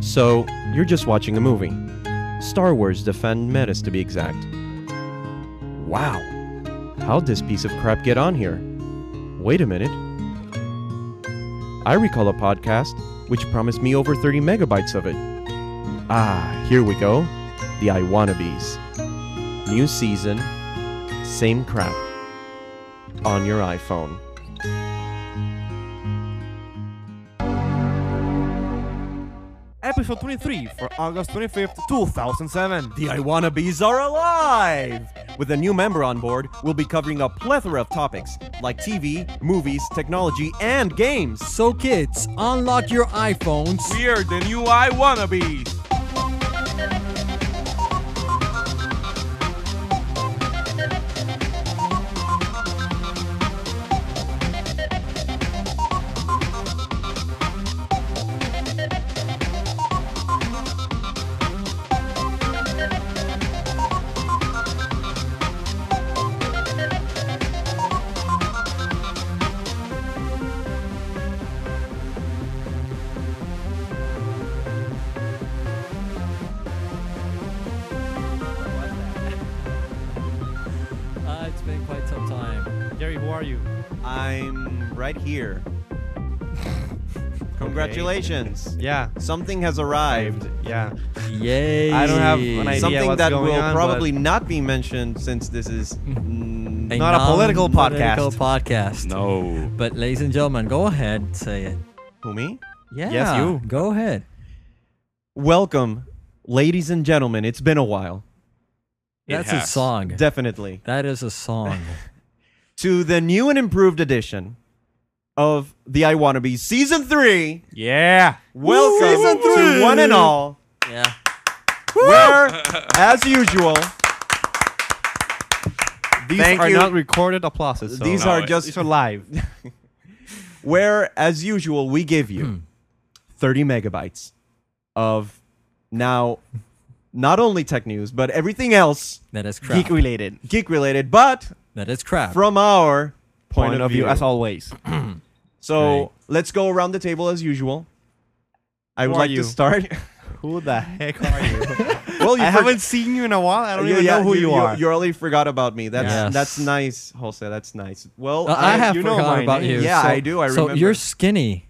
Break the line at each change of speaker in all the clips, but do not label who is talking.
So, you're just watching a movie. Star Wars Defend Metis, to be exact. Wow. How'd this piece of crap get on here? Wait a minute. I recall a podcast which promised me over 30 megabytes of it. Ah, here we go. The I Wannabes. New season, same crap. On your iPhone.
Episode 23 for August 25th, 2007.
The I Wannabes are alive! With a new member on board, we'll be covering a plethora of topics like TV, movies, technology, and games.
So, kids, unlock your iPhones.
We are the new I Wannabes.
Uh, it's been quite some time.
Gary, who are you?
I'm right here. Congratulations.
Yeah.
Something has arrived.
Yeah.
Yay!
I don't have an idea.
Something
what's
that
going
will
on,
probably not be mentioned since this is
A
mm,
not a political podcast.
non-political podcast.
No.
But, ladies and gentlemen, go ahead, say it.
who me.
Yeah.
you.
Go ahead.
Welcome, ladies and gentlemen. It's been a while,
It
That's a
has.
song.
definitely,
that is a song.
to the new and improved edition of the I Wanna Be Season Three.
Yeah.
Welcome to one and all.
yeah.
Where, as usual, these
Thank
are
you.
not
recorded applauses.
so- These are just-
these are live.
where, as usual, we give
Hmm.
you 30 megabytes of now not only tech news, but everything else
That is crap.
Geek related.
geek related, but
that is crap.
from our point,
Point of view, as always.
So
Right.
let's go around the table as usual. I would
Who are
like
you?
to start.
Who the heck are you?
well, you
I
forg-
haven't seen you in a while. I don't
Yeah,
even
yeah,
know who you, are.
You already forgot about me. That's
Yes.
that's nice, Jose. That's nice. Well,
Uh, I, have
you know
forgotten
my
about
name.
you.
Yeah,
so-
I do, I
So
remember.
you're skinny.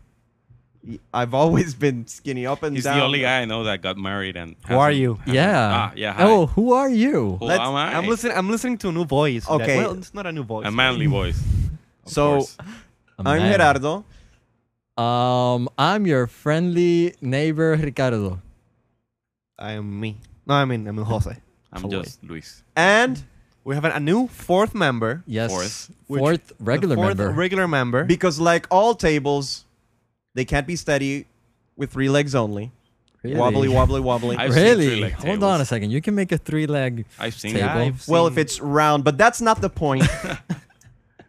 I've always been skinny up and
He's
down.
the only guy I know that got married and.
Who are you?
Yeah.
Ah, yeah, hi.
Oh, who are you?
Who
Let's-
am I?
I'm listening. I'm listening to a new voice. that-
Okay.
well, it's not a new voice.
A manly voice. Of
So
course.
A
I'm
man.
Gerardo.
Um, I'm your friendly neighbor, Ricardo.
I am me. No, I mean I'm Jose.
I'm
Foy.
just Luis.
And
We have an, a new fourth member.
Yes.
Fourth.
Which-
Fourth
The
regular
fourth
member.
Regular member.
because like all tables, they can't be steady with three legs only.
Really?
Wobbly, wobbly, wobbly.
I- I've seen
Really?
three-leg
Hold on a
tables.
second. You can make a three leg.
I've seen
Table.
that.
I've
well,
seen-
if it's round, but that's not the point.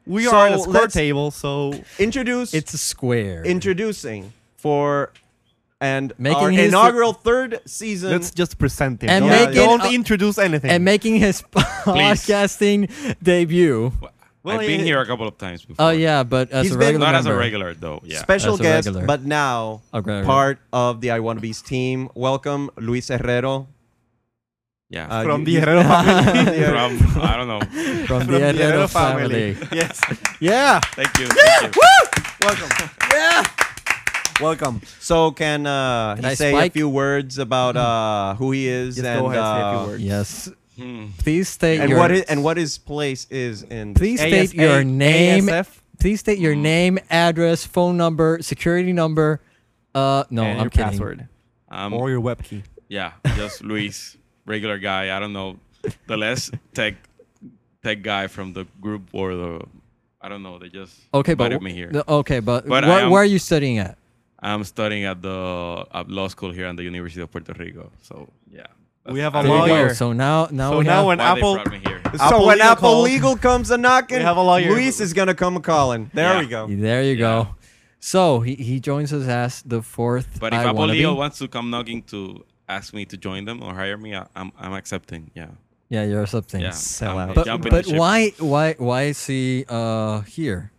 we
so
are at a square
let's-
table, so
Introduce
It's a square.
introducing for and
Making
our
history-
inaugural third season.
let's just present him.
And
don't
make it
don't
a-
introduce anything.
and making his podcasting debut.
Well,
Well,
I've been
yeah.
here a couple of times before.
Oh yeah, but as
He's
a
been-
regular
Not as a
member.
regular though. Yeah.
Special
As a
guest,
regular.
but now
A regular.
part of the I Wanna Bees team. Welcome, Luis Herrero.
yeah.
Uh,
from
you-
the
you-
Herrero family.
yeah.
From I don't know.
from,
from
the
the
Herrero
Herrero
family.
family.
yes.
Yeah.
Thank you. Thank you.
Welcome.
Yeah.
Welcome. So can uh,
Can
he
I
say
spike?
a few words about uh, who he is
Yes,
and
go ahead, say a few
uh,
words.
Yes.
Hmm.
Please state
and
your
what his, and what his place is in
Please
AS-
state your
A-
name.
ASF?
Please state your
Hmm.
name, address, phone number, security number. Uh, no,
and
I'm
your
kidding.
password
Um,
or your web key.
Yeah, just Luis, regular guy. I don't know, the less tech tech guy from the group or the I don't know. They just
Okay, but
invited me here.
no, okay, but,
But I
where-
am-
where are you studying at?
I'm studying at the at law school here at the University of Puerto Rico. So yeah,
We
that's-
have a
that's
There you go.
lawyer.
So now, now
So
we
now
have
when
why
Apple-
they brought me here.
So
Apple
when
Legal
Apple
call.
Legal comes a knocking,
We have a lawyer.
Luis is gonna come a calling. There
Yeah.
we go.
There you
Yeah.
go. So he, he joins us as the fourth.
But if
I
Apple
wanna
Leo
be.
wants to come knocking to ask me to join them or hire me, I, I'm I'm accepting. Yeah,
yeah, you're something.
yeah.
Sell
I'm
out.
But
jumping
but
the ship.
why why why is he uh here?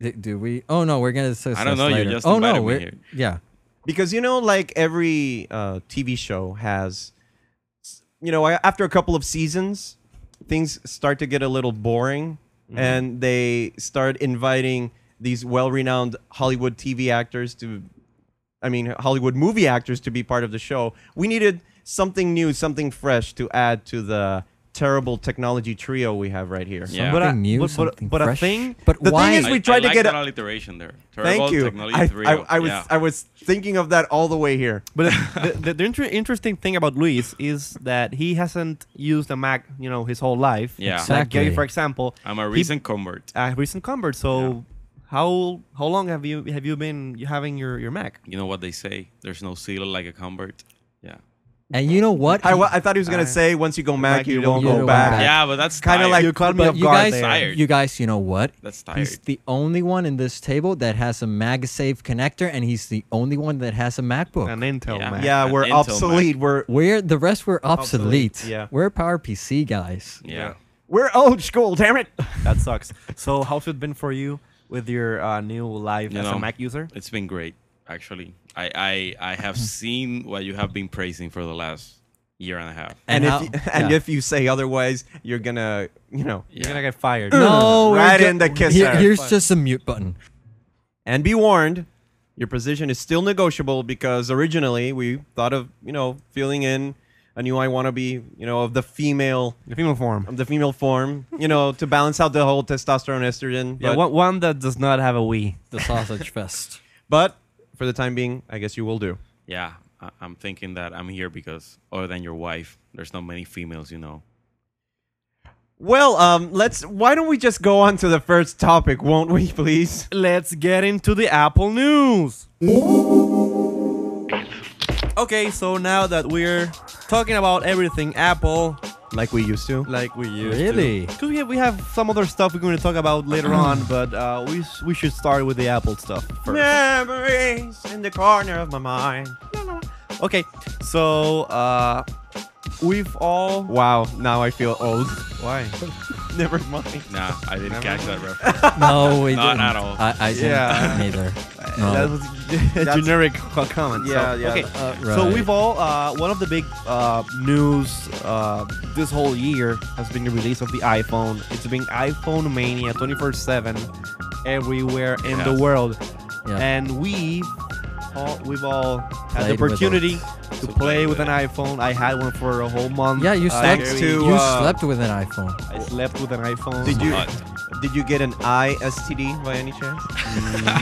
D- Do we? Oh no, we're gonna. discuss
I don't
this
know, you
Later.
just
oh no,
invited me
we're
here.
yeah.
because you know like every uh, tv show has you know a- after a couple of seasons things start to get a little boring and they start inviting these well-renowned hollywood tv actors to i mean hollywood movie actors to be part of the show we needed something new something fresh to add to the terrible technology trio we have right here
Yeah.
But
I-
something new,
but- but-
something
but I
fresh.
think-
but
the thing
why?
is
I,
we tried
I
to
like
get
that
a-
alliteration there. Terrible
Thank you.
Technology
I,
trio.
I, I was
Yeah.
I was thinking of that all the way here.
oh. But the, the, the inter- interesting thing about Luis is that he hasn't used a Mac, you know, his whole life.
Yeah.
Like Gary,
Exactly.
for example, uh,
I'm a recent convert.
a recent convert. So, how how long have you have you been having your, your Mac?
You know what they say? There's no seal like a convert. Yeah.
and you know what?
I, wa- I thought he was gonna say once you go Mac, you, don't,
you
go
don't
back.
go back.
Yeah, but that's
Kinda
tired.
like-
you caught me
but
off
you
guard
guys,
there.
Tired.
you guys, you know what?
That's
He's
tired.
the only one in this table that has a MagSafe connector, and he's the only one that has a MacBook.
An Intel
Yeah.
Mac.
Yeah,
An
we're
Intel
obsolete. We're
We're the rest were obsolete.
Obsolete, yeah.
We're Power PC guys.
Yeah.
we're old school. Damn it!
That sucks. So, how's it been for you with your uh, new life
You
as
know.
a Mac user?
It's been great, actually. I, I I have seen what you have been praising for the last year and a half.
And, if
how-
you, and
yeah.
if you say otherwise, you're gonna you know.
Yeah.
You're gonna get fired.
no, Oh, we're
Right
ju-
in the kisser.
here- here's just a mute button.
And be warned, your position is still negotiable because originally we thought of you know filling in a new I want to be you know of the female
The female form.
of the female form you know to balance out the whole testosterone estrogen. but-
Yeah, one, one that does not have a Wii.
The sausage fest.
But for the time being, I guess you will do.
Yeah. I, I'm thinking that I'm here because other than your wife, there's not many females you know.
Well, um, let's. Why don't we just go on to the first topic, won't we, please?
Let's get into the Apple news. Okay, so now that we're talking about everything Apple,
Like we used to.
like we used
Really?
Because we have, we have some other stuff we're going to talk about later
Mm.
on, but uh, we, s- we should start with the Apple stuff first.
Memories in the corner of my mind.
Okay, so uh, we've all.
Wow, now I feel old.
Why?
Never mind.
Nah, I didn't catch that reference.
No, we
Not
didn't.
at all.
I, I didn't
Yeah.
neither.
That
No.
was a
That's-
generic co- comment. so,
Yeah, yeah.
Okay, so
right.
we've all uh, one of the big uh, news uh, this whole year has been the release of the iPhone. It's been iPhone mania, twenty four seven, everywhere in
Yes.
the world,
Yeah.
and we. All, we've all had the
Played with
opportunity to
So
play
played
with
with
an iPhone. I had one for a whole month.
yeah, you
Uh,
slept.
Jerry-
you
uh,
slept with an iPhone.
I slept with an iPhone.
Did you
But-
did you get an ISTD by any chance?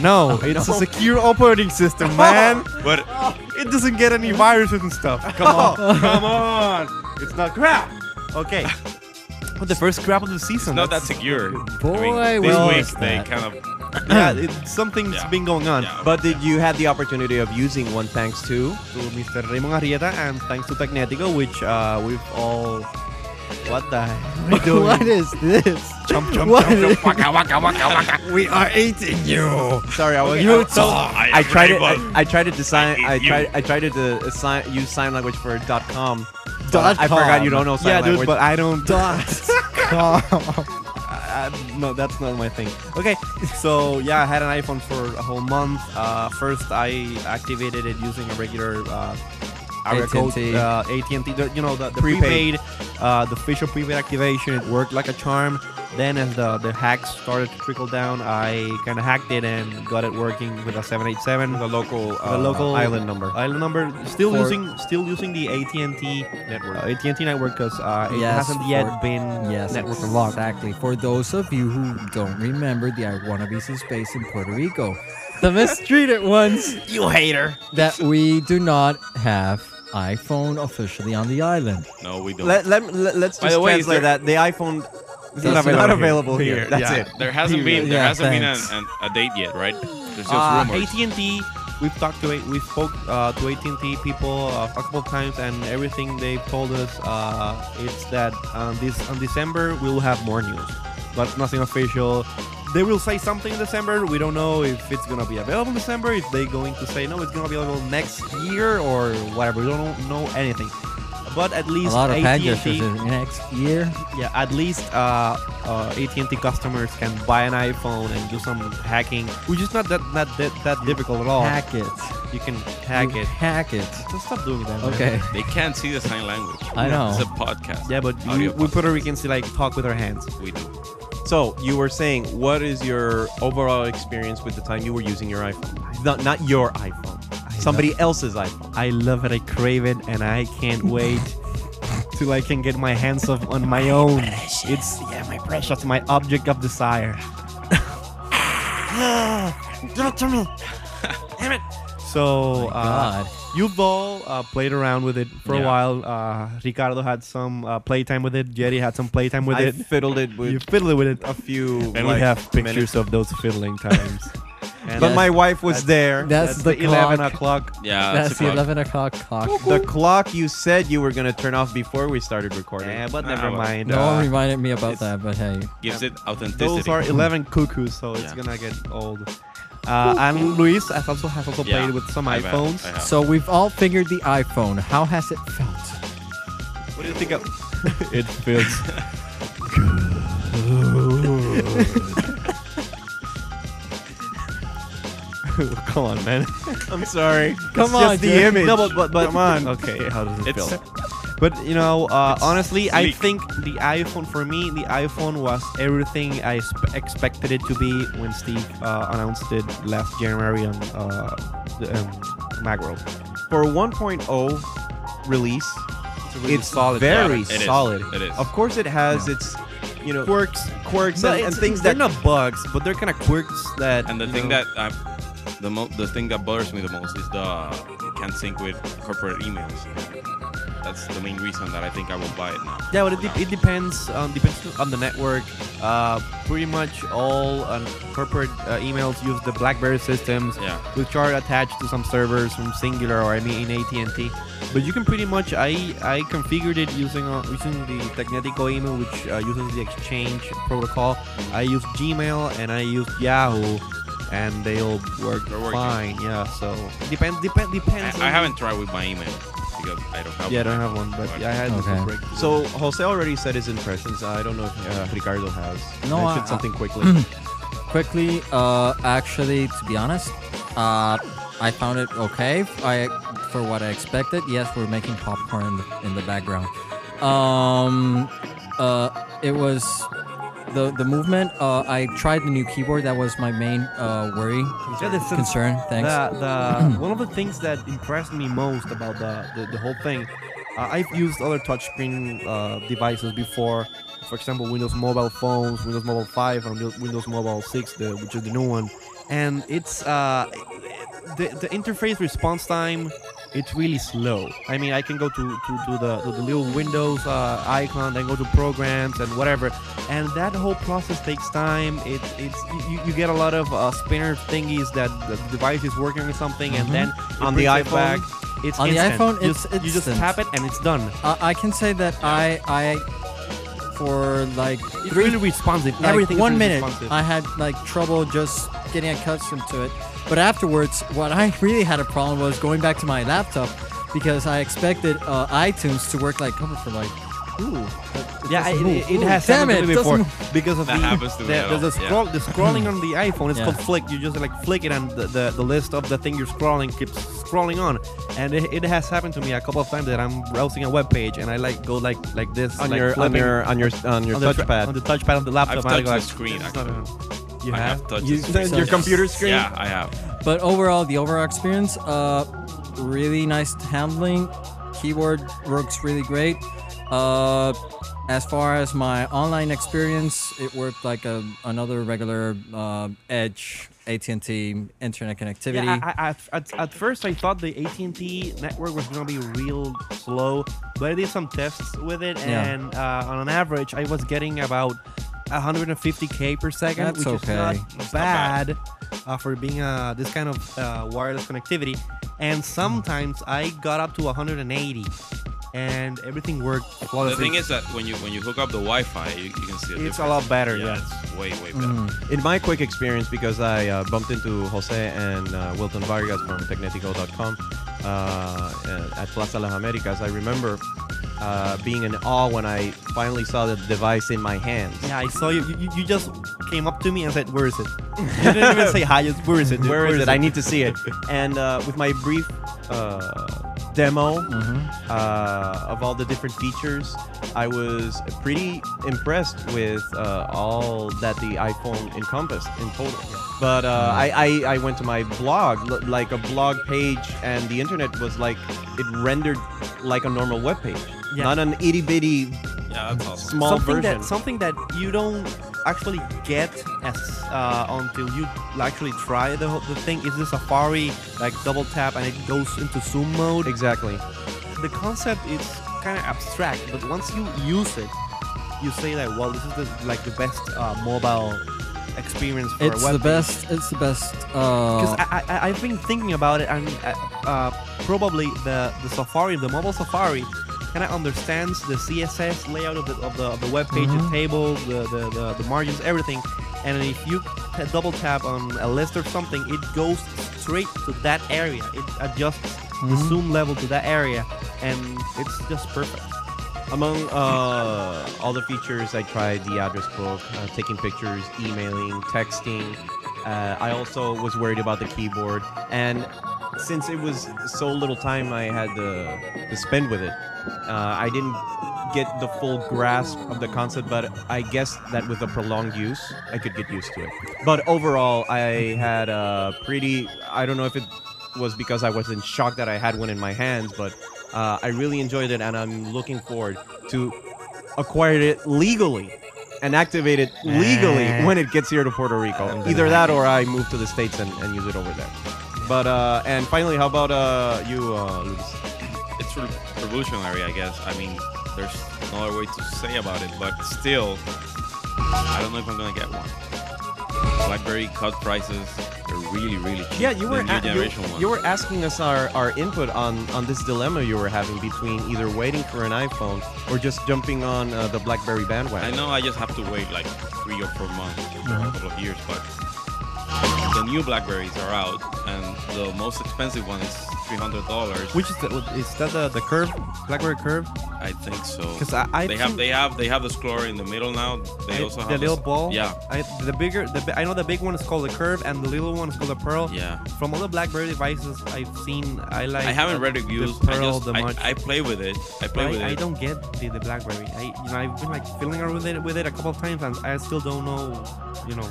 No, it's a secure operating system, man.
But
It doesn't get any viruses and stuff. Come
Oh,
on, come on. It's not crap. Okay. But the first crap of the season.
it's not that
that's-
secure. I
Boy, well,
mean, this
is
week they
that-
kind of
yeah, it, something's
Yeah.
been going on.
Yeah.
But did you had the opportunity of using one thanks to?
To Mr. Raymond Arrieta and thanks to Tecnetico, which uh, we've all. What the hell are we doing?
what is this?
Jump, jump,
What
jump, jump.
is- We are eating you.
Sorry, I was.
You
Oh, I,
I tried it.
everybody-
I, I tried to design.
I
I,
hate
tried.
you.
I tried to assign, use sign language for dot com. but
Dot
I forgot
com.
you don't know sign
yeah,
language.
dude, but I don't.
Dot.
Uh, no, that's not my thing. Okay, so yeah, I had an iPhone for a whole month. Uh, first, I activated it using a regular uh, area code,
AT&T.
uh, AT&T. The, you know, the, the
Prepaid.
prepaid, uh, the official prepaid activation. It worked like a charm. Then, as the, the hacks started to trickle down, I kind of hacked it and got it working with a 787.
the local,
The local uh,
island number.
Island number still
For-
using still using the AT and T network. AT and T network because uh, it
Yes,
hasn't yet
for-
been
Yes,
network unlocked.
exactly. For those of you who don't remember the I Wanna Be in Space in Puerto Rico, the mistreated ones
You hater.
that we do not have iPhone officially on the island.
no, we don't.
Let, let, let, us
By
just
the way, is
translate
there-
that. The iPhone is
It's
not,
not
available here.
here.
That's
Yeah.
it.
there hasn't been there
Yeah,
hasn't
thanks.
been an, an, a date yet, right? There's just rumors.
AT and Uh, T. We've talked to we spoke uh, to AT and T people uh, a couple of times, and everything they've told us uh, it's that um, this on December we will have more news, but nothing official. They will say something in December. We don't know if it's gonna be available in December. If they're going to say no, it's gonna be available next year or whatever. We don't know anything. But at
A
least
lot of
AT&T
packages in the next year.
yeah, at least uh, uh, AT&T customers can
Oh.
buy an iPhone and do some hacking, which is not that not that, that difficult at all.
Packets.
You can hack
You
it.
Hack it.
Just stop doing that. man.
Okay.
They can't see the sign language.
I know.
It's a podcast.
Yeah, but we,
Audio
we Puerto Ricans like talk with our hands.
podcast. we do.
So you were saying, what is your overall experience with the time you were using your iPhone? Not not your iPhone, somebody else's iPhone.
I love it. I crave it, and I can't wait till I can get my hands off on my own. It's yeah, my precious, my object of desire. Give it to me. Damn it. So, uh,
God.
you've all uh, played around with it for
Yeah.
a while. Uh, Ricardo had some uh, playtime with it. Jerry had some playtime with
I
it.
fiddled it with
You fiddled with it.
a few.
And
like,
we have pictures
minutes.
of those fiddling times. And
But
that's-
my wife was
that's-
there.
that's,
That's,
the,
the,
11
clock.
o'clock.
Yeah,
That's
it's a
the
clock.
11 o'clock clock.
the clock you said you were gonna turn off before we started recording.
Yeah, but
Ah,
never
well.
mind.
No
Uh,
one reminded me about
it's-
that, but hey.
Gives it authenticity.
Those are 11 cuckoos, so it's
Yeah.
gonna get old. Uh, and Luis has also has also
Yeah,
played with some
I have-
iPhones.
I have.
So we've all figured the iPhone. How has it felt?
What do you think of? it feels. Come on, man.
I'm sorry.
Come
it's
on,
just the
dude.
image.
No, but, but, but
Come on.
Okay, how does it
It's-
feel? But you know, uh,
It's
honestly, I
sleek.
think the iPhone for me, the iPhone was everything I sp- expected it to be when Steve uh, announced it last January on uh, the, um, Macworld.
For 1.0 release,
really
it's
solid
very
product. It is.
solid.
It is.
Of course, it has its, you know,
Quirks,
quirks and, and things
they're
that
not bugs, but they're kind of quirks that.
And the
you
thing
know-
that I, the mo- the thing that bothers me the most is the you can't sync with corporate emails. That's the main reason that I think I will buy it now.
Yeah, but it, de- it depends. Um, depends on the network. Uh, pretty much all um, corporate uh, emails use the BlackBerry systems,
Yeah.
which are attached to some servers from Singular or I mean in AT and T. But you can pretty much I I configured it using uh, using the Tecnetico email, which uh, uses the Exchange protocol. I use Gmail and I use Yahoo, and they all work
They're working.
fine. Yeah, so depends depend, depends.
I, I haven't tried with my email because I don't have.
Mm-hmm. Yeah, I
one.
don't have one, but yeah, I had
Okay.
a break.
So Jose already said his impressions. I don't know if uh, Ricardo has.
No,
mentioned
I-
something quickly.
Quickly, uh, actually, to be honest, uh, I found it okay. I for what I expected. Yes, we're making popcorn in the, in the background. Um, uh, it was the the movement. Uh, I tried the new keyboard. That was my main uh, worry
Yeah, the sen-
concern. Thanks.
The, the one of the things that impressed me most about the the, the whole thing, uh, I've used other touchscreen uh, devices before. For example, Windows Mobile phones, Windows Mobile Five, and Windows- Windows Mobile Six, the, which is the new one, and it's uh, the the interface response time. It's really slow. I mean, I can go to to, to the to the little Windows uh, icon, then go to programs and whatever and that whole process takes time. It, it's you, you get a lot of uh, spinner thingies that the device is working on something, and then it
On the
brings it
iPhone?
back. it's
On the
instant.
Mm-hmm. iPhone,
you,
it's
you just
instant.
tap it and it's done.
I, I can say that I I for like
It's
three
really responsive.
like
Everything
one
is really
minute
responsive.
I had like trouble just getting accustomed to it. But afterwards, what I really had a problem was going back to my laptop because I expected uh, iTunes to work like cover for like. Ooh, that-
yeah, it,
doesn't move.
it, it
Ooh,
has
damn
happened to
it,
me before
doesn't move.
because of
That
the,
happens to me
the,
at
there's a
all, yeah.
scroll, the scrolling on the iPhone. It's
Yeah.
called flick. You just like flick it, and the, the, the list of the thing you're scrolling keeps scrolling on. And it, it has happened to me a couple of times that I'm browsing a web page and I like go like like this
on,
like
your, on
flipping.
your on your on your
on the, tra- on
touchpad.
the touchpad of the laptop.
I've
and I
touched
go
the
like,
screen,
"This is not a-" You
I
have?
have touched
You-
the screen.
your computer screen?
Yeah, I have.
But overall, the overall experience, uh, really nice handling. Keyboard works really great. Uh, as far as my online experience, it worked like a another regular uh, Edge AT&T internet connectivity.
Yeah, I, I, at- at, at first I thought the AT&T network was gonna be real slow, but I did some tests with it,
Yeah.
and uh, on an average, I was getting about 150k per second,
That's
which
okay.
is
It's
not
not
bad, Uh, for being uh, this kind of uh, wireless connectivity. And sometimes I got up to 180, and everything worked
The
flawlessly.
thing is that when you when you hook up the Wi-Fi, you, you can see the
Oh, it's a lot better.
Yeah,
yeah.
it's way way better.
Mm.
In my quick experience, because I uh, bumped into Jose and uh, Wilton Vargas from Tecnetico.com uh, at Plaza Las Americas, I remember uh, being in awe when I finally saw the device in my hands.
Yeah, I saw you. You, you- you just came up to me and said, "Where is it?" You didn't even say hi. Just where is it? dude?
Where is it? I need to see it. And uh, with my brief uh, demo
Mm-hmm.
uh, of all the different features, I was pretty impressed with uh, all that the iPhone encompassed in total. But uh,
Mm-hmm.
I, I, I went to my blog, l- like a blog page, and the internet was like, it rendered like a normal web page,
Yeah.
not an itty bitty
Yeah, that's awesome.
small
something
version.
that something that you don't actually get as uh, until you actually try the whole, the thing is the Safari like double tap and it goes into zoom mode.
exactly.
The concept is kind of abstract, but once you use it, you say like, well, this is the, like the best uh, mobile experience for
It's
a web
the
page.
best. It's the best.
Because
Uh,
I, I, I've been thinking about it, and uh, uh, probably the, the Safari, the mobile Safari, kind of understands the CSS layout of the, of the, of the web page, the
Mm-hmm.
Mhm.
table, the, the, the, the margins, everything. And if you t- double tap on a list or something, it goes straight to that area. It adjusts the
Mm-hmm.
Mhm.
zoom level to that area, and it's just perfect.
Among uh, all the features, I tried the address book, uh, taking pictures, emailing, texting. Uh, I also was worried about the keyboard, and since it was so little time I had to, to spend with it, uh, I didn't get the full grasp of the concept. But I guess that with a prolonged use, I could get used to it. But overall, I had a pretty. I don't know if it was because I was in shock that I had one in my hands, but uh, I really enjoyed it, and I'm looking forward to acquire it legally and activate it legally when it gets here to Puerto Rico. Either that, or I move to the states and, and use it over there. But uh, and finally, how about uh, you, uh, Lucas?
it's re- revolutionary, I guess. I mean, there's no other way to say about it, but still, I don't know if I'm gonna get one. BlackBerry cut prices; they're really, really cheap.
Yeah, you were
the new
a- you,
generation one.
you were asking us our, our input on, on this dilemma you were having between either waiting for an iPhone or just jumping on uh, the BlackBerry
I
bandwagon.
know I just have to wait like three or four months or
Uh-huh.
a couple of years, but the new Blackberries are out, and the most expensive one is three hundred dollars.
Which is the, is that the, the curve, BlackBerry curve?
I think so.
Because I, I
they
think-
have they have they have the score in the middle now. They
I-
also
the
have
little
this-
ball.
Yeah,
I, the bigger. The, bi- I know the big one is called the curve, and the little one is called the pearl.
yeah.
From all the BlackBerry devices I've seen, I like.
I haven't
uh,
read reviews.
The
I,
pearl
just,
the much.
I, I play with it. I play
I,
with it.
I don't get the, the BlackBerry. I you know I've been like fiddling around with it, with it a couple of times, and I still don't know, you know,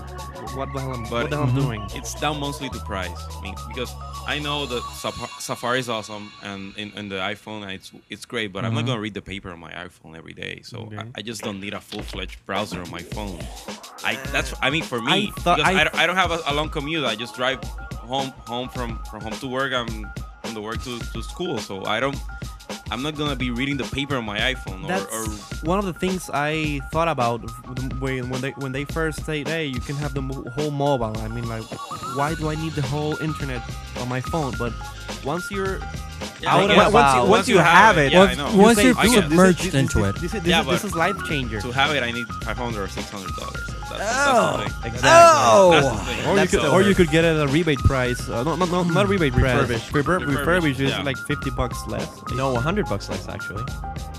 what the hell I'm
But- mm-hmm.
what the hell I'm doing.
It's down mostly to price. I mean, because I know that Saf- Safari is awesome, and in, in the iPhone it's it's great. But I'm not
Mm-hmm.
Mhm.
gonna read the paper on my iPhone every day, so I, I just don't need a full fledged browser on my phone. I that's I mean for me
I thought-
because I,
I-
don't, I don't have a, a long commute. I just drive home home from from home to work. I'm from the work to, to school, so I don't. I'm not gonna be reading the paper on my iPhone or,
That's
or
one of the things I thought about when when they when they first said, "Hey, you can have the mo- whole mobile." I mean, like, why do I need the whole internet on my phone? But once you're
Yeah, I
out of
guess.
once,
Once you- once you have it,
yeah, I
once-
know.
once
say,
you're
I get it.
submerged
this is,
into
this,
it.
This is, this,
Yeah,
is, this
but-
is life changer.
to have it, I need 500 or 600 dollars. That's,
Oh.
that's the thing.
Exactly.
Oh.
That's the thing.
Or you,
That's
could,
the
or you
thing.
could get it at a rebate price. Uh, no, no, no, not rebate price.
Refurbished.
Refurb-
Refurbished,
Refurbished is
yeah.
like 50 bucks less.
No, 100 bucks less actually.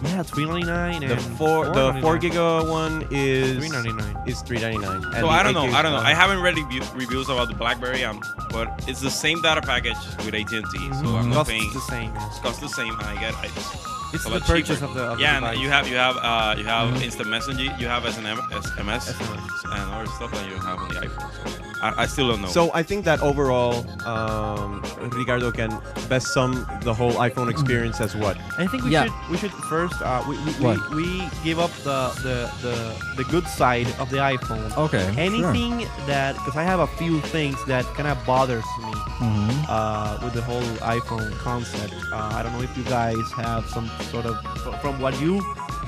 Yeah, 399
The
and
four the four
499.
giga one is
399.
is 399. and
So
the
I don't know.
eight
I don't
gig-
Uh-huh.
know. I haven't read review- reviews about the BlackBerry, um, but it's the same data package with AT&T, so I'm not
Mm-hmm. Costs
paying.
the same.
It's cost the same, and I get I just,
It's
a
the
lot
purchase
cheaper.
of the of
yeah.
the
And
device.
you
Mm-hmm.
have you have uh you have instant messaging, you have SNM, SMS, and other stuff that you have on the iPhone. So I, I still don't know.
So I think that overall, um, Ricardo can best sum the whole iPhone experience as what?
I think we
Yeah.
should we should first uh, we, we,
What?
we, we give up the, the the the good side of the iPhone.
okay.
Anything that because I have a few things that kind of bothers me
hmm
uh, with the whole iPhone concept. Uh, I don't know if you guys have some sort of fr- from what you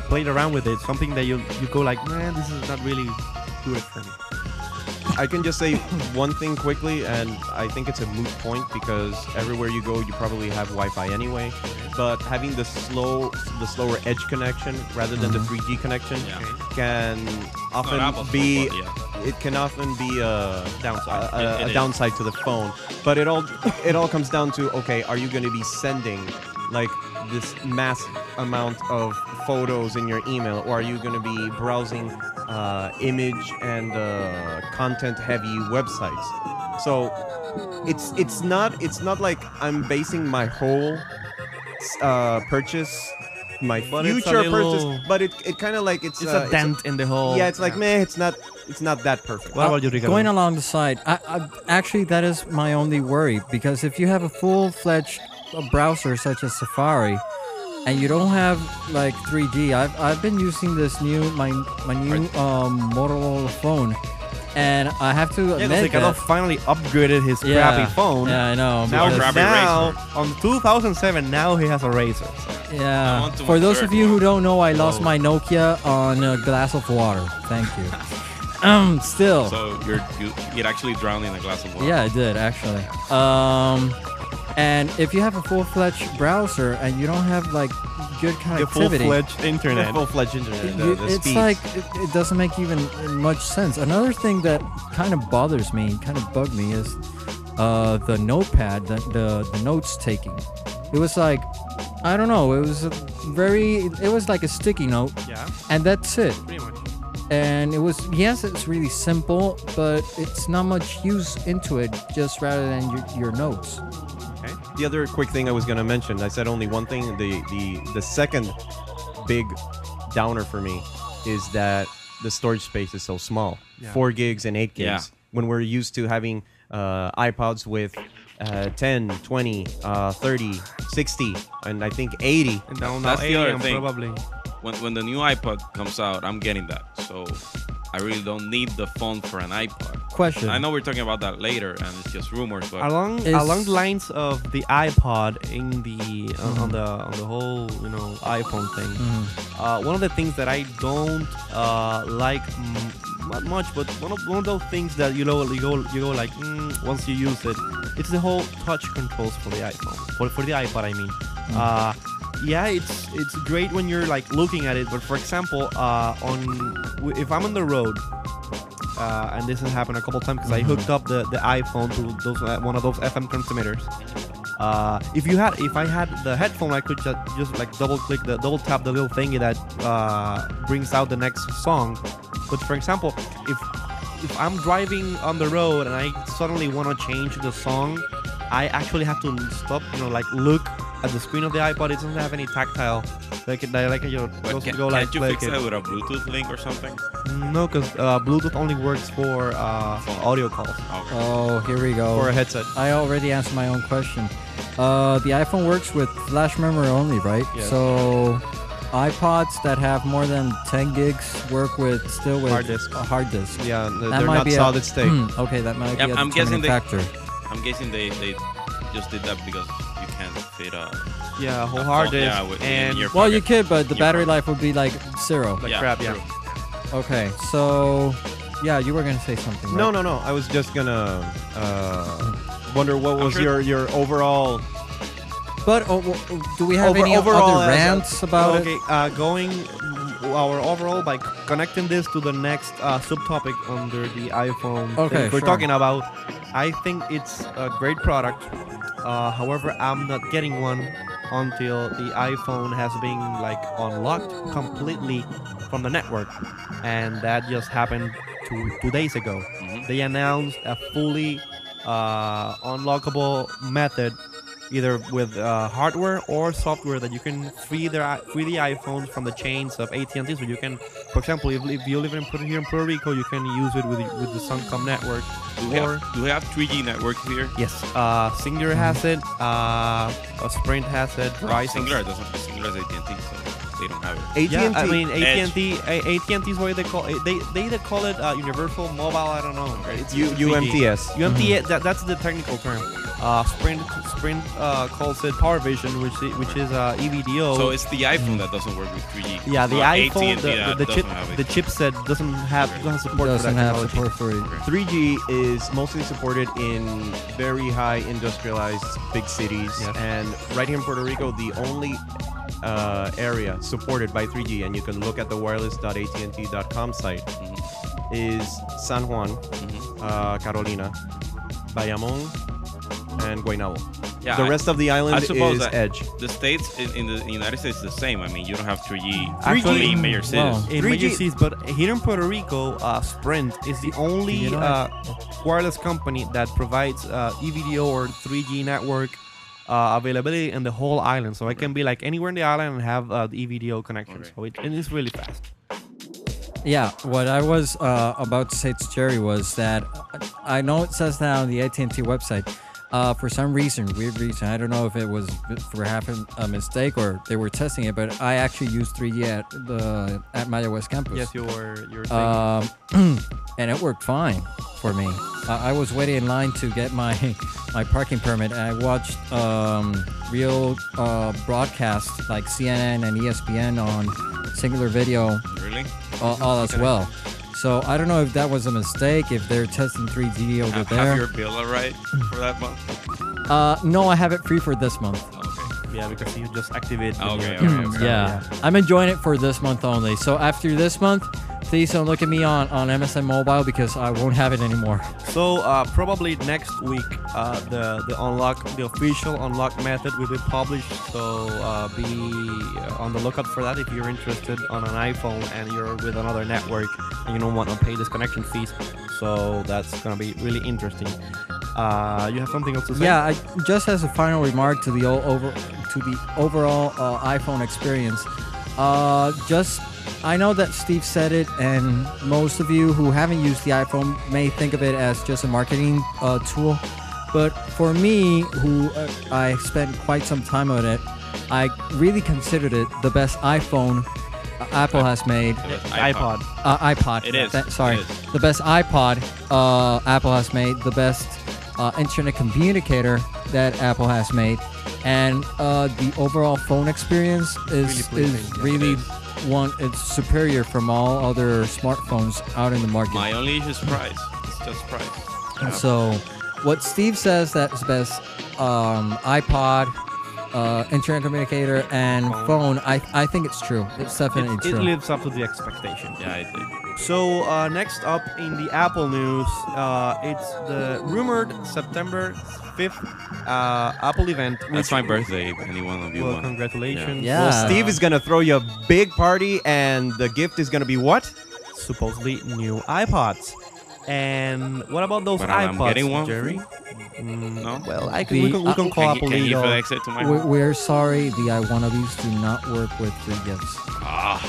played around with it, something that you you go like, man, this is not really good for me.
I can just say one thing quickly, and I think it's a moot point because everywhere you go, you probably have Wi-Fi anyway. But having the slow, the slower edge connection rather than the 3G connection
Mm-hmm. Yeah.
can
It's not
often
Apple's
be
fault, but
it can often be a
Downside.
a, a-
It- it
a
is.
downside to the phone. But it all it all comes down to okay, are you going to be sending like this mass amount of photos in your email, or are you going to be browsing uh, image and uh, content heavy websites. So it's it's not it's not like I'm basing my whole uh, purchase, my
But it's a
future
little-
purchase, but it, it kind of like it's,
It's
uh,
a dent in the whole.
yeah, it's like meh, it's not it's not that perfect.
What
Uh,
about you, Ricardo?
Going along the side, I, I, actually, that is my only worry because if you have a full-fledged uh, browser such as Safari, and you don't have like 3G, I've, I've been using this new my my new um, Motorola phone, and I have to
yeah,
admit
because Ricardo
that-
finally upgraded his
yeah,
crappy phone.
Yeah, I know.
Now,
because-
Crappy
now
razor.
on 2007, now he has a razor. So.
I
Yeah.
want to
For those
observe
of you who
one.
don't know, I lost
Whoa.
my Nokia on a glass of water. Thank you. um,
Oh.
still.
So you're you, you're actually drowned in a glass of water.
Yeah, I did actually. Um, and if you have a full-fledged browser and you don't have like good
The
connectivity,
full-fledged uh, internet.
full-fledged internet.
you- it's like it, it doesn't make even much sense. Another thing that kind of bothers me, kind of bugged me, is uh, the notepad, the, the the notes taking. It was like, I don't know, it was a very, it was like a sticky note,
Yeah,
and that's it
pretty much.
and it was yes it's really simple but it's not much use into it just rather than your, your notes
the other quick thing I was gonna mention, I said only one thing. The the the second big downer for me is that the storage space is so small,
Yeah.
four gigs and eight gigs.
Yeah.
When we're used to having uh, iPods with uh, 10, 20, uh, 30, 60, and I think 80.
And now, now
That's the other
AM
thing.
probably.
When when the new iPod comes out, I'm getting that. So I really don't need the phone for an iPod.
question
I know we're talking about that later, and it's just rumors, but
Along
Is-
along the lines of the iPod in the uh, on- on the on the whole you know iPhone thing. Uh, one of the things that I don't uh, like mm, not much, but one of one of those things that you know you go you go like mm, once you use it, it's the whole touch controls for the iPhone for, for the iPod. I mean, uh, yeah, it's it's great when you're like looking at it, but for example, uh, on w- if I'm on the road. Uh, and this has happened a couple times because I hooked up the, the iPhone to those uh, one of those FM transmitters. Uh, if you had, if I had the headphone, I could just, just like double click the double tap the little thingy that uh, brings out the next song. But for example, if if I'm driving on the road and I suddenly want to change the song, I actually have to stop, you know, like look at the screen of the iPod. It doesn't have any tactile. Like it, like you know,
but
doesn't
can,
go
not
like
you
click
fix
it.
that with a Bluetooth link or something?
No, because uh, Bluetooth only works for uh, audio calls
Okay.
oh here we
or a
go
headset.
i already answered my own question uh, the iphone works with flash memory only right
Yes.
so ipods that have more than 10 gigs work with still with
Hard disk.
a hard disk
Yeah, th-
That
they're
might
not
be a-
solid state.
Hmm, okay that might
Yeah,
be a
I'm guessing
determining factor
I'm guessing they, they just did that because you can't fit a
Yeah, whole
a
hard
phone-
disk
yeah, with- in
and
your
well you
pocket.
could but the
You're
battery
right.
life would be like zero
like
Yeah,
crap. Yeah.
true.
okay so yeah you were gonna say something right?
No, no, no. I was just gonna uh,
Hmm.
wonder what
I'm
was
sure-
your your overall
But oh, w- w- do we have
Over-
any
overall, as
other
a-
rants about
okay,
it?
uh, going mm, our overall by c- connecting this to the next uh, subtopic under the iPhone. thing
Okay,
we're
sure.
talking about. I think it's a great product. Uh, however, I'm not getting one until the iPhone has been like unlocked completely from the network, and that just happened two, two days ago.
Mhm.
They announced a fully uh, unlockable method either with uh, hardware or software that you can free their free the iPhones from the chains of AT&T. So you can, for example, if, if you live in Puerto, here in Puerto Rico, you can use it with with the Suncom network.
Do we,
Or
have, do we have 3G network here?
yes, uh, Singular has it, uh, uh, Sprint has it, Verizon.
Singular doesn't have Singular as AT&T, so they don't have it.
AT&T.
Yeah, I mean AT&T. A- AT&T is what they call they they either call it uh, Universal Mobile. I don't know. right? It's
U-
3G.
UMTS.
UMTS. That, that's the technical term. Uh, Sprint Sprint uh, calls it Power Vision, which i- which is uh, EVDO.
So it's the iPhone that doesn't work with 3G.
Mm. yeah, the
Not
iPhone,
AT&T
the,
that
the, the chip,
doesn't have it.
the chipset doesn't have doesn't have support
Doesn't
for that
have
technology.
support for it.
3G is mostly supported in very high industrialized big cities,
Yes.
and right here in Puerto Rico, the only uh, area supported by 3G, and you can look at the wireless.at&t.com site,
Mm-hmm.
is San Juan,
Mhm.
uh, Carolina, Bayamón, and Guaynabo.
Yeah,
the
I-
rest of the island
I suppose
is
that-
edge.
The states in, in the United States is the same. I mean, you don't have 3G.
3G?
Actually, in major cities.
Wow.
in
3G.
major cities, but here in Puerto Rico, uh, Sprint is the only
you know
uh, wireless company that provides uh, EVDO or 3G network uh, availability in the whole island. So I can be like anywhere in the island and have uh, the EVDO connection.
Okay.
So it, and it's really fast.
Yeah, what I was uh, about to say to Jerry was that uh, I know it says that on the AT&T website. Uh, for some reason, weird reason, I don't know if it was for having a mistake or they were testing it, but I actually used 3G at the at Maya West Campus.
Yes, your your thing.
Um, and it worked fine for me. I, I was waiting in line to get my my parking permit, and I watched um, real uh, broadcasts like CNN and E ESPN on Singular Video,
Really?
all, all as well. So I don't know if that was a mistake, if they're testing 3D over
Have,
there.
have your bill arrived for that month?
uh, no, I have it free for this month.
Okay.
yeah, because you just activate. when
Okay,
you're-
okay, okay.
yeah. I'm enjoying it for this month only. So after this month, please don't look at me on, on MSN Mobile because I won't have it anymore.
So uh, probably next week, uh, the the unlock, the official unlock method will be published. So uh, be uh, on the lookout for that if you're interested on an iPhone and you're with another network and you don't want to pay this connection fees. So that's gonna be really interesting. Uh, you have something else to say?
Yeah, I, just as a final remark to the o- over to the overall uh, iPhone experience, uh, just I know that Steve said it, and most of you who haven't used the iPhone may think of it as just a marketing uh, tool, but for me, who uh, I spent quite some time on it, I really considered it the best iPhone Apple has made
It was
iPod.
uh, iPod.
It is.
Th- sorry,
It is.
the best iPod uh, Apple has made, the best uh, internet communicator that Apple has made, and uh, the overall phone experience is
Really pleasing,
is
yeah.
really
It
one. It's superior from all other smartphones out in the market.
My only issue is price. It's just price.
And so, what Steve says that's best um, iPod. Uh, internet communicator and phone. I I think it's true. It's
It,
definitely
it
true.
lives up to the expectation.
Yeah, I think.
So uh, next up in the Apple news, uh, it's the rumored September 5th uh, Apple event.
That's
which-
my birthday, if any one of you
Well,
want.
congratulations.
Yeah.
Well, Steve is gonna throw you a big party, and the gift is gonna be what?
supposedly new iPods. And what about those
But I'm
iPods,
getting one
Jerry?
No?
Mm, Well, I can, we
The-
can, we can call
can,
Apple
you- can you
Leo.
FedEx it to my
We-
home?
We're sorry, the I wannabes do not work with free gifts.
Ah,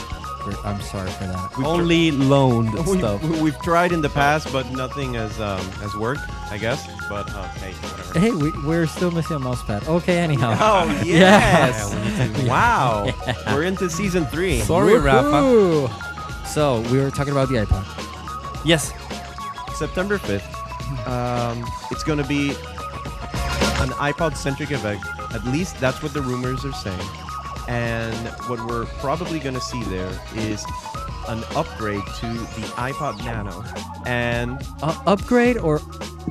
We're- I'm sorry for that.
Only loaned stuff.
We, we've tried in the past, but nothing has um, has worked, I guess. But uh, hey, whatever.
Hey, we, we're still missing a mouse pad. Okay, anyhow.
Oh yes! Wow, we're into season three.
Sorry, Rafa.
Woo! So, we were talking about the iPod.
Yes.
September 5th, um, it's going to be an iPod centric event. At least that's what the rumors are saying. And what we're probably going to see there is an upgrade to the iPod Nano. And,
Uh, upgrade or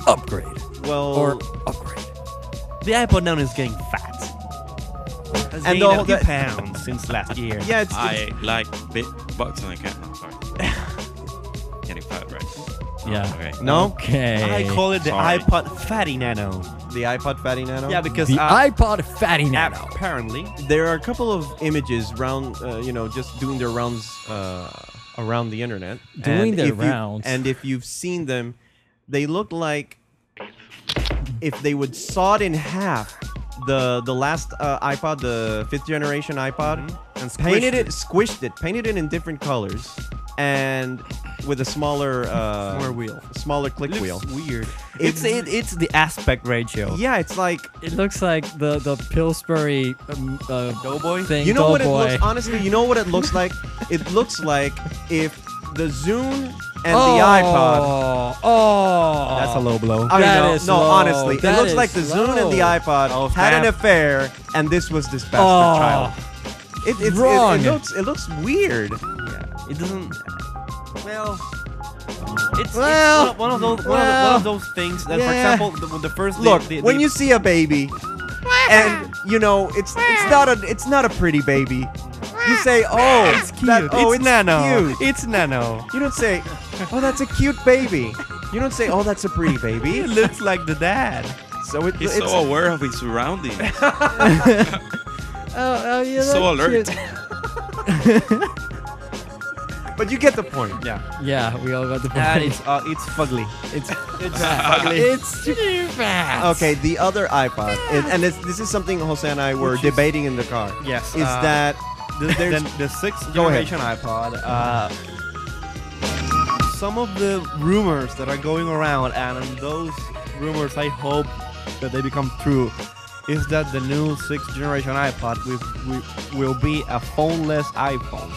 upgrade?
well,
Or upgrade.
The iPod now is getting fat. Has
And
gained
all
a few
that-
pounds since last year.
yeah, it's, it's-
I like big bucks and I can't. No, sorry. Getting fat, right? Oh,
Yeah.
Okay.
no,
Okay.
I call it the
Sorry.
iPod Fatty Nano.
the iPod Fatty Nano.
Yeah, because
the
uh,
iPod Fatty Nano.
apparently
there are a couple of images round, uh, you know, just doing their rounds uh, around the internet.
Doing
And
their
if you-
rounds.
and if you've seen them, they look like if they would saw it in half. The the last uh, iPod, the fifth generation iPod,
And Mm-hmm. squished
painted it,
it.
squished it, painted it in different colors, and with a smaller uh,
Smaller wheel.
smaller click
looks
wheel.
weird.
It's-
It's it, it's the aspect ratio.
Yeah, it's like
It looks like the, the Pillsbury um, uh,
Doughboy?
thing.
You know what it
Doughboy.
looks honestly, you know what it looks like? it looks like if the Zune and
oh,
the iPod
Oh.
That's a low blow.
I
That
know,
is
no,
low.
honestly,
That
it looks like the
is
Zune and the
low.
iPod
Oh,
had an
snap.
affair, and this was this bastard
Oh.
child. It, it's,
Wrong.
It, it looks, it looks weird.
Yeah, it doesn't. Well, it's,
Well,
it's one, of, one of those one,
well,
of, the- one of those things that,
yeah.
for example, the, the first
Look,
the, the,
when
the-
you see a baby, and you know it's it's not a it's not a pretty baby, you say, "Oh,
it's cute,
that- oh,
it's, nano,
cute."
it's nano.
You don't say, "Oh, that's a cute baby." You don't say, "Oh, that's a pretty baby."
It looks like the dad.
So it,
He's
it's
so aware of his surroundings.
oh, oh, yeah,
He's so
that's
alert.
it.
But you get the point.
Yeah.
Yeah, we all got the point.
And it's uh, it's uh, fugly.
it's
It's
too fast.
okay. The other iPod, and, and it's, this is something Jose and I were
Which is-
debating in the car.
Yes,
is
uh,
that
The,
there's-
the, the sixth
Go ahead.
generation iPod. Uh, some of the rumors that are going around, and those rumors, I hope that they become true, is that the new sixth generation iPod will, will be a phoneless iPhone.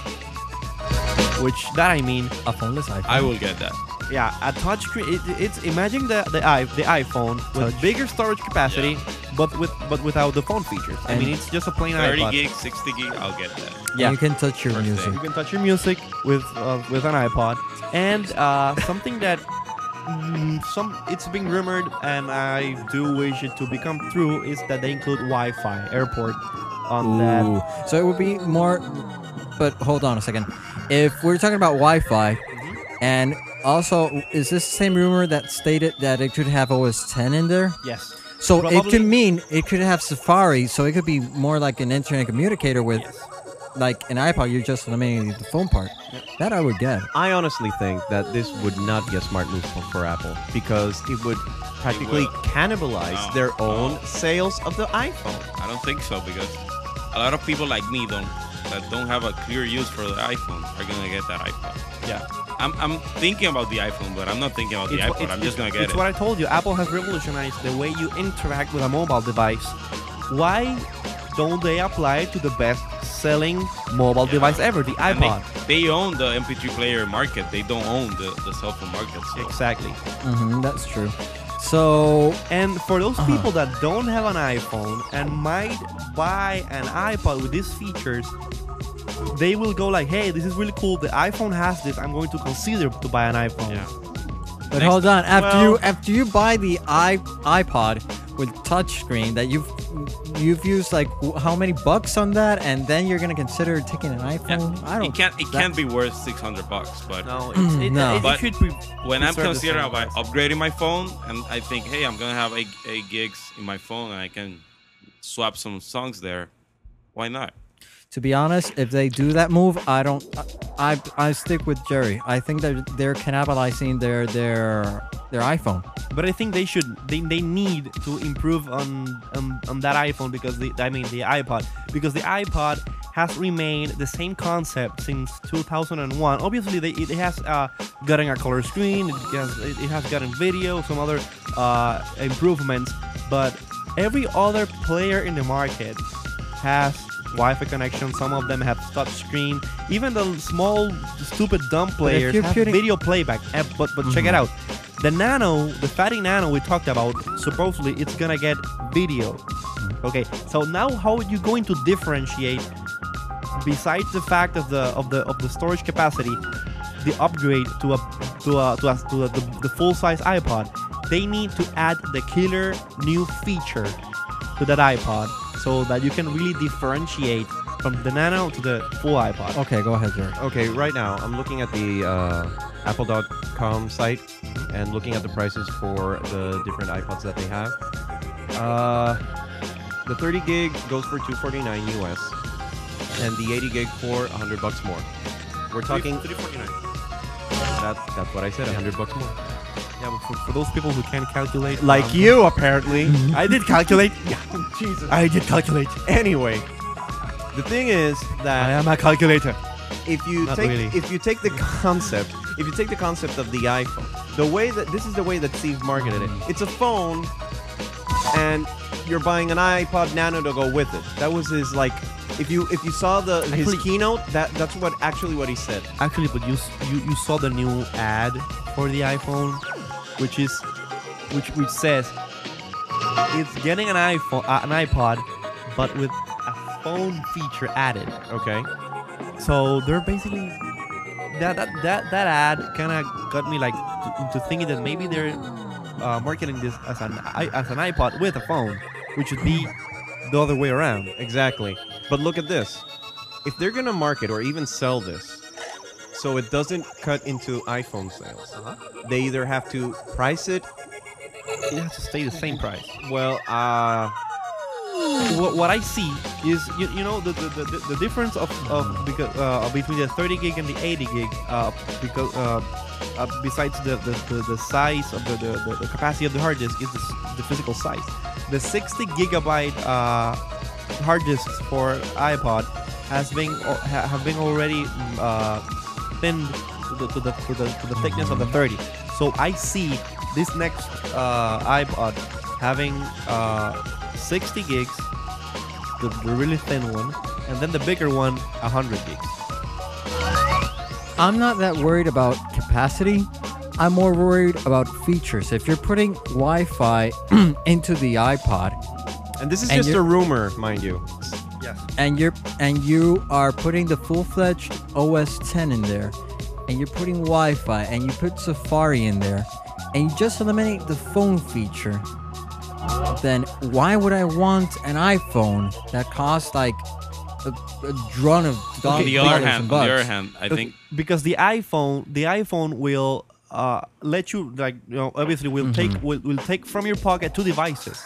Which that I mean,
A phoneless iPhone.
I will get that.
yeah, a touch screen. It, it's imagine the the, i the iPhone with
Touch.
bigger storage capacity, but with but without the phone features. I
And-
mean, it's just a plain
30
iPod.
gig, 60 gig, I'll get that.
You can touch your
First
music.
You can touch your music with uh, with an iPod, and uh, something that mm, some it's been rumored, and I do wish it to become true, is that they include Wi-Fi airport on that.
Ooh. So it would be more. But hold on a second. If we're talking about Wi-Fi, and also is this the same rumor that stated that it could have OS 10 in there?
Yes.
So it
Probably-
could mean it could have Safari. So it could be more like an internet communicator with, like an iPod. You're just eliminating the phone part. That I would get.
I honestly think that this would not be a smart move for, for Apple because it would practically
will.
cannibalize
No,
their
no.
own sales of the iPhone.
Oh, I don't think so because a lot of people like me don't that don't have a clear use for the iPhone are gonna get that iPod.
Yeah.
I'm, I'm thinking about the iPhone, but I'm not thinking about the
It's wha-
iPhone. I'm just gonna get
it's
it.
what I told you. Apple has revolutionized the way you interact with a mobile device. Why don't they apply it to the best-selling mobile
Yeah.
device ever, the
And
iPod?
They, they own the MP3 player market. They don't own the, the cell phone market. So
Exactly.
hmm that's true. So
And for those
Uh-huh.
people that don't have an iPhone and might buy an iPod with these features, they will go like, "Hey, this is really cool. The iPhone has this. I'm going to consider to buy an iPhone."
Yeah.
But
Next-
hold on, after
well-
you after you buy the i iPod with touchscreen that you've you've used like wh- how many bucks on that, and then you're gonna consider taking an iPhone.
oh,
I don't.
it can't it
that-
can't be worth 600 bucks. But
No, it's, it,
No.
it- it
But
should be.
when I'm
preserved the
considering
same
about
price.
upgrading my phone and I think, hey, I'm gonna have eight, eight gigs in my phone and I can swap some songs there. Why not?
To be honest, if they do that move, I don't. I I, I stick with Jerry. I think that they're cannibalizing their their their iPhone.
but I think they should. They, they need to improve on on, on that iPhone because the I mean the iPod because the iPod has remained the same concept since 2001. Obviously, they, it has uh, gotten a color screen. It has it, it has gotten video, some other uh, improvements, but every other player in the market has Wi-Fi connection. Some of them have touch screen. Even the small, stupid, dumb players
you're
have
putting-
video playback. Eh, But but check it out. The Nano, the fatty Nano we talked about, supposedly it's gonna get video. Okay, so now how are you going to differentiate? Besides the fact of the of the of the storage capacity, the upgrade to a to a to, a, to a, the, the full size iPod, they need to add the killer new feature to that iPod so that you can really differentiate from the Nano to the full iPod.
Okay, go ahead, Jerry.
Okay, right now I'm looking at the uh, Apple.com site and looking at the prices for the different iPods that they have. Uh, the 30 gig goes for 249 US, and the 80 gig for 100 bucks more. We're talking
Three- 349.
that, that's what I said, 100 bucks more.
Yeah, but for, for those people who can't calculate, um,
you apparently.
I did calculate. Yeah, Jesus, I did calculate.
anyway, the thing is
I
that
am a calculator.
if you
Not
take
really.
if you take the concept if you take the concept of the iPhone, the way that this is the way that Steve marketed it. It's a phone, and you're buying an iPod Nano to go with it. That was his like. If you if you saw the his
Actually-
keynote, that that's what actually what he said.
Actually, but you, s- you you saw the new ad for the iPhone, which is which which says it's getting an iPhone uh, an iPod, but with a phone feature added.
Okay.
So they're basically that that that, that ad kind of got me like to, into thinking that maybe they're uh, marketing this as an i- as an iPod with a phone, which would be the other way around.
Exactly. But look at this. If they're going to market or even sell this, so it
Uh-huh.
doesn't cut into iPhone sales, they either have to price it
it has to stay the same price. Well, uh, what, what I see is you, you know the, the, the, the difference of, of because, uh, between the 30 gig and the 80 gig uh, because uh, uh, besides the, the, the, the size of the, the, the, the capacity of the hard disk is the, s- the physical size. The 60 gigabyte uh, hard disks for iPod has been al- ha- have been already mm, uh, thinned to the, to the, to the, to the thickness of the 30. So I see this next uh, iPod having uh, 60 gigs, the, the really thin one, and then the bigger one, 100 gigs.
I'm not that worried about capacity. I'm more worried about features. If you're putting Wi-Fi into the iPod,
And this is
And
just
you-
a rumor, mind you.
Yes.
and you're and you are putting the full-fledged OS 10 in there, and you're putting Wi-Fi, and you put Safari in there, and you just eliminate the phone feature, then why would I want an iPhone that costs like a, a drone of
On
dollars
the other hand,
and
on the other
bucks?
hand, I
Okay,
think
because the iPhone, the iPhone will uh, let you like you know obviously will take will, will take from your pocket two devices.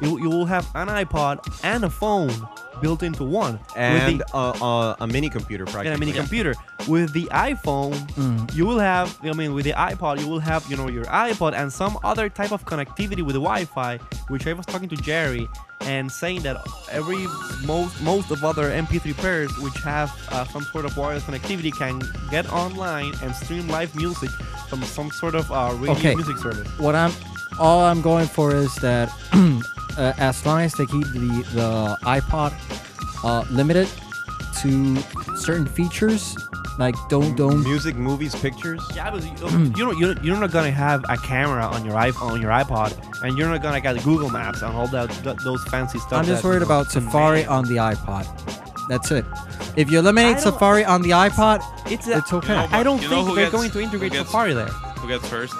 You, you will have an iPod and a phone built into one
And
with the,
a, a, a mini computer, practically.
and a mini computer. With the iPhone,
Mm.
you will have I mean with the iPod, you will have you know your iPod and some other type of connectivity with the Wi-Fi, which I was talking to Jerry and saying that every most most of other MP3 players which have uh, some sort of wireless connectivity can get online and stream live music from some sort of uh, radio
Okay.
music service.
what I'm all I'm going for is that uh, as long as they keep the the iPod uh, limited to certain features, like don't don't
Music, movies, pictures.
Yeah, but you, you know you're, you're not gonna have a camera on your iPhone, on your iPod, and you're not gonna get Google Maps and all that, that those fancy stuff.
I'm just
that, you
worried
know,
about Safari
man.
on the iPod. That's it. If you eliminate
I don't-
Safari on the iPod,
It's,
It's okay.
You know,
I don't
you know
think
who
they're
gets-
going to
who
integrate
gets-
Safari there.
who gets first?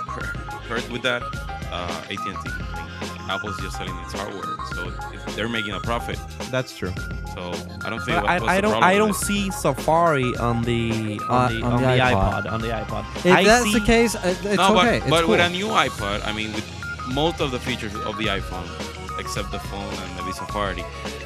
First with that, uh, AT&T. I mean, Apple's just selling its hardware, so if they're making a profit.
That's true.
So I don't think.
But
what- what's
I, I
the
don't.
problem
I
with
don't
it?
see Safari on the uh, on the, on the, iPod. on the iPod.
if
I
that's
see,
the case, uh, it's
no, but,
okay. It's
but
cool.
with a new iPod, I mean, with most of the features of the iPhone, except the phone and maybe Safari,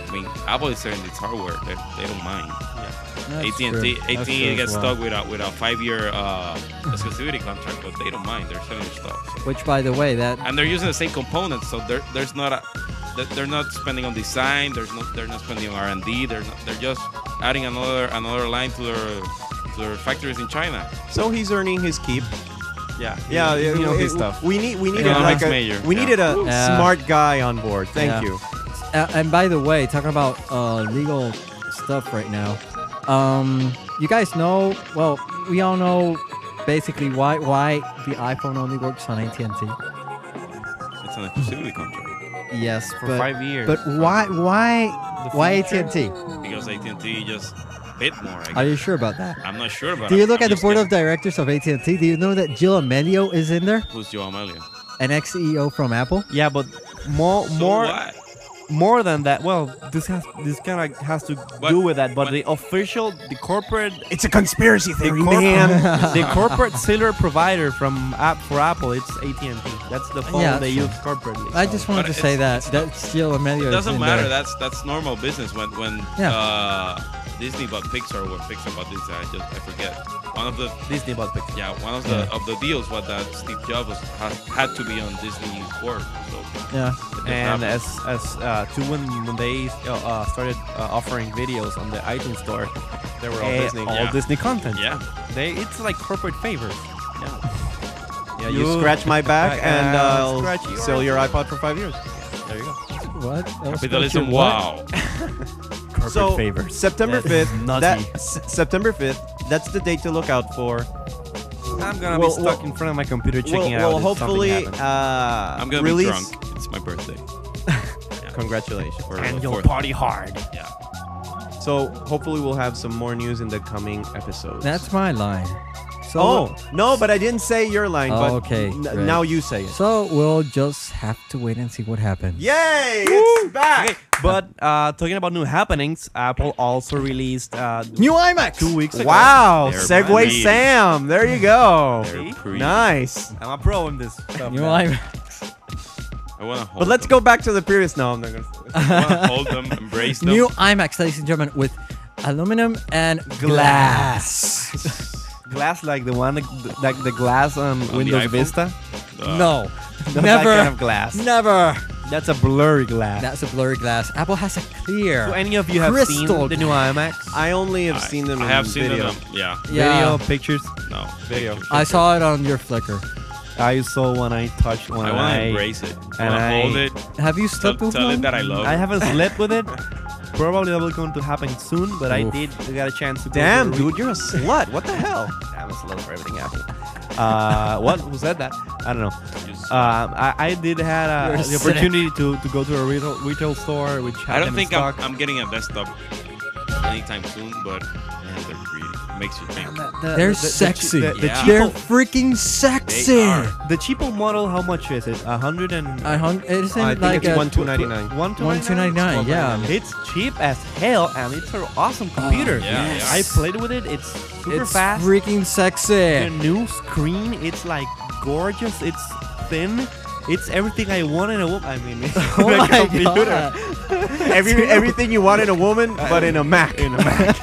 I mean, Apple is selling its hardware. They, they don't mind.
That's
AT and T,
true.
AT
That's true
and
as
gets
well.
stuck with a with a five year uh, exclusivity contract, but they don't mind. They're selling their stuff, so.
Which, by the way, that
and they're using the same components. So there, there's not a that they're not spending on design. There's not they're not spending on R and D. They're not, they're just adding another another line to their to their factories in China.
So he's earning his keep.
Yeah,
Yeah, yeah,
you know
it-
his
it-
stuff.
We need, we needed
Economics
like a,
major,
we
yeah.
needed a
Yeah.
smart guy on board. Thank
Yeah.
you.
Uh, and by the way, talking about uh, legal stuff right now, um, you guys know. Well, we all know basically why why the iPhone only works on AT and T.
It's an exclusivity contract
Yes,
For
but,
five years.
But why why why AT
feature?
and T?
because AT and T just bit more. I
Are
guess.
you sure about that?
I'm not sure about.
Do you
it.
look
I'm
at the
just
board of
guessing.
directors of AT and T? Do you know that Jill Amelio is in there,
Who's Joe Amelio?
an ex CEO from Apple?
yeah, but more
So
more
what?
more than that. Well, this has this kind of has to do with that. But
but-
the official, the corporate,
It's a conspiracy
the, corporate, the corporate cellular provider from app for Apple, it's AT and T. That's the phone
Yeah,
they
sure.
use corporately.
I
so-
just wanted
But
to
it's-
say that
it's not-
that Jill Amelio is
It doesn't
in
matter.
there.
That's that's normal business. When when
Yeah.
uh, Disney bought Pixar, what Pixar bought Disney, I just I forget. One of the
Disney bought Pixar.
Yeah, one of the of the deals was that Steve Jobs was, had, had to be on Disney's board. So
yeah.
it just
And
happened.
as as uh, to when when they uh, uh, started uh, offering videos on the iTunes store,
They were
all,
eh, all
Disney,
Disney.
all
yeah.
Disney content.
yeah,
they it's like corporate favors. Yeah,
Yeah, you, scratch my back
Uh,
and uh,
scratch
I'll
yours.
sell your iPod for five years.
There you go.
What? That was
capitalism.
bullshit. What?
Wow.
Corporate
so
favors.
September
That is
fifth.
nutty.
That S- September fifth. That's the date to look out for.
I'm gonna
Well,
be stuck
well-
in front of my computer
Well,
checking
well
out. if something
hopefully, uh,
happens.
I'm gonna
release.
be drunk. It's my birthday.
Congratulations.
Or
and
the
you'll
fourth.
party hard.
Yeah.
So hopefully we'll have some more news in the coming episodes.
That's my line. So
oh no, but I didn't say your line.
Oh,
but
okay,
n-
right.
now you say it.
So we'll just have to wait and see what happens.
Yay! It's back.
Okay, but uh, talking about new happenings, Apple also released uh,
New IMAX.
two weeks ago.
Wow,
They're
Segway
pretty.
Sam. There you go.
They're pretty.
Nice.
I'm a pro in this. Stuff,
New
man.
IMAX.
I want to hold
But let's
them.
go back to the previous. No, I'm not gonna.
I want to hold them, embrace them.
New IMAX, ladies and gentlemen, with aluminum and glass.
glass like the one like the glass on,
the
Windows
iPhone?
Vista.
Uh,
no,
Not That
never,
kind of glass.
never.
That's a blurry glass.
That's a blurry glass. Apple has a clear.
Do any of you have
Crystal
seen the new IMAX?
I only have
I,
seen them.
I
in
have seen
video.
them. Yeah.
yeah,
Video pictures.
No.
Video.
pictures.
I saw it on your Flickr.
I saw one. I touched one.
I want to embrace it. I
and
want
I-
to hold it.
Have you
Tell,
slept with
tell
one?
it that I love.
I
it.
haven't slept with it. Probably that will going to happen soon, but I
Oof.
did get a chance to. go
Damn,
to a re-
dude, you're a slut. What the hell?
Damn, it's a little for everything Apple. Uh, what? Who said that? I don't know.
Just-
Um, I, I did had a,
You're a
the
cynic.
opportunity to, to go to a retail, retail store, which had
I don't
them
think
in
I'm,
stock.
I'm getting a desktop anytime soon, but man, they're greedy. It makes you think.
They're sexy.
The, the,
Yeah.
They're
cheapo,
freaking sexy.
They are.
the cheapo model, how much is it? A hundred and
I hun- it isn't
I think
like
it's
a-
one two ninety nine.
one two
Uh, One two nine nine, yeah.
It's cheap as hell, and it's an awesome computer.
yeah, Yes. yeah.
I played with it. It's super
It's
fast.
freaking
the
sexy.
new screen, it's like gorgeous. It's thin. It's everything I wanted. A woman. I mean,
Oh
in a
my
computer.
god. Uh,
Every, everything you want in a woman, but in a Mac.
In a Mac.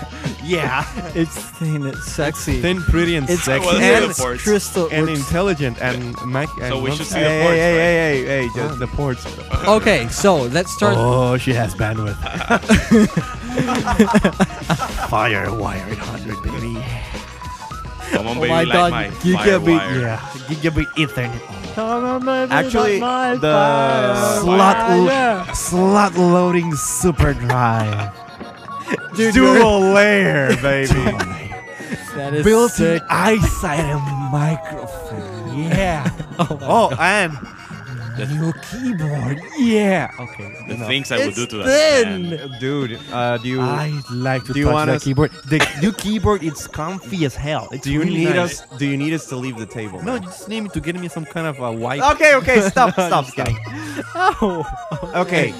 yeah,
It's thin, it's sexy.
thin, pretty, and
It's
sexy,
Well,
clear,
they're the
and,
it's
ports.
crystal.
and
it's-
intelligent, and Mac. And
we
one-
should see
Hey,
the
hey,
ports,
hey,
right?
hey, hey, hey,
the,
Oh.
just
the ports.
okay, so let's start.
Oh, she has bandwidth. Fire wire 800, baby.
Come on,
Oh
baby,
my
like
God,
my
you
fire
can't beat-
wire.
Yeah, gigabit Ethernet.
actually the
Slot, lo- slot loading super drive.
Dude, you're-
Dual layer, baby.
that is
Built in
sick.
eyesight and microphone. Yeah. oh, and
New keyboard.
yeah. Okay.
The
enough.
things I would
It's
do to that. man.
thin.
dude. Uh, do you
I like to
Do you
touch
want
that
us-
keyboard. The new keyboard, it's comfy as hell. It's
do you
really
need
nice.
us? Do you need us to leave the table?
No,
man?
just need me to get me some kind of a white.
Okay, okay, stop,
No,
stop, stop.
just kidding.
Okay,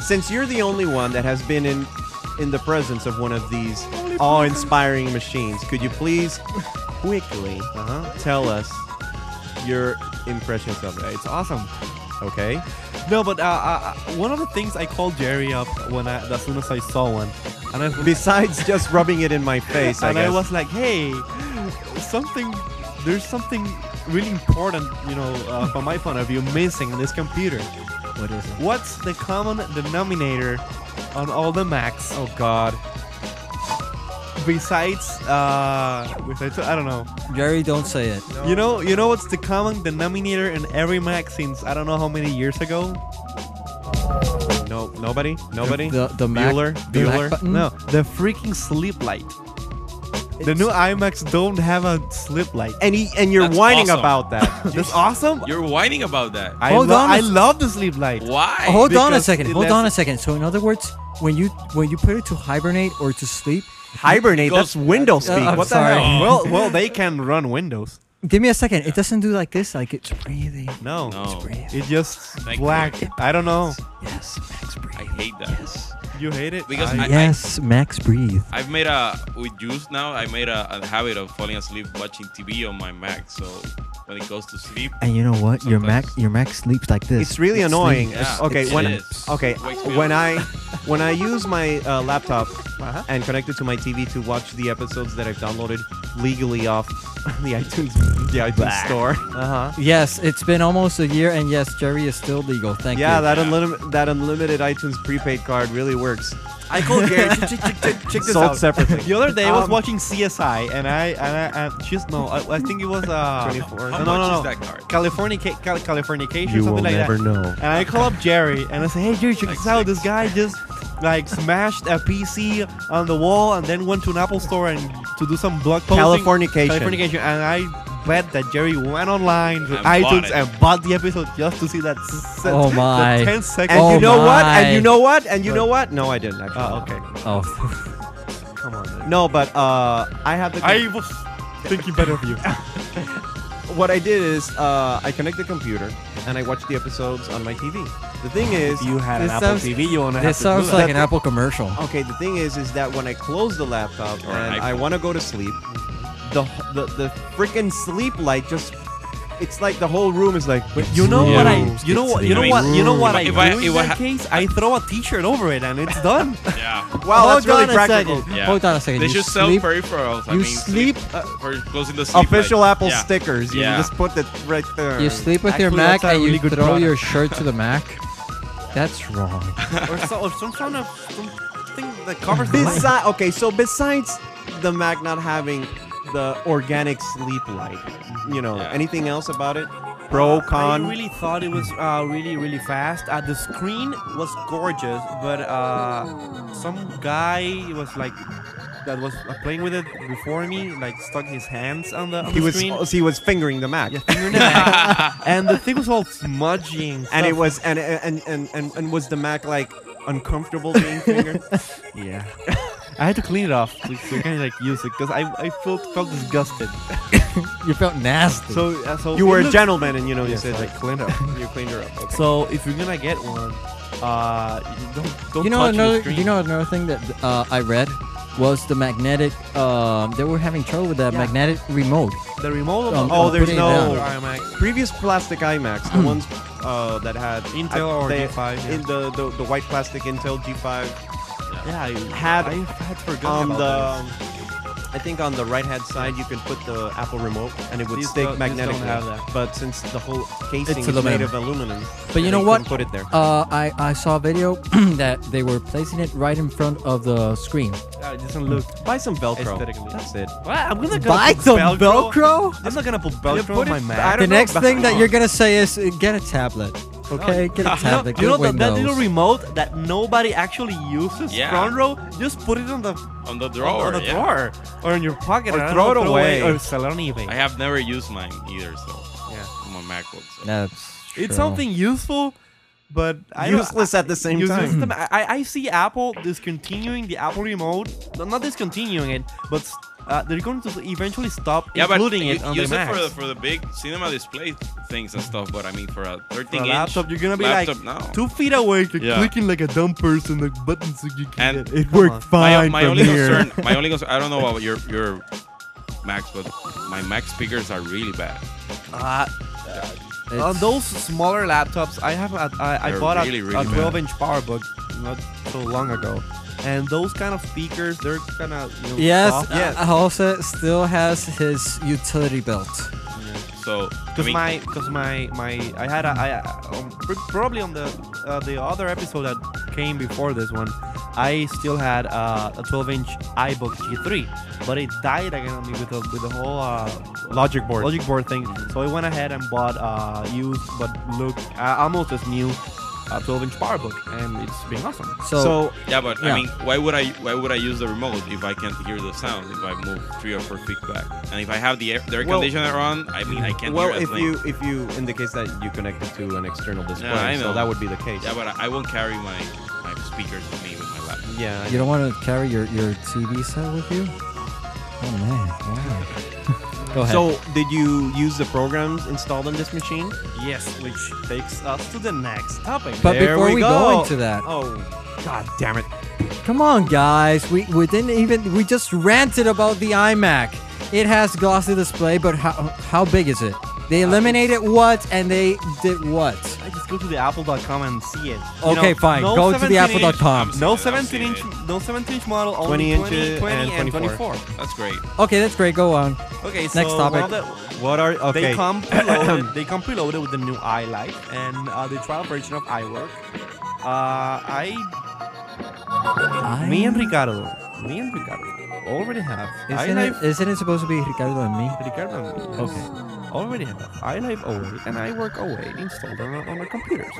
since you're the only one that has been in in the presence of one of these awe-inspiring machines, could you please quickly
Uh-huh.
tell us your impressions of it?
It's awesome.
Okay.
No, but uh, uh, uh, one of the things I called Jerry up when I, as soon as I saw one, and I,
Besides just rubbing it in my face, I
and I
guess.
was like, hey, something, there's something really important, you know, uh, from my point of view, missing in this computer.
What is it?
What's the common denominator on all the Macs?
oh God.
Besides, uh, besides, I don't know.
Jerry, don't say it.
You know, you know what's the common denominator in every Mac since I don't know how many years ago?
No, nobody, nobody.
The the Mac,
Bueller,
the Mac
Bueller.
button?
No, the freaking sleep light. the
It's-
new iMacs don't have a sleep light.
and he, and you're
That's
whining
awesome.
about that.
That's awesome.
You're whining about that.
I,
Hold
lo-
on a
I
s-
love the sleep light.
Why?
Oh, Hold on a
Because
second.
it
Hold
lets-
on a second. So in other words, when you when you put it to hibernate or to sleep,
Hibernate.
Goes-
That's
Uh,
window speak.
I'm
what the
sorry.
hell?
well, well, they can run Windows.
give me a second. It doesn't do like this. Like it's breathing.
No,
No.
Breathe.
it just
Thank
black. I don't know.
Yes, Max
I
breathe.
hate that.
You hate it
Because
I,
I-
yes, Max breathe.
I've made a with juice now. I made a, a habit of falling asleep watching TV on my Mac. So when it goes to sleep,
And you know what? Your Mac
Sometimes.
your Mac sleeps like this.
It's really
It
annoying.
sleeps.
yeah,
okay,
it
when
is.
okay
Wakes me
when
up.
I when I use my uh, laptop
Uh-huh.
and connect it to my TV to watch the episodes that I've downloaded legally off the iTunes the iTunes store.
uh huh.
Yes, it's been almost a year, and yes, Jerry is still legal. Thank
Yeah,
you.
that
Yeah.
unlimited that unlimited iTunes prepaid card really works.
I called Gary. check, check, check, check this
Sold
out.
separately.
The other day, I was
Um,
watching CSI, and I and I, I just no. I, I think it was uh,
24.
No, no,
how much
no.
is that card?
California, Cal- Californication, something like that.
know.
And I call up Jerry and I say, "Hey, Jerry, check
Like
this out. This
six.
guy just like smashed a PC on the wall and then went to an Apple store and to do some blog posting."
Californication.
Californication. And I bet that Jerry went online to
And bought
iTunes
it.
and bought the episode just to see that. s-
Oh
that
my.
10
And
second.
Oh
you know what? And you
my.
know what? And you know what? No, I didn't actually.
Oh, okay.
Oh,
Come on. Dude.
No, but uh, I had the.
I was thinking better of you.
what I did is uh, I connect the computer and I watch the episodes on my TV. The thing is,
you had an
This
Apple
sounds-
TV, you wanna have
this
to do
sounds
that.
like an Apple commercial.
Oh.
okay. The thing is, is that when I close the laptop
Or
and
iPhone.
I want to go to sleep, the the the freaking sleep light just it's like the whole room is like. But
You know
Yeah.
what I?
rules,
You know
it's
what?
the
You know
I
what? You know
mean,
what I
if
do
I-
in
if I
that
ha-
case? I throw a T-shirt over it, and it's done.
Yeah.
Wow,
Hold
that's really
on a
practical.
second.
Yeah.
Hold on a second.
They
you
should sell
sleep-
peripherals. I
you
mean,
sleep.
for closing the sleep.
Official
light.
Apple
yeah.
stickers. You
Yeah.
just put it right there.
You sleep with your
Actually,
Mac
that's a
and you
really
throw
good product.
your shirt to the Mac. That's wrong.
or, so, or some sort of something that covers the light.
Besi- okay, so besides the Mac not having the organic sleep light, you know,
Yeah.
anything else about it? Pro, con?
I really thought it was uh, really, really fast. Uh, the screen was gorgeous, but uh, some guy was like that was uh, playing with it before me, like stuck his hands on the, on
he
the
was oh,
screen.
he was fingering the Mac.
Yeah, finger in the back. and the thing was all smudgy and,
And it
stuff.
was and and, and and and was the Mac like uncomfortable being fingered?
yeah. I had to clean it off so so I can like use it because I, I felt felt disgusted.
You felt nasty.
So uh, so
you were
it
a
looked-
gentleman and you know you
Yes,
said
I
like
cleaned up.
you cleaned her up. Okay.
So if you're gonna get one, uh, you don't don't
you know
touch
another.
the screen.
You know another thing that uh, I read was the magnetic. Um, they were having trouble with the
Yeah.
magnetic remote.
the remote.
Um,
Oh,
I'm
there's
putting it
no
down. Hmm.
previous plastic iMacs, the ones uh, that had
Intel or
they-
G5, yeah.
in the, the the white plastic Intel G5
Yeah, I
Had-
I had
on
forgotten
Um,
about
the um, I
this.
think on the right hand side you can put the Apple remote and it would
These
stick
don't- these
magnetically.
don't have that.
But since the whole casing is
aluminum.
made of aluminum,
But you
they
know what?
couldn't Put it there.
Uh, I I saw a video that they were placing it right in front of the screen.
Yeah, it doesn't look.
Buy some Velcro.
Aesthetically.
That's it.
Well, I'm gonna
Buy
put
some Velcro?
I'm not gonna put
Yeah,
Velcro
put
on my
it- I
Mac.
The
don't know,
next thing that
but-
you're gonna say is uh, get a tablet. Okay, get
Oh,
a
You know,
tablet.
you know
get
that, that little
Windows.
remote that nobody actually uses,
Yeah.
front row. Just put it on the
On the
on-
drawer.
on the
yeah.
drawer, or in your pocket,
Or
and I
throw it
don't
away.
or sell it on eBay.
I have never used mine either, so
Yeah.
I'm on MacBook. So.
That's true.
It's something useful, but I don't-
Useless at the same
useless
time.
at the- I, I- I see Apple discontinuing the Apple remote. No, Not discontinuing it, but uh, they're going to eventually stop
Yeah, but
including
you
it on
use
the
it
Mac.
for the, for the big cinema display things and stuff. But I mean, for a 13
For a
inch
laptop, you're gonna be
laptop,
like
no.
two feet away, you're
Yeah.
clicking like a dumb person, the buttons that you can
And-
get. It
Come
worked
on.
fine
my, my
from
only
here.
concern, my only concern, I don't know about your your Macs, but my Mac speakers are really bad.
Uh,
It's-
on Uh, those smaller laptops, I have a, I, I
They're
bought
really,
a,
really
a
bad.
12-inch PowerBook not so long ago, and those kind of speakers, they're kind of you know,
Yes,
soft.
uh, Jose still has his utility belt.
So I
Cause
mean,
my, cause my, my, I had a, I, um, pr- probably on the, uh, the other episode that came before this one, I still had uh, a 12-inch iBook G3, but it died again on me with the, with the whole uh,
Logic board.
logic board thing.
Mm-hmm.
So I went ahead and bought uh, used, but look, uh, almost as new, uh, 12-inch PowerBook, and it's been awesome.
So,
so
yeah, but
yeah.
I mean, why would I why would I use the remote if I can't hear the sound if I move three or four feet back, and if I have the air, the air
Well-
conditioner on, I mean, I can't
well,
hear a
if
thing.
you if you in the case that you connect it to an external display,
I
so
know.
that would be the case.
yeah, but I, I won't carry my my speakers with me with my laptop.
Yeah, I
you don't want to carry your, your TV set with you? Oh man! Wow. Go ahead.
So, did you use the programs installed on this machine?
Yes, which takes us to the next topic.
but
there
before
we
we go.
go.
into that,
Oh, god damn it!
come on, guys. We we didn't even we just ranted about the iMac. It has glossy display, but how how big is it? They eliminated what and they did what?
I just go to the apple.com and see it. You
Okay,
know,
fine.
no
go to the
17 inch-
apple.com.
I'm-
No
I've seen
17 inch,
it.
no 17 inch model,
20
only 20,
inches
20 and,
and
24.
That's great.
Okay, that's great. Go on.
Okay, so
Next topic.
well, the-
What are okay?
They come preloaded. they come preloaded with the new iLife and uh, the trial version of iWork. Uh, I, me and Ricardo, me and Ricardo already have
Isn't
iLife.
it, Oh, isn't it supposed to be Ricardo and me?
Ricardo, and me, yes.
Okay.
already have iLife away and iWork away installed on, our- on our computers.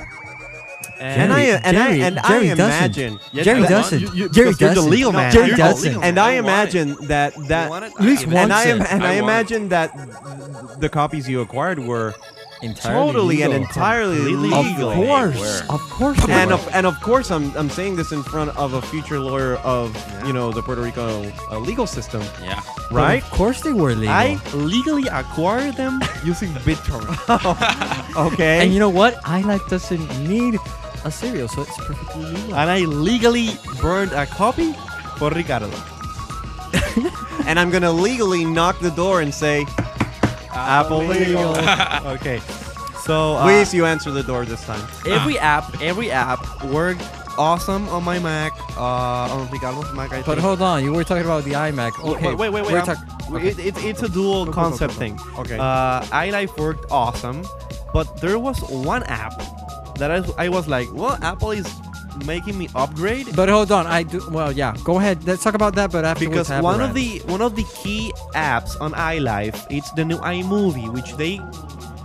and I
Jerry-
and I
Jerry-
and
Jerry
I
doesn't.
imagine
Jerry
and-
doesn't.
you- you-
Jerry
because you're the
doesn't.
legal man.
Jerry
You're the
doesn't.
legal
and
I
I
want
imagine that that
want it?
I-
At least
and
once
I am
it.
and
I
I,
want it.
imagine that the copies you acquired were
Entirely
totally and
legal.
entirely
Completely
legal.
Of course,
Where?
of course. they
And
were.
of, and of course, I'm, I'm saying this in front of a future lawyer of you know the Puerto Rico uh, legal system,
Yeah.
But
right?
Of course they were legal.
I legally acquired them using BitTorrent.
Okay.
and you know what? I like doesn't need a cereal, so it's perfectly legal.
and I legally burned a copy for Ricardo.
and I'm gonna legally knock the door and say, Apple legal.
okay. So uh,
Please, you answer the door this time.
every app, every app worked awesome on my Mac. Uh, on Ricardo's Mac, I
But
think.
hold on, you were talking about the iMac.
Wait,
Okay,
wait, wait, wait.
We're
I'm-
talk-
we- it, it, it's a dual concept thing.
Okay.
Uh, iLife worked awesome, but there was one app that I, I was like, well, Apple is making me upgrade
but hold on, I do. Well, yeah. Go ahead. Let's talk about that. But afterwards,
because
have a
one of
rant.
the one of the key apps on iLife, it's the new iMovie, which they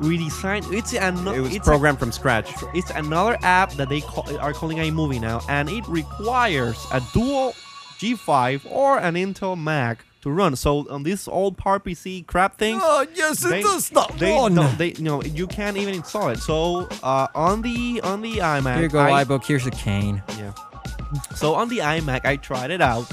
redesigned. It's an
it was
it's a
programmed from scratch.
it's another app that they call, are calling iMovie now, and it requires a dual G5 or an Intel Mac to run. So on this old power PC crap thing,
Oh yes, it
they,
does not
they
run.
don't- they- no, you can't even install it. So uh, on the on the iMac,
Here you go,
I-
iBook. Here's a cane.
yeah. So on the iMac, I tried it out,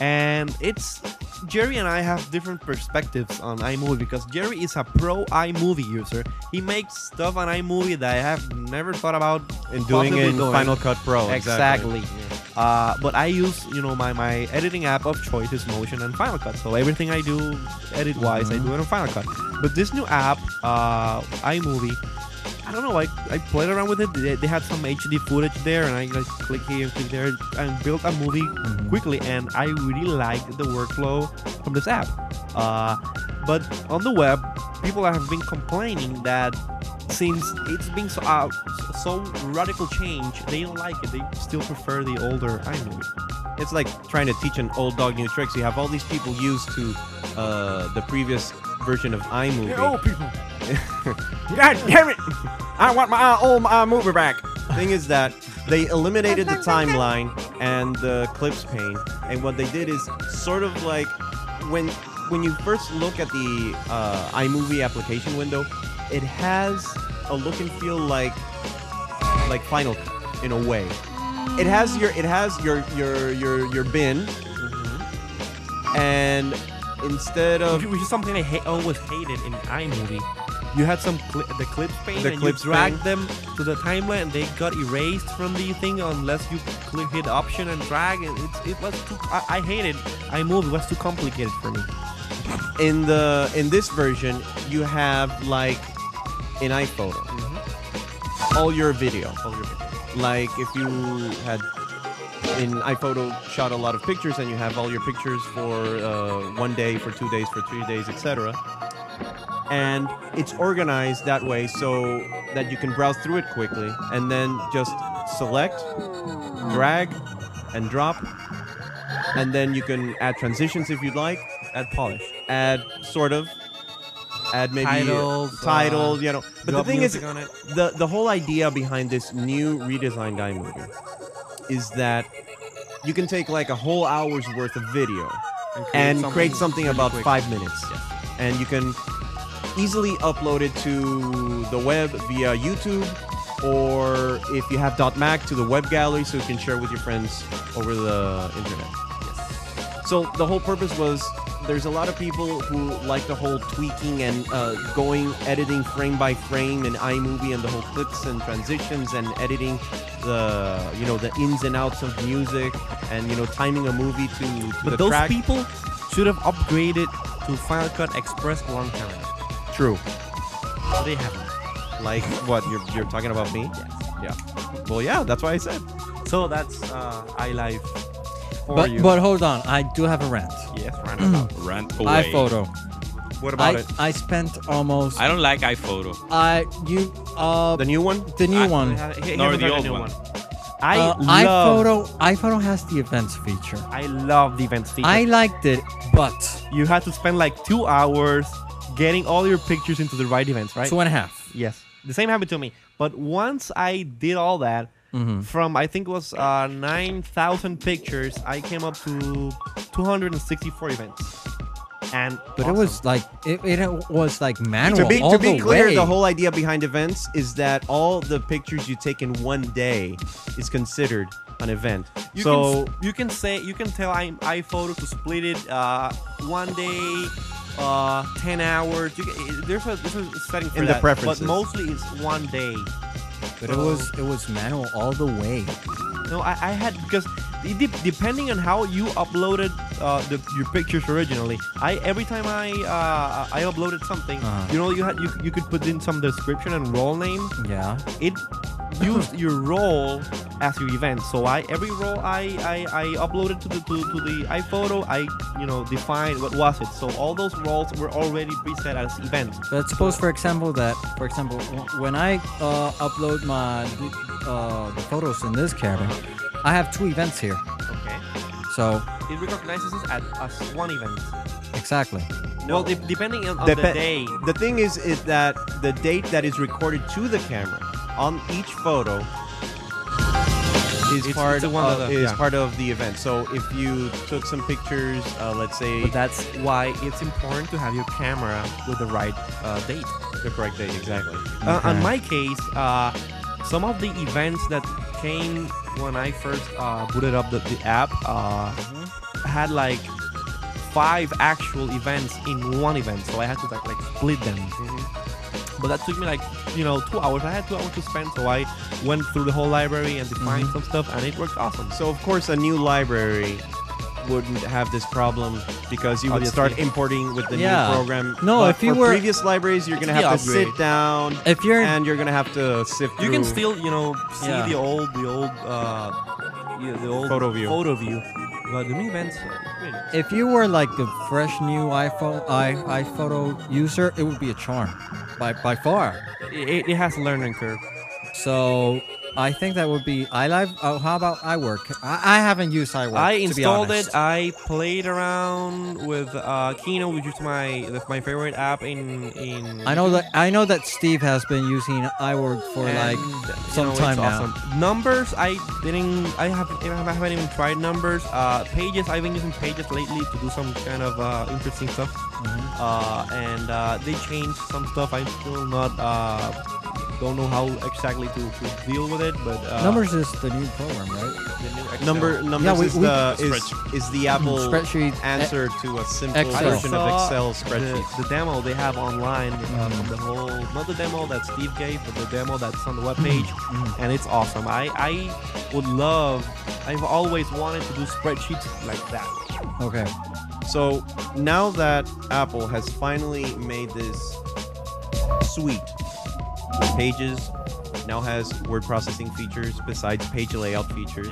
and it's Jerry and I have different perspectives on iMovie because Jerry is a pro iMovie user. He makes stuff on iMovie that I have never thought about
And doing
possibly
it in
doing.
Final Cut Pro.
Exactly. Uh, but I use, you know, my, my editing app of choice is Motion and Final Cut. So everything I do edit wise, I do it on Final Cut. But this new app, uh, iMovie, I don't know. I, I played around with it. They, they had some HD footage there, and I like click here and click there and built a movie quickly. And I really like the workflow from this app. Uh, but on the web, people have been complaining that since it's been so uh, so radical change, they don't like it. They still prefer the older iMovie.
It's like trying to teach an old dog new tricks. You have all these people used to uh, the previous version of iMovie.
people.
God damn it! I want my old iMovie back. Thing is that they eliminated the timeline and the clips pane, and what they did is sort of like when when you first look at the uh, iMovie application window, it has a look and feel like like Final Cut in a way. It has your it has your your your your bin,
Mm-hmm.
and instead of
Which is something I ha- always hated in iMovie. You had some cli- the clips pane,
The
and
clips
you dragged them to the timeline, and they got erased from the thing unless you click hit option and drag. And it's, it was too. I, I hated iMovie. Was too complicated for me.
in the in this version you have like in iphoto Mm-hmm. all your video like if you had in iphoto shot a lot of pictures and you have all your pictures for uh, one day for two days for three days etc and it's organized that way so that you can browse through it quickly and then just select drag and drop and then you can add transitions if you'd like add polish add sort of add maybe
Titles,
title
uh,
you know but the
drop
thing is
music on it.
the the whole idea behind this new redesigned iMovie is that you can take like a whole hour's worth of video and create something
really
about
quick.
five minutes and you can easily upload it to the web via youtube or if you have .mac to the web gallery so you can share with your friends over the internet so the whole purpose was there's a lot of people who like the whole tweaking and uh, going editing frame by frame in iMovie and the whole clips and transitions and editing the you know the ins and outs of music and you know timing a movie to, to the
But those
track.
people should have upgraded to Final Cut Express a long time ago.
True.
But They haven't.
Like what you're you're talking about me? Yeah. Well, yeah. That's why I said.
So that's uh, iLife for
But
you.
but hold on, I do have a rant.
yes, roundabout.
Rant away.
iPhoto.
what about
I
it?
I spent almost
I don't like iPhoto.
I you uh
The new one.
the new
I-
one.
Hey, hey,
Nor
hey,
the
we got a
old
new
one.
I
uh,
love.
iPhoto iPhoto has the events feature.
I love the event feature.
I liked it, but
you had to spend like two hours getting all your pictures into the right events, right?
two and a half.
yes. The same happened to me. But once I did all that,
Mm-hmm.
from I think it was uh, 9,000 pictures, I came up to 264 events. And uh,
But it was like it, it was like
To
manual
be,
all
to be
the
clear,
way.
the whole idea behind events is that all the pictures you take in one day is considered an event.
You
so
can, s- you can say you can tell i iPhoto to split it uh, one day, uh, ten hours. You can, there's a there's a setting for
In the
that,
preferences.
but mostly it's one day.
but it was it was manual all the way.
No, I, I had because it dep- depending on how you uploaded uh, the, your pictures originally. I every time I uh, I uploaded something,
Uh-huh.
you know, you had you, you could put in some description and role name.
Yeah.
It used your role as your event. So I every role I I, I uploaded to the to, to the iPhoto, I you know defined what was it. So all those roles were already preset as events.
Let's suppose, for example, that for example, w- when I uh, upload my uh, the photos in this camera, I have two events here.
Okay.
So
It recognizes it as, as one event.
exactly.
Well, de- depending on, on the
Depe-
day.
The thing is, is that the date that is recorded to the camera on each photo is
It's-
part
it's the one
of,
that, uh,
is
yeah.
part of the event. So if you took some pictures, uh, let's say
But that's why it's important to have your camera with the right uh, date.
the correct date exactly.
Uh, on
Okay.
my case, uh, some of the events that came when I first uh, booted up the, the app uh,
Mm-hmm.
had like five actual events in one event, so I had to like, like split them.
Mm-hmm.
But that took me like you know two hours. I had two hours to spend, so I went through the whole library and defined
Mm-hmm.
some stuff, and it worked awesome.
So of course, a new library wouldn't have this problem because you would start
Obviously.
importing with the
Yeah.
new program.
No,
But
if you
for
were-
previous libraries, you're
It's
gonna
the
have to
upgrade.
sit down
If you're
and you're gonna have to sift.
you can
through.
still you know see
Yeah.
the old the old uh yeah, the old
Photo view.
photo view but the new events uh, really.
if you were like the fresh new iPhone i iPhoto user, it would be a charm, by by far.
it, it- it has a learning curve
So I think that would be iLive. Oh, how about iWork? I, I haven't used iWork.
i
to be
installed it uh,
honest.
i played around with uh keynote which is my that's my favorite app in in
I know that I know that Steve has been using iWork for
and,
like
you know, it's
some time now.
awesome. numbers i didn't i haven't i haven't even tried numbers uh pages i've been using pages lately to do some kind of uh interesting stuff
Mhm.
uh, and uh, they changed some stuff. I'm still not uh, don't know how exactly to, to deal with it, but uh,
Numbers is the new program, right?
the new Excel-
Number numbers
we-
is,
we-
the, is, is the Apple
Spreadsheet
answer to a simple
Excel.
version of
saw
Excel
The,
spreadsheet.
the demo they have online uh,
Mm.
from the whole not the demo that Steve gave, but the demo that's on the webpage,
Mm,
and it's awesome. I I would love. I've always wanted to do spreadsheets like that.
Okay.
So now that Apple has finally made this suite, Pages now has word processing features besides page layout features.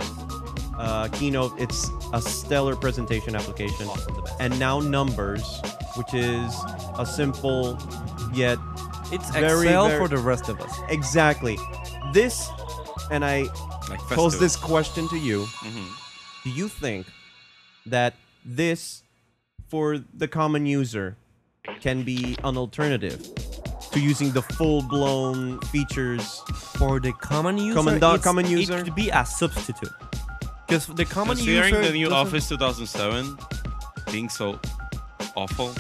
Uh, Keynote, it's a stellar presentation application.
Awesome, the best.
And now Numbers, which is a simple yet
It's
Very,
Excel
very-
for the rest of us.
exactly this. And I
Like
pose
festive.
this question to you.
Mhm.
do you think that this for the common user can be an alternative to using the full-blown features
for the common user,
Common doc-
it's-
common
it
user?
could be a substitute. Because the common
Considering
user,
the new
doesn't-
Office 2007 being so awful,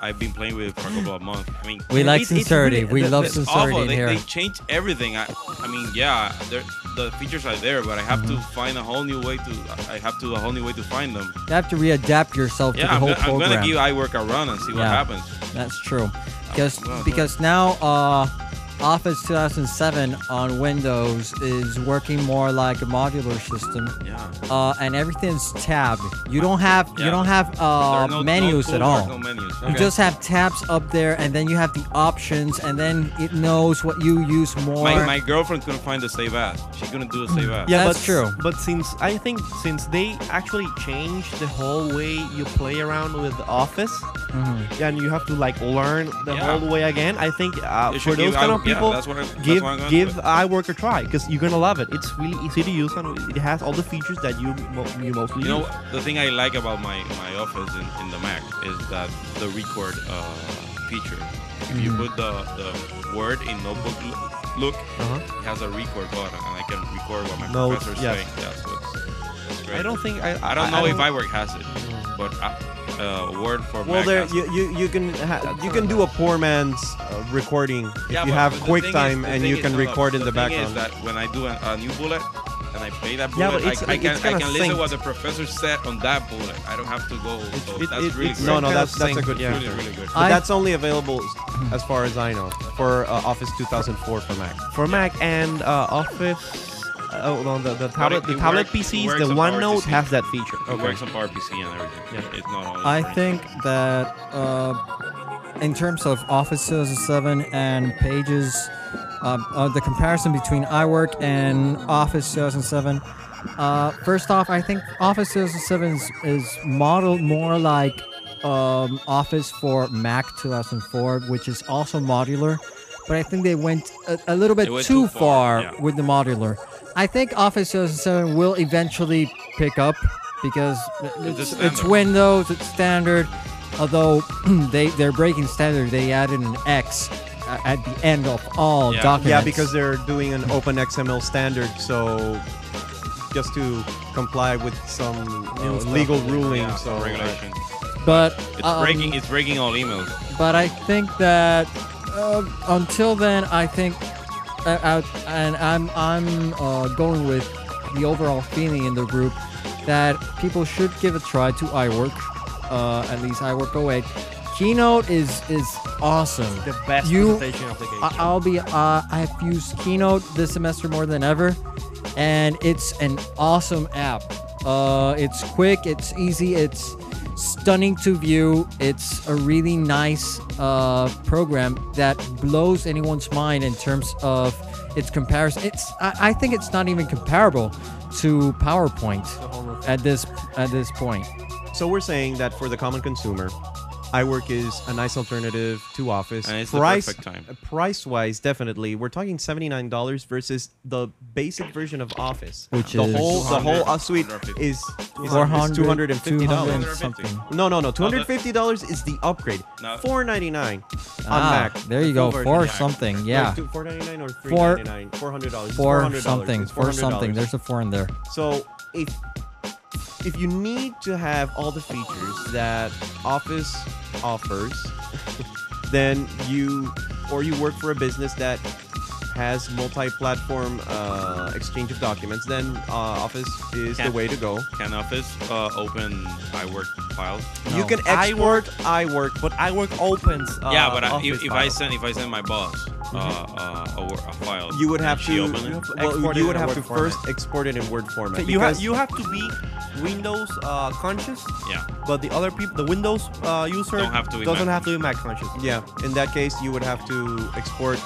I've been playing with it for a couple of months. I mean,
Mm-hmm. We
Yeah,
like
it's- it's
sincerity.
really-
we
the-
love
the-
sincerity
awful.
in
They,
here.
they changed everything. I, I mean, yeah, they're- the features are there, but I have to find a whole new way to. I have to a whole new way to find them.
you have Mm-hmm. to readapt yourself to
Yeah,
the
I'm,
whole
gonna- I'm
program.
gonna give iWork a run and see what
Yeah.
happens.
That's true. Because
Oh, well,
because now uh, Office 2007 on Windows is working more like a modular system,
Yeah.
uh, and everything's tabbed. You don't have you
Yeah.
don't have
There
uh,
are no- no
menus at
toolbars,
all.
No menus.
You just have tabs up there, and then you have the options, and then it knows what you use more.
My, my girlfriend couldn't find the save as. She couldn't do a save as.
Yeah,
That's
but,
true.
But since I think since they actually changed the whole way you play around with Office,
Mhm.
and you have to like learn the
Yeah.
whole way again. I think uh,
You
for
should
those
give
kind
I-
of
yeah,
people,
that's what I- that's
give
what I'm gonna
give
do.
iWork a try because you're gonna love it. It's really easy to use and it has all the features that you mo- you mostly
You
use.
know, the thing I like about my, my office in, in the Mac is that the record uh, feature. If you put the, the word in notebook l- look,
Uh-huh.
it has a record button, and I can record what my
Notes,
professor's
yes.
saying. Yeah, so it's, it's great.
I don't think I
I don't know if iWork has it, but uh, uh, word for
well
Mac
there
has it.
you, you, you can ha-
That's
you can
not
do a poor man's uh, recording if
Yeah,
you
but
have
the thing is-
quicktime
the
and
thing
you
is-
can
no, no,
record in the,
thing
background
is that when I do a, a new bullet and I play that
Yeah,
bullet,
but it's-
I, I can,
it's
I
gonna
can listen
sync.
what the professor said on that bullet. I don't have to go. So
it-
that's
it-
really
it's
great.
no no
Kind
that's
of
that's a
sync,
good
yeah.
really,
feature
really good.
but
I-
that's only available as far as i know for uh, office 2004 for mac
for Mac and uh, Office. uh, on the, the tablet,
it-
the
it
tablet
works- it
PCs,
works
the
on our
OneNote
PC.
has that feature.
It works on PowerPC and everything.
Yeah.
It's not all.
I
for
think that uh, in terms of Office 2007 and Pages, uh, uh, the comparison between iWork and Office 2007. Uh, first off, I think Office 2007 is, is modeled more like um, Office for Mac 2004, which is also modular, but I think they went a, a little bit
They
too,
went too
far
far, yeah.
with the modular. I think Office 2007 will eventually pick up because
It's a
it's, it's
standard.
Windows, it's standard. Although they they're breaking standard, they added an X a- at the end of all
Yeah. Yeah,
documents.
Yeah, because they're doing an open XML standard, so just to comply with some you know,
stuff.
legal ruling.
Yeah,
so
regulation.
but
It's
um,
breaking. It's breaking all emails.
But I think that uh, until then, I think, uh, out, and I'm I'm uh, going with the overall feeling in the group that people should give a try to iWork, uh, at least iWork 08. Keynote is is awesome.
The best
You-
presentation application.
I- I'll be. Uh, I've used Keynote this semester more than ever, and it's an awesome app. Uh, it's quick. It's easy. It's stunning to view. It's a really nice uh, program that blows anyone's mind in terms of its comparison. It's. I, I think it's not even comparable to PowerPoint at this at this point.
So we're saying that for the common consumer, iWork is a nice alternative to Office.
And it's the perfect time.
Price wise, definitely, we're talking seventy nine dollars versus the basic version of Office,
Which
the
is
whole the whole
200,
uh, suite
250.
is
Four
is
hundred,
two hundred and fifty dollars.
something.
No, no, no. Two hundred fifty dollars is the upgrade.
No.
Four ninety nine on
Ah,
Mac.
there you
the
go.
full version.
Four
yeah.
something. Yeah.
Four ninety nine or three
Four-
ninety nine. Four hundred dollars.
Four something. Four something. There's a four in there.
So if if you need to have all the features that Office offers, then you or you work for a business that has multi-platform uh, exchange of documents, then uh, Office is
Can-
the way to go.
Can Office uh, open iWork files?
You
No.
can export iWork,
but iWork opens. Uh,
yeah, but I,
Office
if, if I
files.
send if I send my boss uh, uh, a, wor- a file,
Mm-hmm. you would
and
have to,
she open it?
well,
export it
you
in
would
a
have
Word
to
format.
first export it in Word format.
So you have
because-
you have to be Windows uh, conscious,
Yeah.
but the other people, the Windows uh, user,
Don't have to be
doesn't
Mac.
have to be Mac conscious.
yeah, in that case, you would have to export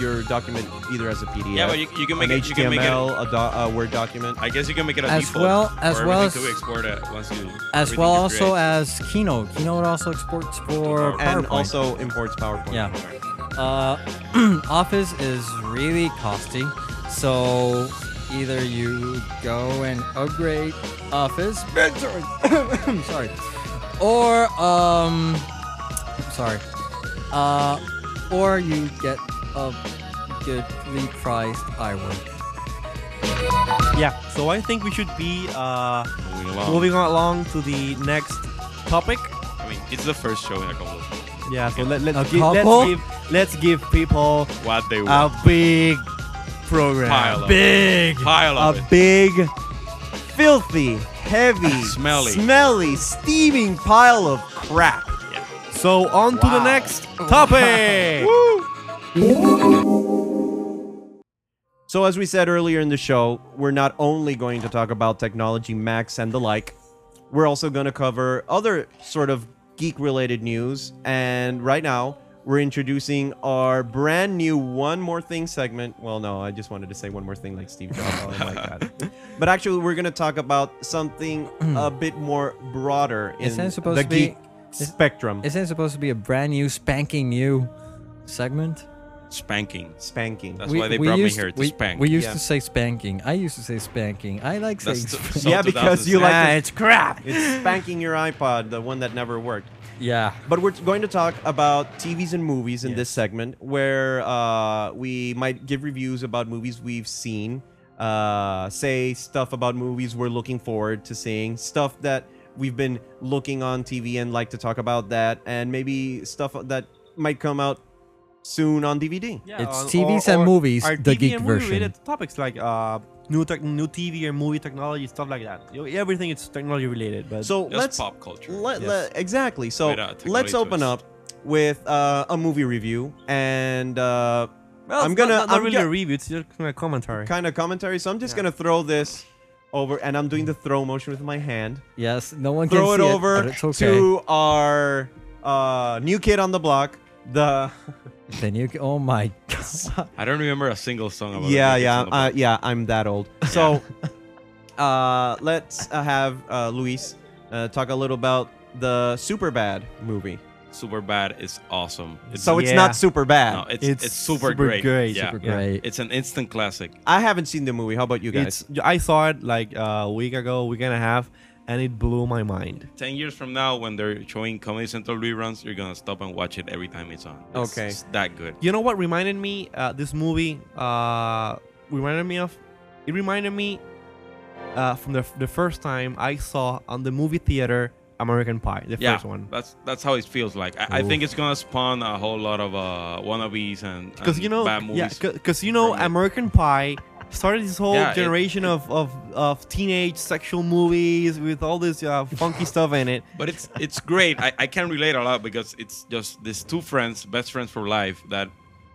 your document either as a PDF.
Yeah, but you, you can make
an
it. You can make it.
HTML, a, do- a Word document.
I guess you can make it a
As
default
well-
for
as well
everything
as-
to export it once you
as
everything
well
you
also
create.
as Keynote. Keynote also exports for PowerPoint.
PowerPoint.
and also imports PowerPoint.
yeah. Uh, Office is really costly, so either you go and upgrade Office. sorry, sorry, or um, sorry, uh, or you get a goodly priced iWork.
Yeah. So I think we should be uh,
Moving along.
moving on along to the next topic.
I mean, it's the first show in a couple of
Yeah. So let,
A
let's, give,
couple?
let's give let's give people
what
Uh,
they
a
want.
big program.
Pile of
big.
Pile eh? of
A
it.
big, filthy, heavy,
Smelly.
smelly, steaming pile of crap.
So on to the
Wow.
next topic.
So, as we said earlier in the show, we're not only going to talk about technology, Macs, and the like, we're also going to cover other sort of geek related news. And right now, we're introducing our brand new One More Thing segment. Well, no, I just wanted to say one more thing like Steve Jobs. Oh my God. But actually, we're going to talk about something a bit more broader in
Isn't it supposed
the
to be-
geek spectrum.
Isn't it supposed to be a brand new, spanking new segment?
Spanking.
Spanking.
That's why they brought me here to
we,
spank.
We used
Yeah.
to say spanking. I used to say spanking. I like saying.
That's
spank-
t- so
Yeah, because you
2006.
like to-
it's crap.
It's spanking your iPod, the one that never worked.
yeah.
But we're going to talk about TVs and movies in this segment, where uh, we might give reviews about movies we've seen, uh, say stuff about movies we're looking forward to seeing, stuff that we've been looking on TV and like to talk about that, and maybe stuff that might come out soon on DVD.
Yeah,
It's
or-
TVs
or-
and movies,
or
the
TV
geek
and
version.
Related topics like uh, new tech, new TV and movie technology, stuff like that. You- Everything is technology related. But
So
Just
let's
pop culture.
Let,
Yes.
let- exactly. So
Wait, uh, technology
let's open
twist.
up with uh, a movie review, and uh,
Well,
I'm
it's
gonna-
Not, not, not
I'm
really
go-
a review. It's just kind of commentary.
kind of commentary. So I'm just
Yeah.
gonna throw this over, and I'm doing the throw motion with my hand.
Yes, no one
Throw
can
it
see
over
but it's okay.
to our uh, new kid on the block. The
Then you. ca- Oh my god.
I don't remember a single song about
yeah,
it.
yeah, uh, yeah. I'm that old. So, uh, let's uh, have uh, Luis uh, talk a little about the super bad movie.
super bad is awesome. It's,
so it's
Yeah.
not super bad.
no, it's,
it's
it's super,
super
great.
great,
Yeah.
Super
yeah.
great.
It's an instant classic.
I haven't seen the movie. How about you guys?
It's I saw it like a week ago, week and a half, and it blew my mind.
Ten years from now, when they're showing Comedy Central reruns, you're gonna stop and watch it every time it's on. It's,
Okay.
it's that good.
You know what reminded me? Uh, this movie uh, reminded me of. It reminded me uh, from the f- the first time I saw on the movie theater American Pie, the
Yeah,
first one.
that's that's how it feels like. I, I
Oof.
think it's gonna spawn a whole lot of uh, wannabes and
Because
and
you know,
bad
yeah,
movies.
because you know,
from it.
American Pie started this whole
Yeah, it-
generation
it-
of, of of teenage sexual movies with all this uh, funky stuff in it.
but it's it's great. I, I can relate a lot because it's just these two friends, best friends for life, that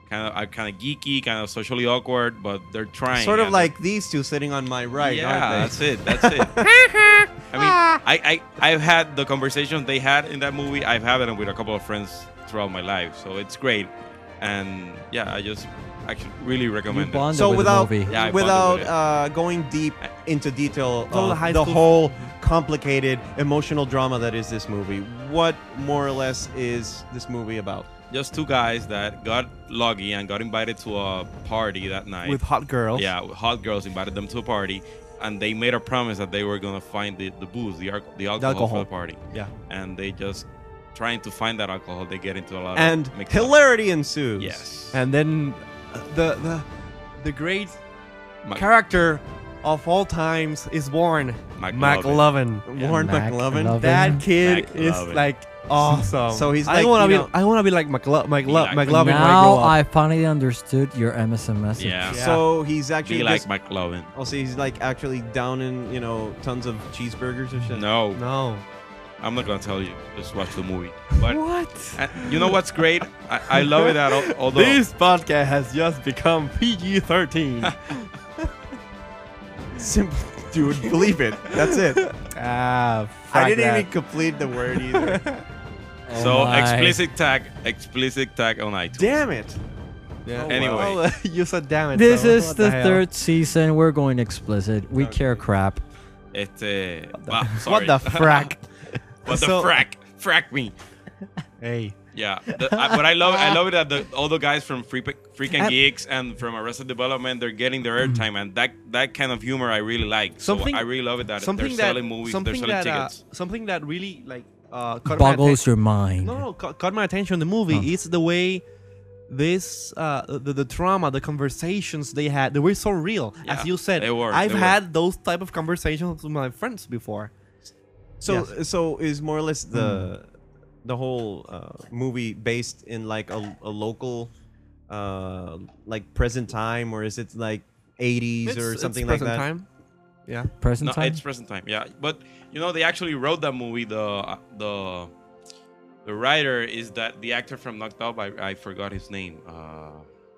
kind of are kind of geeky, kind of socially awkward, but they're trying.
sort of
and
like these two sitting on my right,
yeah,
aren't
that's it. That's it. I mean, I, I I've had the conversation they had in that movie. I've had it with a couple of friends throughout my life, so it's great. And yeah, I just actually really
You
recommend it.
they?
bonded
So
with
without
the movie.
Yeah, I bonded
without
with it.
uh, going deep into detail
All the
of
high
the
school-
whole complicated emotional drama that is this movie, what more or less is this movie about?
Just two guys that got lucky and got invited to a party that night.
With hot girls,
Yeah, hot girls invited them to a party, and they made a promise that they were gonna find the, the booze, the, alco- the alcohol,
alcohol.
for the party.
Yeah.
and they just trying to find that alcohol. They get into a lot
And
of mix-ups.
hilarity ensues.
Yes,
and then uh, the the the great
Mac-
character of all times is born,
McLovin.
McLovin.
Warren
Mac
McLovin.
Lovin.
That kid
McLovin.
is like awesome.
So he's
I
like,
wanna
you
be.
know-
I wanna be like McLo- McLo-
Be like-
McLovin. when I
now
grow up.
I finally understood your MSM message.
Yeah,
Yeah.
So he's actually
be
like
like McLovin.
I'll say he's like actually down in you know tons of cheeseburgers and shit.
No,
no.
I'm not gonna tell you. Just watch the movie. But
What?
and you know what's great? I, I love it that al- although
This podcast has just become PG 13.
Simple, dude, believe it. That's it.
ah,
I didn't even complete the word either.
Oh
so
my.
explicit tag, explicit tag on iTunes.
Damn it.
Oh, Anyway. well,
you said damn it.
This
so
is
what
the
hell?
third season. We're going explicit. We care crap.
Este, wow,
What
sorry.
the frack?
what the
So-
frack? Frack me.
hey.
Yeah, the, I, but I love I love it that the, all the guys from Free Freak and Geeks and from Arrested Development they're getting their airtime and that that kind of humor I really like.
Mm-hmm. Something-
so I really love it that
Something
they're
that
selling movies, they're
something
selling
that uh,
tickets.
something that really like uh, caught my
Boggles
attention.
your mind.
No, no, ca- caught my attention. in The movie
Oh.
Huh.
is the way this uh, the the trauma, the conversations they had, they were so real.
Yeah,
as you said,
they were,
I've
they were.
had those type of conversations with my friends before.
So so is more or less the the whole uh, movie based in like a, a local uh, like present time or is it like 80s or something like
present
that?
Time. Yeah.
Present
No,
time.
it's present time. Yeah, but you know they actually wrote that movie. The the the writer is that the actor from Knocked Up. I, I forgot his name. Uh,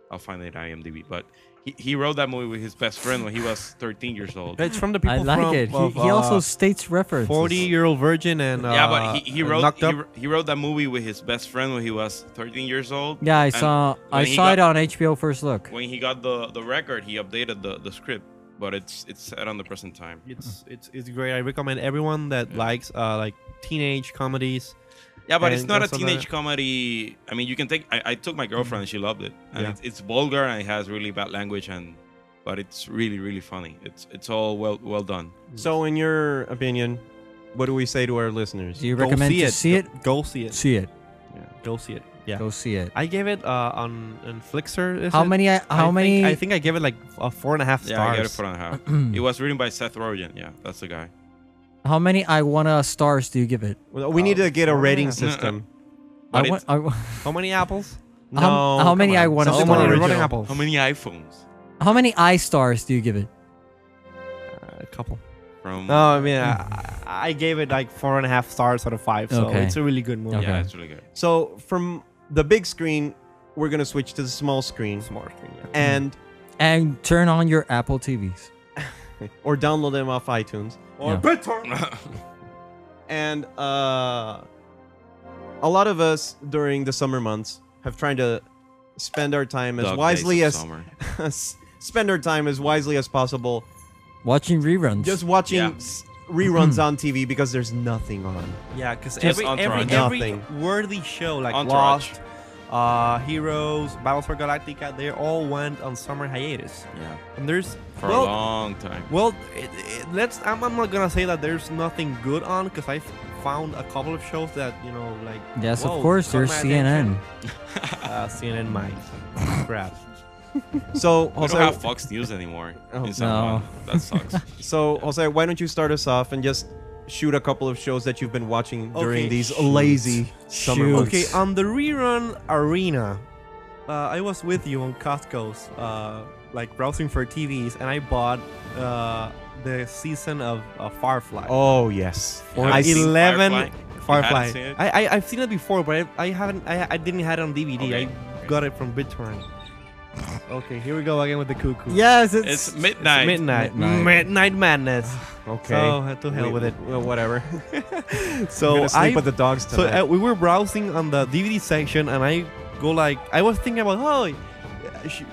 I'll find it on IMDb. But he, he wrote that movie with his best friend when he was 13 years old.
It's from the people
I like
from
it. He,
of,
he also
uh,
states references.
forty-year-old virgin and uh,
yeah, but he, he
uh,
wrote
knocked
he,
up.
wr- he wrote that movie with his best friend when he was 13 years old.
Yeah, I
And
saw. I
when he
saw
got-
it on HBO First Look.
When he got the, the record, he updated the, the script, but it's it's set on the present time.
It's it's it's great. I recommend everyone that likes uh like teenage comedies.
Yeah, but it's
And
not a
also the-
teenage comedy. I mean, you can take. I, I took my girlfriend and she loved it. And
Yeah.
it's, it's vulgar and it has really bad language and, but it's really really funny. It's it's all well well done.
So in your opinion, what do we say to our listeners?
Do you recommend to see it?
Go see it.
See it.
Go see it. Yeah.
Go see it.
I gave it uh on on Flixer. is
How
it?
many? I- Eh, How
I
many?
Think, uh, I think I gave it like a four and a half stars.
Yeah, I got it for on half. it was written by Seth Rogen. Yeah, that's the guy.
How many? I wanna stars. Do you give it?
Well, we need
Oh,
to get a rating
yeah.
system.
But
I want.
it's-
I, wa-
How many apples?
No,
how, how
come
many? I
on.
want
Someone
How many
stars.
original.
running apples?
How many iPhones
How many I stars do you give it?
Uh, A couple.
from?
No, I mean I, I I gave it like four and a half stars out of five. So
Okay.
it's a really good movie.
Yeah,
okay.
it's really good.
So from the big screen, we're gonna switch to the small screen
Smart thing, yeah.
and
And turn on your Apple TVs.
or download them off iTunes.
Or
Yeah.
better.
And uh, a lot of us during the summer months have tried to spend our time as
Dog days
wisely
of
as
summer.
spend our time as wisely as possible,
Watching reruns.
just watching
Yeah.
s- reruns on TV because there's nothing on.
Yeah, because
Just
every every,
Entourage.
every
Nothing.
worthy show like
Entourage.
Lost, uh, Heroes, Battles for Galactica, they all went on summer hiatus.
yeah,
And there's
for
well,
a long time.
well, it, it, let's. I'm, I'm not gonna say that there's nothing good on because I found a couple of shows that you know like.
yes,
whoa,
of course.
caught
There's
my
CNN.
attention. Uh, CNN mine. Crap.
So
We
Jose,
don't have Fox News anymore.
Oh,
in San Juan. That sucks.
so Jose, why don't you start us off and just shoot a couple of shows that you've been watching during
Okay,
these
shoot.
lazy summer
Shoot.
months?
Okay, on the rerun arena, uh, I was with you on Costco's, uh, like browsing for TVs, and I bought uh, the season of uh, Firefly.
Oh yes,
You
I
haven't
E
seen
see.
eleven
Firefly?
Firefly.
You haven't seen it?
I, I I've seen it before, but I, I haven't. I, I didn't have it on DVD.
Okay.
I got it from BitTorrent. Okay, here we go again with the cuckoo.
Yes, it's.
It's midnight.
midnight.
Midnight.
Midnight, madness.
Okay,
So to hell
We-
with it.
Well, whatever. I'm
So
gonna sleep
I
with the dogs
So
tonight.
uh, we were browsing on the DVD section, and I go like, I was thinking about, oh, I sh-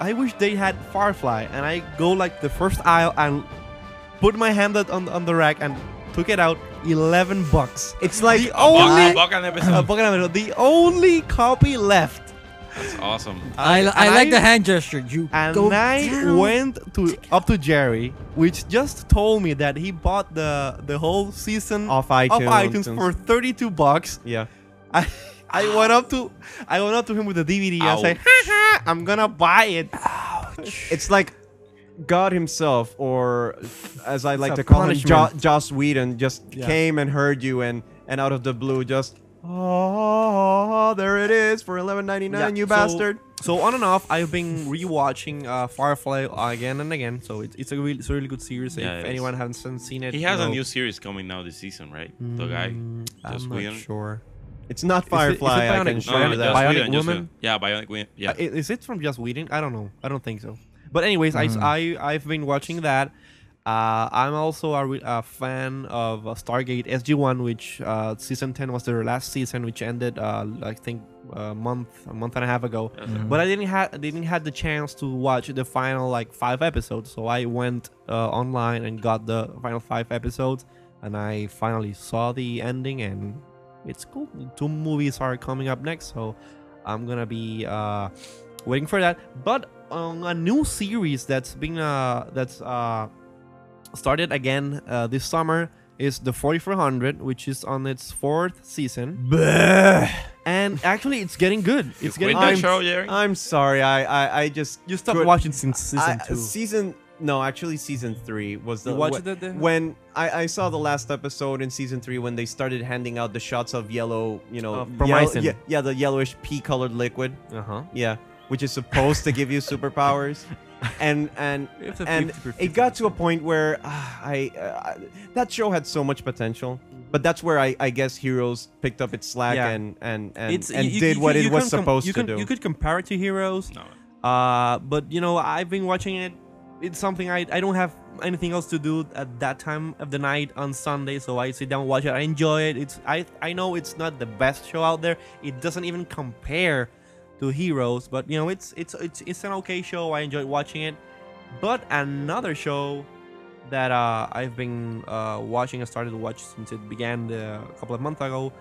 I wish they had Firefly, and I go like the first aisle and put my hand on on, on the rack and took it out, eleven bucks.
it's like
the
A buck-
only
a buck an
a
episode.
buck and a half, the only copy left.
That's awesome.
I,
and
I, like
I-
the hand gesture. You
And
go
I
down.
went to up to Jerry, which just told me that he bought the the whole season
off iTunes.
of iTunes
and-
for thirty two bucks.
yeah.
I, I went up to I went up to him with the DVD. I said,
Ouch.
"Haha, I'm gonna buy it.
It's like God himself, or as I like
a
to call him, jo-
punishment.
Joss Whedon, just
Yeah.
came and heard you, and and out of the blue, just oh, there it is for eleven ninety nine, you
So-
bastard.
So on and off, I've been rewatching uh, Firefly again and again. So it's it's a really it's a really good series.
Yeah, it
if
is.
anyone hasn't seen it,
He has
you
a
know,
new series coming now this season, right? The guy.
mm,
Joss
I'm not
Whedon?
sure.
It's not
it- is it
Firefly. I can
Bionic-
No, no,
assure
no,
you
Bionic-
Joss
that.
Bionic
Whedon, Joss
Woman?
Whedon. Yeah, Bionic Woman. Yeah.
Uh, i- is it from Just Whedon? I don't know. I don't think so. But anyways, I s-
Hmm.
I I've been watching that. Uh, I'm also a, re- a fan of uh, Stargate SG1, which uh, season 10 was their last season, which ended uh, I think a month a month and a half ago.
That's
Mm-hmm.
it.
But I didn't have didn't have the chance to watch the final like five episodes, so I went uh, online and got the final five episodes, and I finally saw the ending, and it's cool. Two movies are coming up next, so I'm gonna be uh, waiting for that. But on a new series that's been uh, that's uh, started again uh, this summer is the 4400, which is on its fourth season, and actually it's getting good. It's
Quit
getting Uh,
that
I'm-
show, Jerry.
I'm sorry. I I, I just
you stopped
could-
watching since season
I-
two.
Season no, actually season three was the
You watched
wh-
it there?
when I, I saw the last episode in season three when they started handing out the shots of yellow, you know,
Of
yellow-
promycin.
yeah, yeah, the yellowish pea colored liquid,
Uh huh.
yeah, which is supposed to give you superpowers, and and
It's a
and
50%.
it got to a point where ah, I, uh, I that show had so much potential. But that's where I, I guess Heroes picked up its slack
Yeah.
and and and,
It's-
and
you- you-
did
you-
what
you
it was
can com-
supposed
you
to
can-
do.
You could compare it to Heroes,
no.
uh, but you know I've been watching it. It's something I, I don't have anything else to do at that time of the night on Sunday, so I sit down watch it. I enjoy it. It's I I know it's not the best show out there. It doesn't even compare to Heroes, but you know it's it's it's it's an okay show. I enjoy watching it. But another show that uh, I've been uh, watching, I started to watch since it began uh, a couple of months ago.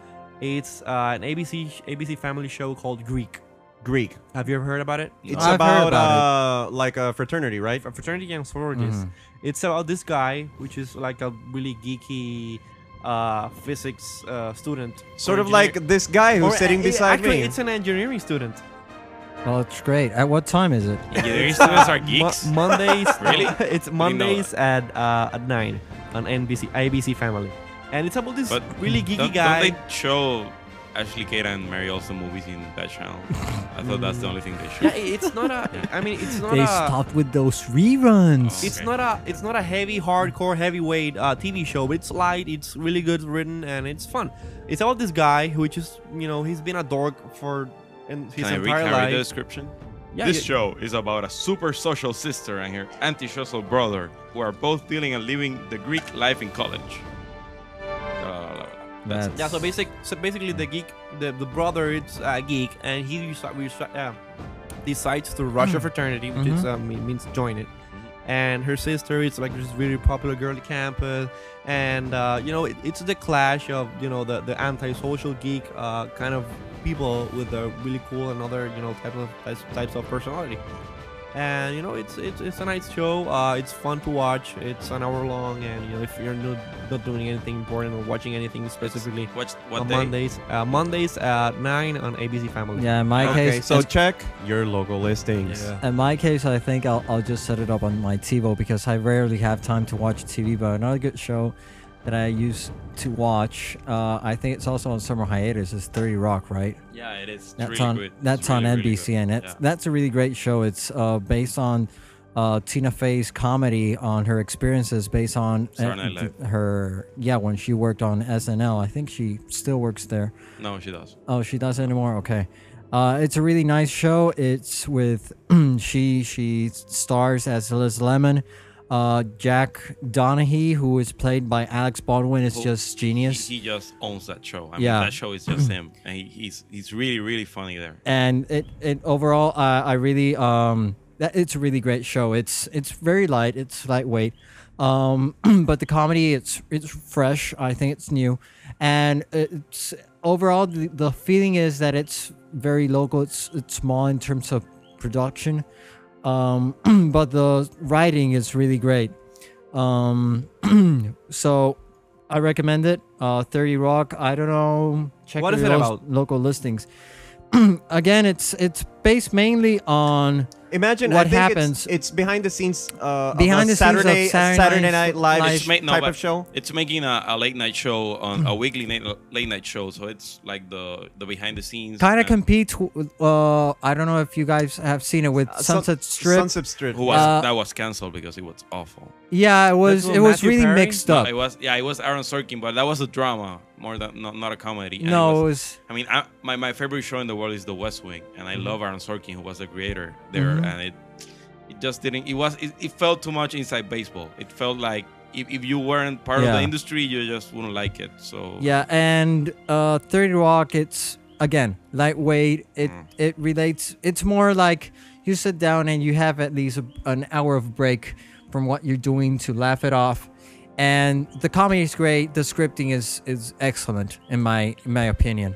It's uh, an ABC sh- ABC Family show called Greek.
Greek.
Have you ever heard about it?
It's
I've heard
about,
about
uh, like a fraternity, right?
Fr- Fraternity and sororities.
Mhm.
Mm-hmm.
It's about this guy, which is like a really geeky uh, physics uh, student.
Sort
or
of
engineer-
like this guy who's
or
sitting
a-
beside
actually,
me.
it's an engineering student.
Well, it's great. At what time is it?
Engineering students are
Mo-
geeks.
Mondays.
Really?
it's Mondays at uh, at nine on NBC ABC Family, and it's about this
But
really geeky
don't,
guy.
Don't they show Ashley Kate and Mary Olsen movies in that channel? I thought that's the only thing they
yeah,
show.
i- it's not a. I mean, it's not
They
a.
stopped with those reruns.
Oh.
It's
Okay.
not a. It's not a heavy, hardcore, heavyweight uh, TV show, but it's light. It's really good written and it's fun. It's about this guy who just you know he's been a dork for and his
Can I read,
entire
can I read the
life.
description?
Yeah,
this
yeah.
show is about a super social sister and her anti-social brother who are both dealing and living the Greek life in college. La, la, la, la.
That's,
Yeah, so basic, so basically the geek, the, the brother, it's a geek, and he resi- resi- uh, decides to rush
Mm.
a fraternity, which is
Mm-hmm.
um, it means join it. And her sister is like this really popular girl at campus, and uh, you know it, it's the clash of you know the the anti-social geek uh, kind of people with the really cool and other you know types of types, types of personality. And you know it's it's, it's a nice show. Uh, it's fun to watch. It's an hour long, and you know if you're not, not doing anything important or watching anything specifically,
What's what
on
day?
Mondays. Uh, Mondays at nine on ABC Family.
yeah, in my
okay,
case,
so check your local listings.
Yeah.
In my case, I think I'll, I'll just set it up on my TiVo because I rarely have time to watch TV. But another good show that I used to watch, uh, I think it's also on summer hiatus, is 30 Rock, right?
Yeah, it is. It's
That's
really
on
good. It's
that's
really,
on
really
NBC,
good.
and that's
Yeah.
that's a really great show. It's uh, based on uh, Tina Fey's comedy on her experiences, based on
Saturday Night
uh, her yeah when she worked on SNL. I think she still works there.
No, she does.
Oh, she does anymore. Okay. Uh, it's a really nice show. It's with she she stars as Liz Lemon. Uh, Jack Donaghy, who is played by Alex Baldwin, is
Who-
just genius.
He, he just owns that show. I
Yeah.
mean, that show is just him, and he, he's he's really really funny there.
and it it overall uh, I really um that it's a really great show. It's it's very light, it's lightweight. Um but the comedy it's it's fresh. I think it's new. And it's overall the, the feeling is that it's very local. It's it's small in terms of production. Um but the writing is really great. Um so I recommend it. Uh 30 Rock. I don't know. Check
What
your
is it
lo-
about?
local listings again, it's it's based mainly on
Imagine
What
I think
happens-
It's, it's behind the scenes uh,
Behind
of
the
a
scenes of
Saturday, a
Saturday
Saturday
Night
Night Live
Live.
It's made- no,
type
but
of show.
It's making a, a late night show on a weekly night, late night show, so it's like the the behind the scenes.
kind of
and
competes. with, Uh, I don't know if you guys have seen it with
Uh, Sun-
Sunset Strip.
Sunset Strip.
Who was
uh,
that was canceled because it was awful.
yeah, it was
with
it was
Matthew
really
Perry?
mixed
No,
up.
it was yeah, it was Aaron Sorkin, but that was a drama more than not, not a comedy. and it
no, it was
was- I mean, I, my, my favorite show in the world is The West Wing, and I
Mm-hmm.
love Aaron Sorkin, who was the creator there,
Mhm.
and it it just didn't. It was it, it felt too much inside baseball. It felt like if, if you weren't part of
Yeah.
the industry, you just wouldn't like it. So
yeah, and uh, Thirty Rock. It's again lightweight. It
Mm.
it relates. It's more like you sit down and you have at least a, an hour of break from what you're doing to laugh it off. And the comedy is great. The scripting is is excellent in my in my opinion.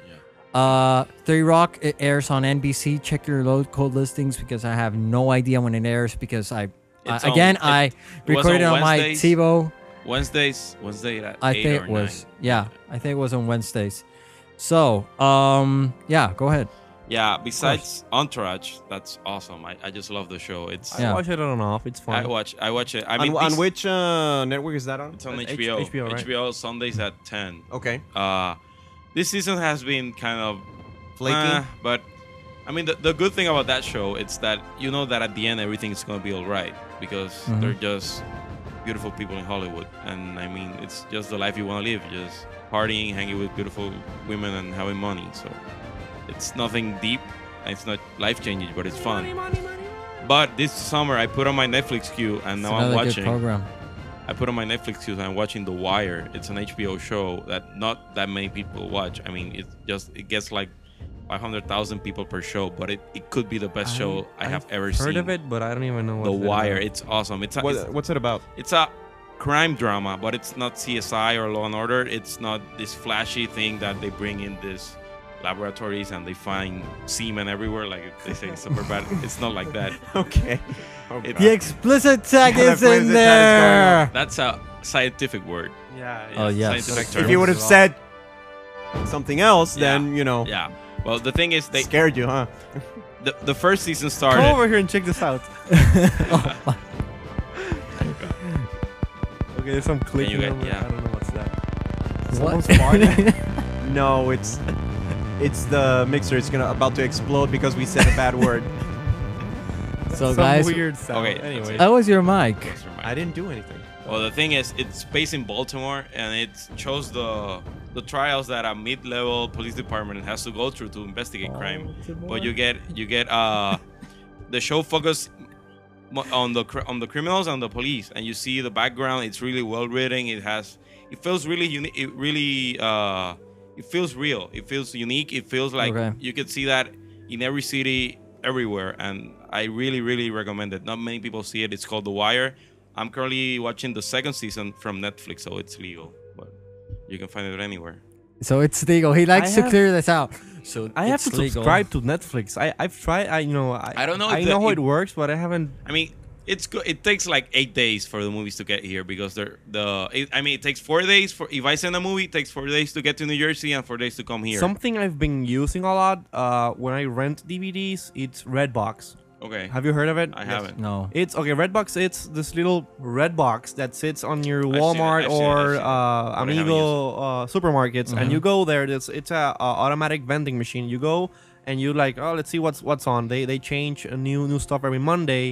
Uh, Three Rock it airs on NBC. Check your local listings because I have no idea when it airs because I I-
It's on-
again
it-
I
it was
recorded
on
on, my
Wednesdays?
TiVo.
Wednesdays, Wednesday at
I
eight
think
or
it was yeah. I think it was on Wednesdays. So um yeah, go ahead.
nine. Yeah. Besides Entourage, that's awesome. I, I just love the show. It's
Yeah.
I watch it on and off. It's
I
fun.
watch I watch it. I mean,
on, on
this-
which uh, network is that on?
it's on
H-
HBO.
HBO, right?
Sundays at ten.
Okay,
Uh, this season has been kind of
flaky.
Eh, but I mean, the, the good thing about that show it's that you know that at the end everything's gonna be all right because
Mhm.
they're just beautiful people in Hollywood, and I mean, it's just the life you want to live, just partying, hanging with beautiful women, and having money. So it's nothing deep, and it's not life changing, but it's fun. But this summer, I put on my Netflix queue, and
It's
now I'm
another good
watching.
program.
I put on my Netflix queue and I'm watching The Wire. It's an HBO show that not that many people watch. I mean, it just it gets like 500,000 people per show, but it, it could be the best show I have ever
heard
seen.
of it, but I don't even know what
The Wire. It's awesome. It's a,
What-
Uh, it's,
what's it about?
it's a crime drama, but it's not CSI or Law and Order. It's not this flashy thing that they bring in this laboratories and they find semen everywhere. Like they say, it's super bad. It's not like that.
Okay.
It-
The explicit tag
Yeah,
is
the
in
explicit tag
there.
That's a scientific word.
Yeah.
Oh, yes.
Scientific
If
term.
if you would have said something else,
Yeah.
then you know,
Yeah. Well, the thing is, they
scared you, huh?
the, the first season
Come
started.
over here and check this out.
Oh,
okay, there's some clicking.
get-
over-
yeah.
I don't know what's that.
What?
Someone's farting.
No, it's it's the mixer. It's gonna about to explode because we said a bad word.
so
some
Oh, guys,
oh,
weird sound.
Okay,
Anyway.
that was your mic.
Close your mic.
I didn't do anything.
Well, the thing is, it's based in Baltimore, and it chose the the trials that a mid-level police department has to go through to investigate crime. But you get you get uh, the show focus mo- on the cr- on the criminals and the police, and you see the background. It's really well written. It has it feels really unique. It really uh, it feels real. It feels unique. It feels like
Okay.
you could see that in every city, everywhere. And I really really recommend it. Not many people see it. It's called The Wire. I'm currently watching the second season from Netflix, so it's legal. But you can find it anywhere.
So it's legal. He likes
I
to
have-
clear this out. So
I have
it's
to
legal.
subscribe to Netflix. I I've tried. I you know I,
I don't know
I
if
know
the-
how
if-
it works, but I haven't.
I mean, it's good. It takes like eight days for the movies to get here because they're the. It, I mean, it takes four days for if I send a movie, it takes four days to get to New Jersey and four days to come here.
Something I've been using a lot uh, when I rent DVDs. It's Redbox.
okay,
Have you heard of it?
I
Yes.
haven't.
No.
It's okay. Redbox. It's this little red box that sits on your
seen it,
Walmart
I've seen it,
or
I've seen
uh,
it, but I haven't
Amigo uh, supermarkets,
Mhm.
and you go there. It's it's a, a automatic vending machine. You go and you like, oh, let's see what's what's on. They they change a new new stuff every Monday,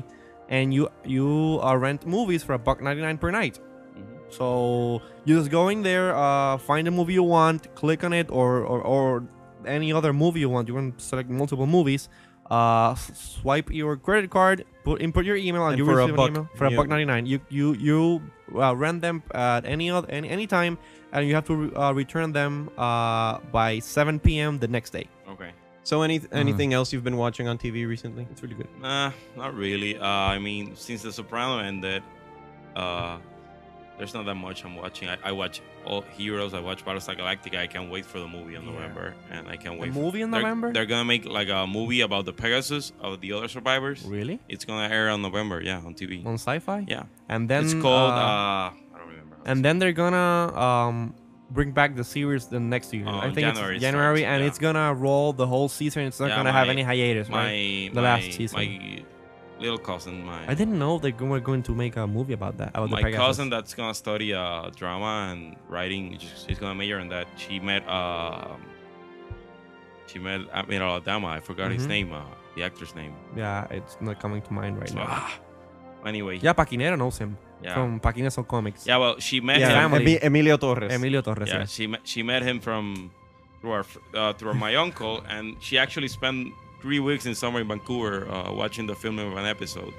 and you you uh, rent movies for a buck ninety nine per night. So you just go in there, uh, find a movie you want, click on it, or, or, or any other movie you want. You can select multiple movies. Uh, s- swipe your credit card, put input your email, and,
And
you
for a
receive an
buck,
email for a
you-
buck ninety nine. You you you uh, rent them at any other any, any time, and you have to re- uh, return them uh, by seven p.m. the next day.
Okay.
So any anything else you've been watching on TV recently?
It's really good.
Nah, not really. Uh, I mean, since The Soprano ended, uh, there's not that much I'm watching. I, I watch all Heroes. I watch Battlestar Galactica. I can't wait for the movie in
Yeah.
November, and I can't
A
wait.
movie in
they're,
November?
They're gonna make like a movie about the Pegasus of the other survivors.
Really?
It's gonna air on November. Yeah, on TV.
On sci-fi?
Yeah.
And then
it's called. Uh,
uh,
I don't remember. how
and
it's-
then they're gonna um, bring back the series the next year.
Oh,
I
in
think
January it
it's January,
starts,
and
yeah.
it's gonna roll the whole season. It's not
Yeah,
gonna have
my-
any hiatus. right?
my
the
my,
last season.
my little cousin, my
I didn't know they were going to make a movie about that. About
my
the Pegasus.
cousin that's gonna study uh, drama and writing. She's she's gonna major in that. She met um, she met Admiral Adama. I forgot his
Mhm.
name. Uh, the actor's name.
Yeah, it's not coming to mind right
So,
now.
ah, anyway,
Yeah, Paquinero knows him
yeah,
from Paquineso Comics.
yeah. Well, she met
Yeah,
him.
family.
Emi- Emilio Torres.
Emilio Torres.
Yeah,
yes.
she met, she met him from through our fr- uh, through my uncle, and she actually spent three weeks in summer in Vancouver uh, watching the filming of an episode.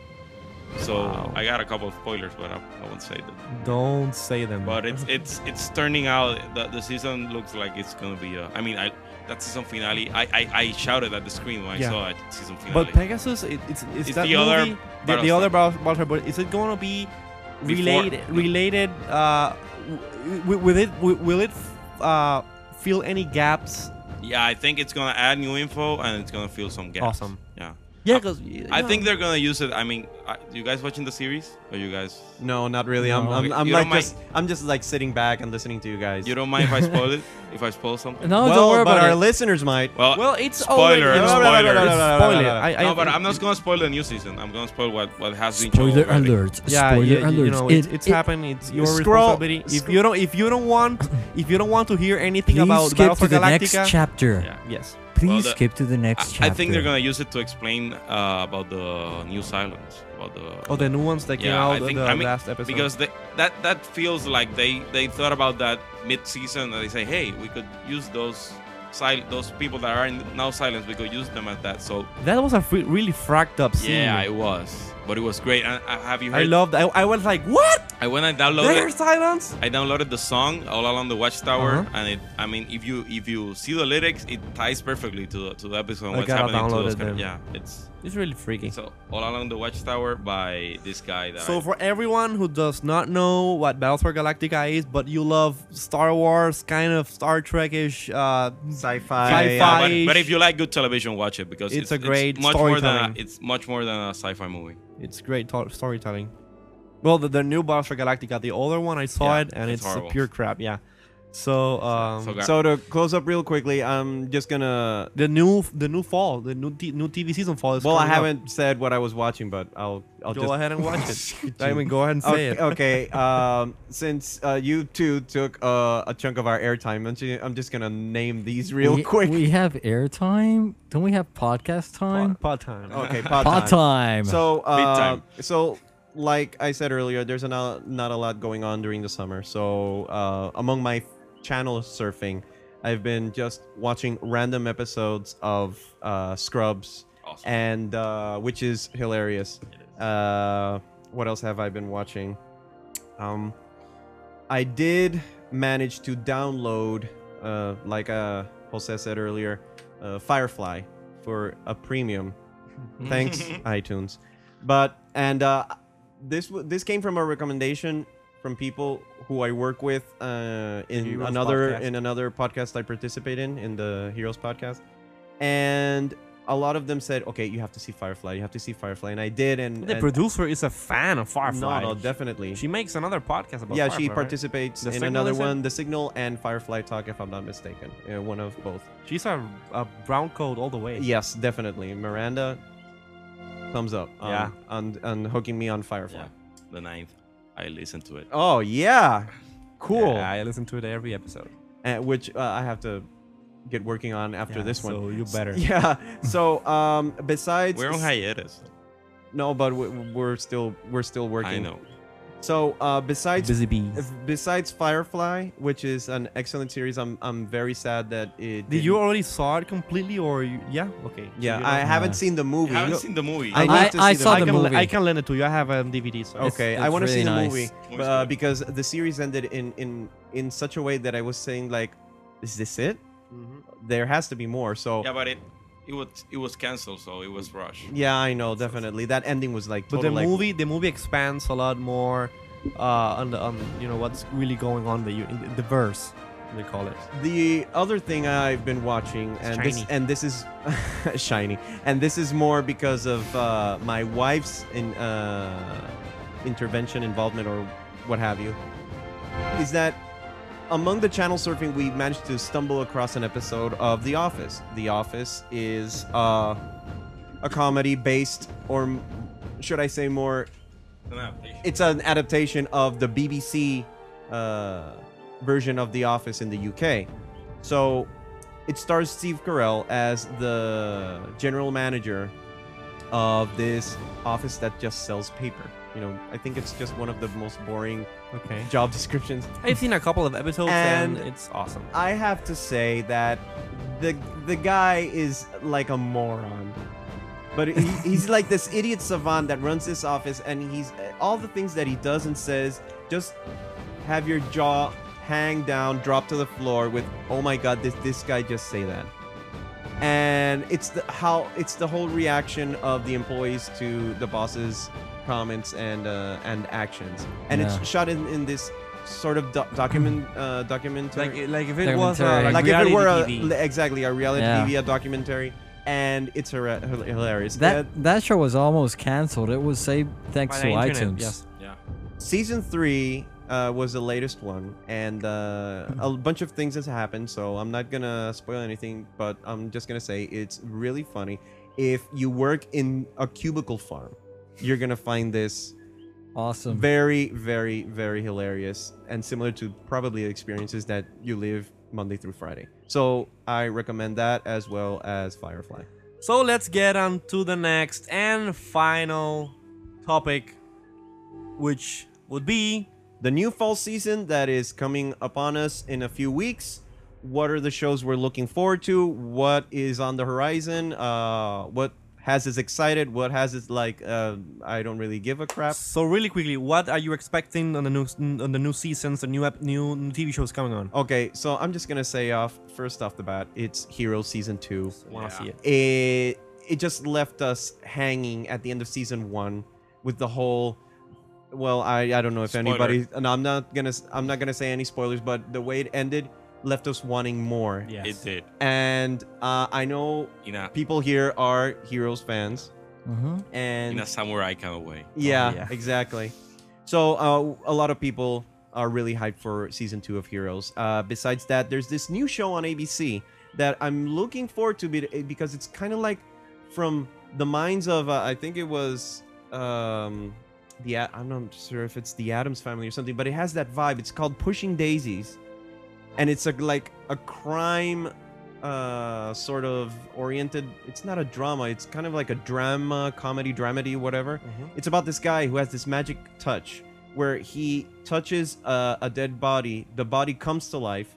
So I got a couple of spoilers, but I, I won't say them.
Don't say them.
But it's it's it's turning out the, the season looks like it's gonna be. Uh, I mean, I that season finale. I, I, I shouted at the screen when
Yeah.
I saw it season finale.
But Pegasus, it, it's, it's
It's
that
the other
movie, the, the
Battlestar.
other Battle- Battlestar. But is it going to be
Before-
related? Related? Uh, w- w- will it w- will it uh, fill any gaps?
yeah, I think it's gonna add new info and it's gonna fill some gaps.
Awesome.
Yeah.
Yeah, because
I think they're gonna use it. I mean, I, you guys watching the series? Or you guys?
No, not really. I'm,
No.
I'm, I'm
You don't
like
mind-
just, I'm just like sitting back and listening to you guys.
You don't mind if I spoil it? If I spoil something?
No,
well,
Oh, don't worry
but
about
our
it.
listeners might.
Well,
Well, it's
Spoiler,
Already,
spoiler.
Spoil it. I, I,
no, but I'm not gonna spoil the new season. I'm gonna spoil what, what has been shown.
Spoiler
already.
alert.
yeah,
Spoiler
you, you
alert.
know,
It-
it's, it's
it-
happening. It's your
Scroll-
responsibility. If
scroll-
you don't, if you don't want, if you don't want to hear anything
Please
about
skip to
Battlestar
the
Galactica,
next chapter.
Yeah.
yes,
Please
the-
skip to the next
I,
chapter.
I think they're gonna use it to explain uh, about the new silence, about the
or the new ones that came
Yeah,
out
I think-
the
I mean,
last episode.
because they, that that feels like they they thought about that mid-season and they say, hey, we could use those sil- those people that are in now silenced. We could use them at that. So
that was a fr- really fracked up scene.
yeah, it was, but it was great. And uh, have you
I
heard?
loved. I, I was like, what?
I went and downloaded.
There's silence.
I downloaded the song all along the watchtower,
Uh-huh.
and it. I mean, if you if you see the lyrics, it ties perfectly to the, to the episode. and
I
what's
gotta
happening to
download
those
it
kind of-
then.
Yeah, it's
It's really freaky.
so all along the watchtower by this guy. That
So
I-
for everyone who does not know what Battlestar Galactica is, but you love Star Wars, kind of Star Trek-ish uh,
Sci-fi.
Sci-fi.
but, but
Ish.
if you like good television, watch it because
It's a great
much more than
storytelling.
a, it's much more than a sci-fi movie.
It's great to- storytelling. Well, the, the new Battlestar Galactica, the older one, I saw
Yeah,
it, and
it's
it's,
horrible.
pure crap. Yeah. So, um,
so,
So to close up real quickly, I'm just gonna.
the new the new fall, the new t- new TV season fall is.
Well, I
coming up.
haven't said what I was watching, but I'll, I'll
Go
just
ahead and watch it. I mean, go ahead and say
okay,
it.
okay, Um, since uh, you two took uh, a chunk of our airtime, I'm ju- I'm just gonna name these real
we,
quick.
We have airtime. Don't we have podcast time?
Pod, pod time.
okay, pod
Pod
time.
time.
So, uh,
time.
so like I said earlier, there's a not, not a lot going on during the summer. So, uh, among my channel surfing. I've been just watching random episodes of uh, Scrubs,
Awesome.
and uh, which is hilarious.
It is.
Uh, what else have I been watching? Um, I did manage to download, uh, like uh, Jose said earlier, uh, Firefly for a premium. Thanks, iTunes. But and uh, this w- this came from a recommendation from people who I work with uh, in
Heroes
another
podcast.
in another podcast I participate in in the Heroes podcast, and a lot of them said, "Okay, you have to see Firefly. You have to see Firefly," and I did. And,
The
and-
producer is a fan of
no,
Firefly.
no, definitely.
She makes another podcast about
yeah,
Firefly.
she
right?
participates
The
in
Signal
another
is it?
one, The Signal and Firefly Talk, if I'm not mistaken. Yeah, one of both.
She's a, a brown coat all the way.
Yes, definitely. Miranda, thumbs up. on-
Yeah.
on on hooking me on Firefly.
Yeah, the ninth. I listened to it.
Oh yeah, cool.
Yeah, I listen to it every episode.
Uh, which uh, I have to get working on after
Yeah,
this one.
So you better.
Yeah. So um, besides,
We're on hiatus.
no, but we, we're still we're still working.
I know.
So uh, besides
Busy bee.
If- besides Firefly, which is an excellent series, I'm I'm very sad that it.
Did you
didn't-
already saw it completely or you, yeah? Okay. so
Yeah,
you
I
don't-
haven't
Yeah.
seen the
I
movie.
haven't seen the movie.
I-
I,
need to
I
see the-
saw
I
the
can,
movie.
I can lend it to you. I have um, a DVD. So
okay,
It's-
I
it's
want to see
really
the
nice.
movie
Always
uh,
good.
because the series ended in in in such a way that I was saying like, is this it?
Mm-hmm.
There has to be more. So
yeah, but it it was it was canceled, so it was rushed.
yeah, I know definitely that ending was like.
But
total,
the
like,
movie, the movie expands a lot more uh, on the on you know what's really going on the in the- the verse they call it.
The other thing I've been watching, and this
shiny.
and this is shiny, and this is more because of uh, my wife's in, uh, intervention, involvement, or what have you, is that among the channel surfing, we managed to stumble across an episode of The Office. The Office is uh, a comedy based, or m- should I say, more
No,
it's an adaptation of the BBC uh, version of The Office in the UK. So it stars Steve Carell as the general manager of this office that just sells paper. You know, I think it's just one of the most boring
Okay.
job descriptions.
I've seen a couple of episodes and,
And-
it's awesome.
I have to say that the the guy is like a moron. But he, he's like this idiot savant that runs this office, and he's all the things that he does and says. Just have your jaw hang down, drop to the floor with "Oh my God, did this guy just say that?" And it's the how it's the whole reaction of the employees to the boss's comments and uh, and actions, and
Yeah.
it's shot in, in this sort of doc- document uh, documentary
Like like if it was
Documentary.
uh,
like,
like
if it
reality
were a,
TV.
li- exactly a reality
Yeah.
TV, a documentary, and it's hila- hila- hilarious.
That
Uh,
that show was almost canceled. It was saved thanks
by
to
the internet,
iTunes.
Yes.
yeah.
season three uh, was the latest one, and uh, a bunch of things has happened. So I'm not gonna spoil anything, but I'm just gonna say it's really funny. If you work in a cubicle farm, you're gonna find this
Awesome.
very, very, very hilarious and similar to probably experiences that you live Monday through Friday. So I recommend that as well as Firefly.
So let's get on to the next and final topic, which would be
the new fall season that is coming upon us in a few weeks. What are the shows we're looking forward to? What is on the horizon? Uh, what has us excited? What has us like? Uh, I don't really give a crap.
so really quickly. What are you expecting on the new on the new seasons, the new ep- new TV shows coming on?
Okay, so I'm just gonna say off first off the bat, it's Hero season two.
Want to
Yeah.
see it?
it it just left us hanging at the end of season one with the whole well i i don't know if
Spoiler.
anybody and i'm not gonna s- i'm not gonna say any spoilers but the way it ended left us wanting more
Yes.
It did.
and uh, i know
In a
people here are heroes fans
hmm
and
in a samurai kind of way.
yeah,
yeah.
exactly. So uh, a lot of people are really hyped for season two of Heroes. Uh, besides that, there's this new show on ABC that I'm looking forward to be, because it's kind of like from the minds of uh, I think it was um, the A- I'm not sure if it's the Adams Family or something, but it has that vibe. It's called Pushing Daisies, and it's a, like a crime uh sort of oriented it's not a drama it's kind of like a drama comedy dramedy whatever
Mm-hmm.
it's about this guy who has this magic touch where he touches uh, a dead body, the body comes to life,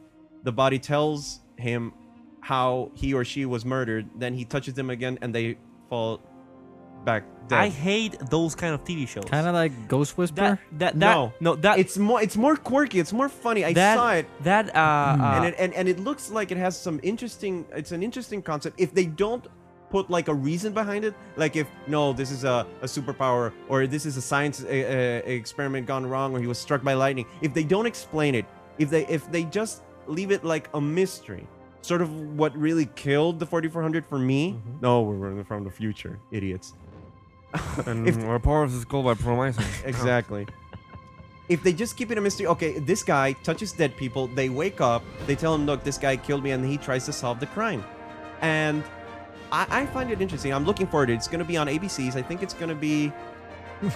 the body tells him how he or she was murdered. Then he touches them again, and they fall back dead.
I hate those kind of TV shows.
Kind of like Ghost Whisperer.
that, that, that,
No.
no, that
it's more it's more quirky. It's more funny. I
that,
saw it.
That uh, uh
Ah.
and it and, and it looks like it has some interesting it's an interesting concept if they don't put like a reason behind it like if no this is a, a superpower or this is a science uh, uh, experiment gone wrong or he was struck by lightning if they don't explain it if they if they just leave it like a mystery sort of what really killed the 4400 for me no we're from the future idiots
And
If-
our power is called by promising.
Exactly. if they just keep it a mystery, okay, this guy touches dead people, they wake up, they tell him, look, this guy killed me, and he tries to solve the crime. And I, I find it interesting. I'm looking forward to it. It's going to be on ABCs. I think it's going to be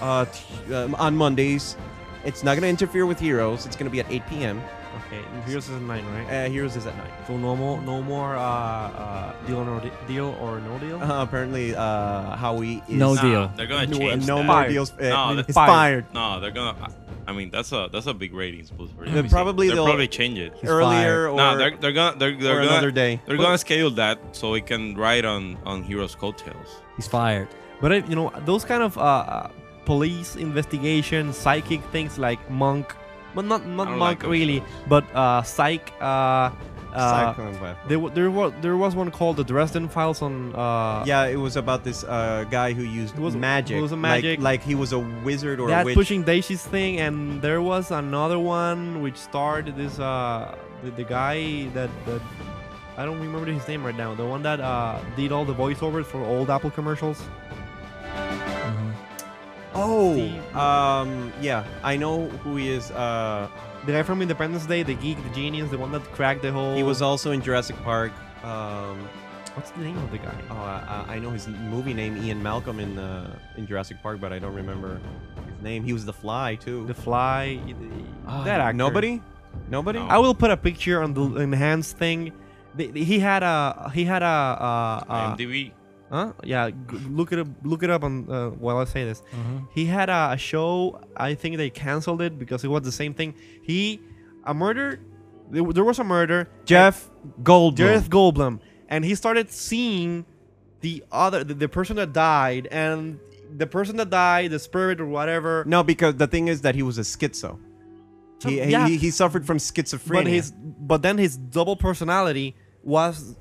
uh, t- um, on Mondays. It's not going to interfere with Heroes. It's going to be at 8 p.m.
Okay, here's a nine, right?
Uh, Heroes is at 9.
So no more, no more uh, uh, deal or no de- deal or no deal.
Uh, apparently, uh, Howie is
No
Nah,
deal.
They're gonna
no,
change
no
that.
more deals.
No,
Uh,
that's
it's
fine.
fired.
No, they're gonna. I I mean, that's a that's a big ratings boost for
They're
ABC.
probably
they'll
they'll-
probably change it.
Earlier or,
no, they're, they're gonna they're, they're
or
gonna
another day.
they're gonna schedule that so it can ride on on Heroes coattails.
He's fired.
But it, you know, those kind of uh, uh, police investigation, psychic things like monk, but not not
I don't like
monk
those
really, but uh, psych. Uh, uh, there, wa- there was there was one called the Dresden Files on. Uh,
Yeah, it was about this uh, guy who used
It was-
magic.
it was a
like-
magic-
Like, he was a wizard or a
That
witch.
pushing Daishi's thing, and there was another one which starred this uh the, the guy that, that I don't remember his name right now. The one that uh did all the voiceovers for old Apple commercials.
Mm-hmm.
oh,
Steve-
um, yeah, I know who he is. Uh,
The guy from Independence Day, the geek, the genius, the one that cracked the whole.
he was also in Jurassic Park. Um,
What's the name of the guy?
oh, I, I I know his movie name, Ian Malcolm, in uh, in Jurassic Park, but I don't remember his name. He was the Fly too.
The Fly.
Ah,
that actor.
Nobody. Nobody.
No.
I will put a picture on the enhanced thing. The- the- He had a he had a uh, uh,
IMDb.
huh? Yeah, g- look it up. Look it up on uh, while I say this.
Mm-hmm.
Mhm.
He had a, a show. I think they canceled it because it was the same thing. He a murder. There, there was a murder.
Jeff Goldblum.
Jeff Goldblum, and he started seeing the other the, the person that died and the person that died, the spirit or whatever.
No, because the thing is that he was a schizo.
So-
he,
yeah.
he, he suffered from schizophrenia.
but his but then his double personality was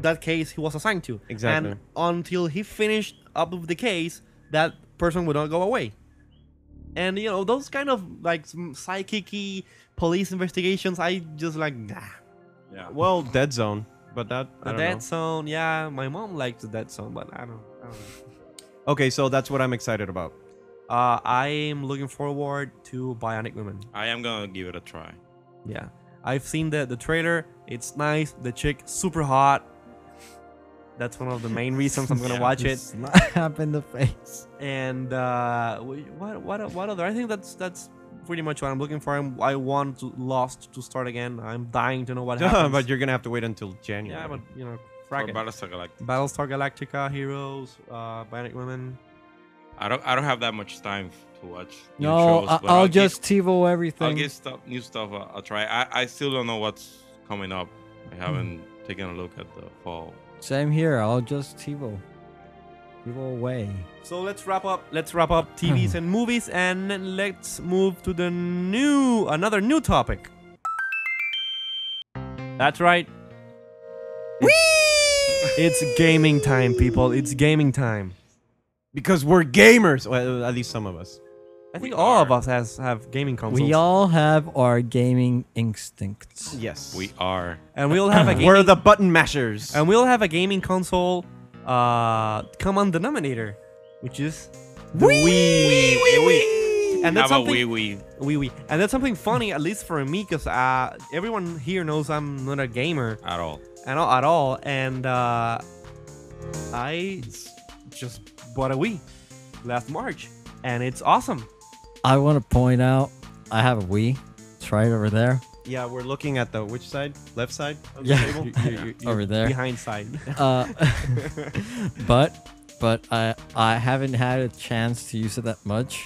that case he was assigned to
Exactly.
and until he finished up with the case that person would not go away and you know those kind of like psychic police investigations i just like nah
Yeah.
well, Dead Zone, but that I
the
don't know.
dead zone yeah my mom likes the dead zone but i don't, I don't know
Okay, so that's what I'm excited about.
uh, i'm looking forward to bionic women
I am gonna give it a try.
yeah i've seen the the trailer it's nice the chick super hot that's one of the main reasons i'm gonna
Yeah.
watch it
Slap in the face.
and uh, w- what what what other? I think that's that's pretty much what I'm looking for. I'm, I want to, Lost to start again. I'm dying to know what happens.
but you're gonna have to wait until January.
yeah, but you know,
Or
frag it.
Battlestar Galactica.
Battlestar Galactica, Heroes, uh, Bionic Women.
I don't I don't have that much time to watch. New
No,
shows,
I-
but
I'll,
give-
just TiVo
I'll
everything.
give stuff new stuff a, a try. I I still don't know what's coming up. I haven't
Hmm.
taken a look at the fall.
Same here. I'll just TiVo. TiVo away.
So let's wrap up. Let's wrap up TVs and movies, and let's move to the new another new topic. That's right. It's, it's gaming time, people. It's gaming time.
because we're gamers, well, at least some of us.
I think
We
all of
are.
us has have gaming consoles.
We all have our gaming instincts.
Yes,
We are.
and we'll have a gaming,
we're the button mashers.
and we'll have a gaming console uh common denominator, which is the Wii. Wii, Wii, And that's
How about
something
we we?
Wii, Wii. And that's something funny, at least for me, because uh, everyone here knows I'm not a gamer
at all.
and all, at all, and uh, I s- just bought a Wii last March, and it's awesome.
I want to point out I have a Wii. It's right over there.
yeah, we're looking at the which side? Left side? of the
Yeah.
table?
over there.
Behind side.
Uh, but but I I haven't had a chance to use it that much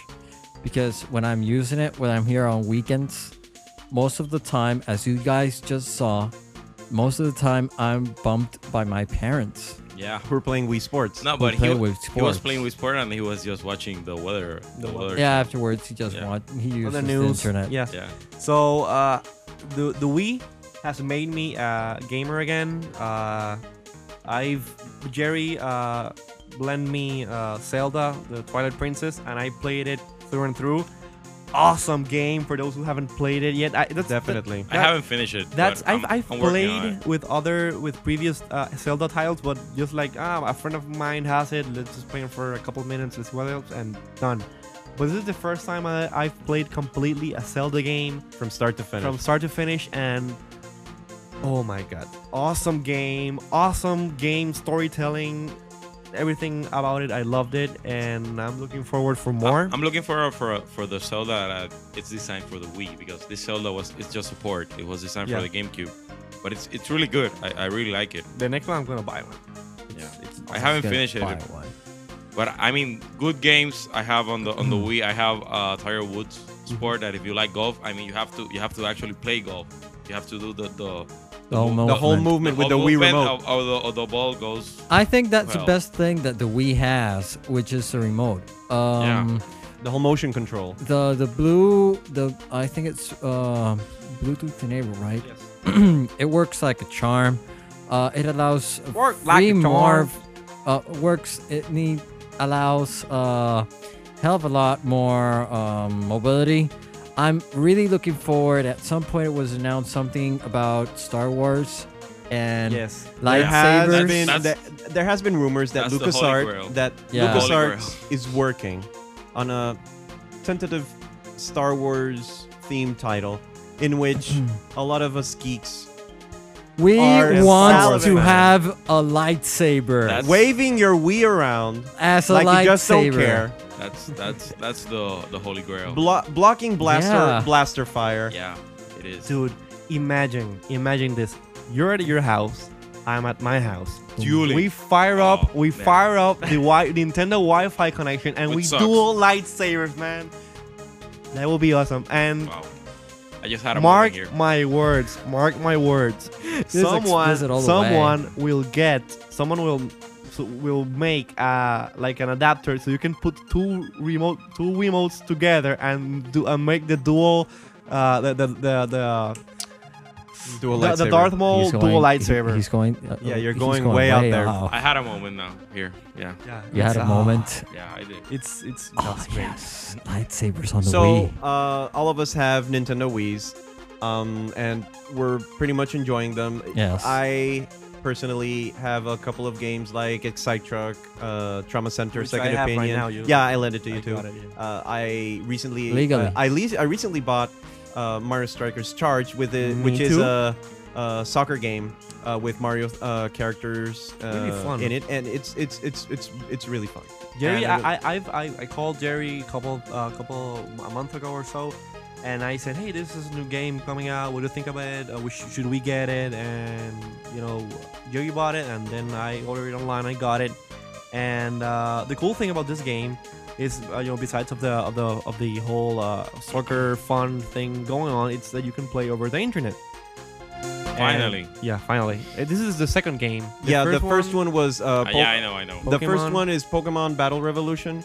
because when I'm using it when I'm here on weekends, most of the time, as you guys just saw, most of the time I'm bumped by my parents.
Yeah.
We're playing Wii Sports.
No, but he,
playing
wa-
with
he was
sports.
playing with sport and he was just watching the weather. The, weather.
Yeah, afterwards he just
Yeah.
want he
On
uses
the
the,
news.
internet.
Yes.
Yeah.
So uh, the the Wii has made me a gamer again. Uh, I've Jerry uh, lent me uh, Zelda, the Twilight Princess, and I played it through and through. Awesome game for those who haven't played it yet. I, that's,
Definitely.
I haven't finished it. but
That's
I'm,
I've, I've
I'm working on
played with other with previous uh, Zelda titles, but just like ah, a friend of mine has it. Let's just play it for a couple minutes. Let's see what else, and done. But this is the first time I, I've played completely a Zelda game
From start to finish.
from start to finish, and oh my god, awesome game, awesome game storytelling, everything about it. I loved it, and I'm looking forward for
I-
more.
I'm looking for for for the Zelda that it's designed for the Wii because this Zelda was it's just support. It was designed
Yeah.
for the GameCube, but it's it's really good. I, I really like it.
the next one, I'm gonna buy one. It's- it's
I haven't
Gonna
finished it,
buy one.
but I mean, good games I have on the
Mm.
on the Wii. I have uh, Tiger Woods
Mm-hmm.
sport that if you like golf, I mean, you have to you have to actually play golf. You have to do the the
The whole
move-
the whole movement
movement.
with the
whole
Wii
movement
remote.
of- of the- of the ball goes.
I think that's
Well.
the best thing that the Wii has, which is the remote. Um,
The whole motion control.
The the blue the I think it's uh, Bluetooth enabled, right? it works like a charm. Uh, it allows
Work like
free
a charm.
more. Uh, works it need allows uh, hell of a lot more um, mobility. I'm really looking forward. At some point, it was announced something about Star Wars and
Yes.
There has
lightsabers.
been
That's-
there, there has been rumors that
that's the Holy Grail.
LucasArts that
Yeah.
Holy
LucasArts is working on a tentative Star Wars themed title in which a lot of us geeks
we
are
want to
salivating.
have a lightsaber
That's-
waving your Wii around
as a
like
lightsaber.
you just don't care,
That's that's that's the the Holy Grail.
Blo- blocking blaster
Yeah.
blaster fire.
Oh. Yeah, it is.
dude imagine imagine this you're at your house i'm at my house
Dueling.
we fire up
Oh,
we
man.
fire up the wi- nintendo wi-fi connection and we
Which sucks.
duel lightsabers man that will be awesome and
Wow. I just had a
mark
moment here.
my words mark my words
is
someone
explicit all the
someone will get someone will so will make uh like an adapter so you can put two remote two remotes together and do and make the dual uh the the the, the
Do a
the,
lightsaber.
the Darth Maul
He's
dual
going-
lightsaber.
he- He's going. uh,
Yeah, you're
he's
going way out there.
I had a moment now. Here. Yeah.
yeah,
You
it's-
had a
ah,
moment.
Yeah, I did.
It's it's
Oh
that's great.
yes, lightsabers on the
So
Wii.
uh, all of us have Nintendo Wii's, um, and we're pretty much enjoying them.
Yes.
I personally have a couple of games like Excite Truck, uh, Trauma Center,
Which I
Second
have right
Opinion.
now, you-
yeah, I lent it to you
I
too.
got it, yeah.
Uh, I recently
Legally.
uh, I, le- I recently bought uh, Mario Strikers Charge with it,
Me
which is
too.
a, a soccer game uh, with Mario uh, characters uh,
Really fun.
in it, and it's it's it's it's it's really fun.
Jerry,
And
I, I I've I, I called Jerry a couple a couple a month ago or so, and I said, hey, this is a new game coming out. What do you think about it? Uh, we sh- should we get it? And you know, Jerry bought it, and then I ordered it online. I got it, and uh, the cool thing about this game is uh, you know besides of the of the of the whole uh, soccer fun thing going on, it's that you can play over the internet. And-
Finally.
yeah, finally. Uh, This is the second game.
yeah, the first one, was uh,
Uh,
Pol-
yeah, I know, I know.
The first
Pokemon.
one is Pokemon Battle Revolution.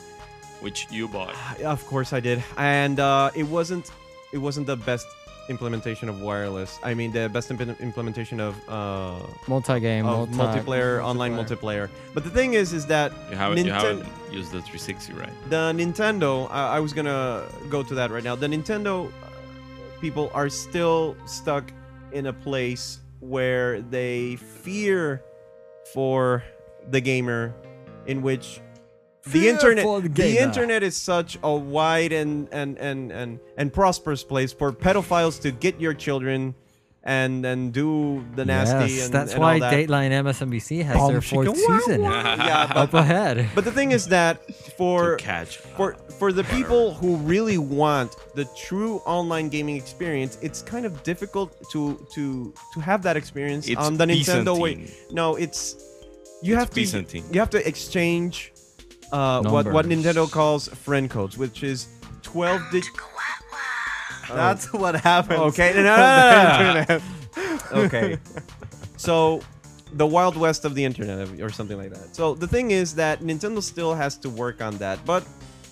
Which you bought.
Of course I did, and uh, it wasn't it wasn't the best implementation of wireless. I mean, the best imp- implementation of, uh,
multi-game,
of
multi-
Oh, multiplayer, online multiplayer. But the thing is, is that
You haven't you
Ninten-
haven't used the 360, right?
the Nintendo. I, I was gonna go to that right now. The Nintendo uh, people are still stuck in a place where they fear for the gamer, in which the
Fear
internet
for the
the,
gamer.
internet is such a wide and and and and and prosperous place for pedophiles to get your children and and do the nasty
Yes,
and
that's
and all
why
that.
Dateline MSNBC has
Boom,
their
chicka,
fourth
wow,
season
yeah but,
up ahead.
but the thing is that for
to catch.
for
up.
for the people who really want the true online gaming experience, it's kind of difficult to to to have that experience
It's
on the Nintendo way.
Byzantine.
No, it's you
It's
have to
Byzantine.
you have to exchange uh, what what
Numbers.
Nintendo calls friend codes, which is twelve digit.
Oh.
That's what happens.
Okay, no, no, no, no,
Internet.
no. okay. So, the Wild West of the internet, or something like that. So the thing is that Nintendo still has to work on that, but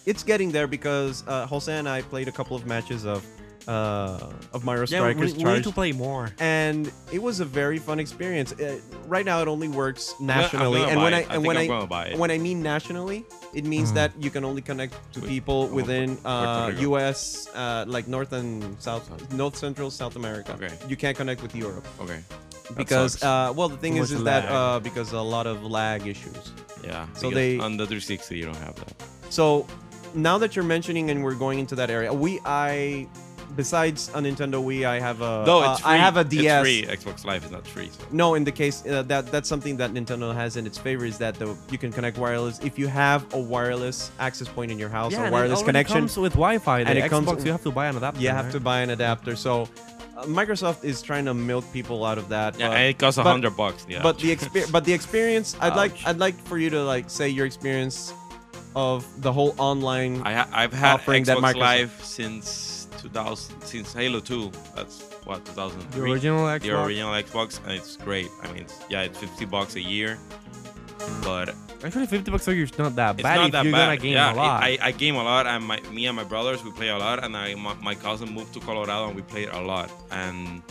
it's getting there because uh, Jose and I played a couple of matches of uh, of Mario
Yeah, we, we
Strikers
need
Charged,
to play more.
and it was a very fun experience. Uh, right now, it only works
gonna- I'm
nationally,
gonna
and
buy
when I
it. I
and
think
when
I'm
I
gonna buy it.
when I mean nationally, it means
Mm.
that you can only connect to
Wait,
people
Puerto-
within uh,
Rico.
U.S. Uh, like North and South, North Central South America.
Okay.
You can't connect with Europe
Okay. That
because
sucks.
uh, well, the thing
Too
is
much
is that
lag.
uh, because a lot of lag issues.
yeah.
so
because
they-
on the 360 you don't have that.
So now that you're mentioning and we're going into that area, we I besides a Nintendo Wii, I have a
No,
uh,
it's free.
I have a
It's
DS.
free. Xbox Live is not free. So.
No, in the case uh, that that's something that Nintendo has in its favor is that the, you can connect wireless if you have a wireless access point in your house,
Yeah, and
a
it
wireless
already
connection.
comes with Wi-Fi. The
And
and
it
it Xbox,
comes-
you have to buy an adapter.
you
Uh-huh.
have to
right?
buy an adapter. So uh, Microsoft is trying to milk people out of that.
Yeah,
but-
it costs a
but-
hundred bucks. Yeah.
but the exper- but the experience I'd like
Ouch.
I'd like for you to like say your experience of the whole online
I ha- I've had
offering
Xbox
that Microsoft-
Live since 2000, since Halo 2. That's what 2003.
the original Xbox.
the original Xbox, and it's great. I mean, it's, yeah, it's 50 bucks a year, but
Actually, 50 bucks a year is not that
it's
bad
not
if
that
you're
bad.
gonna game a
yeah,
lot.
I, I game a lot, and my me and my brothers we play a lot, and I my, my cousin moved to Colorado and we played a lot, and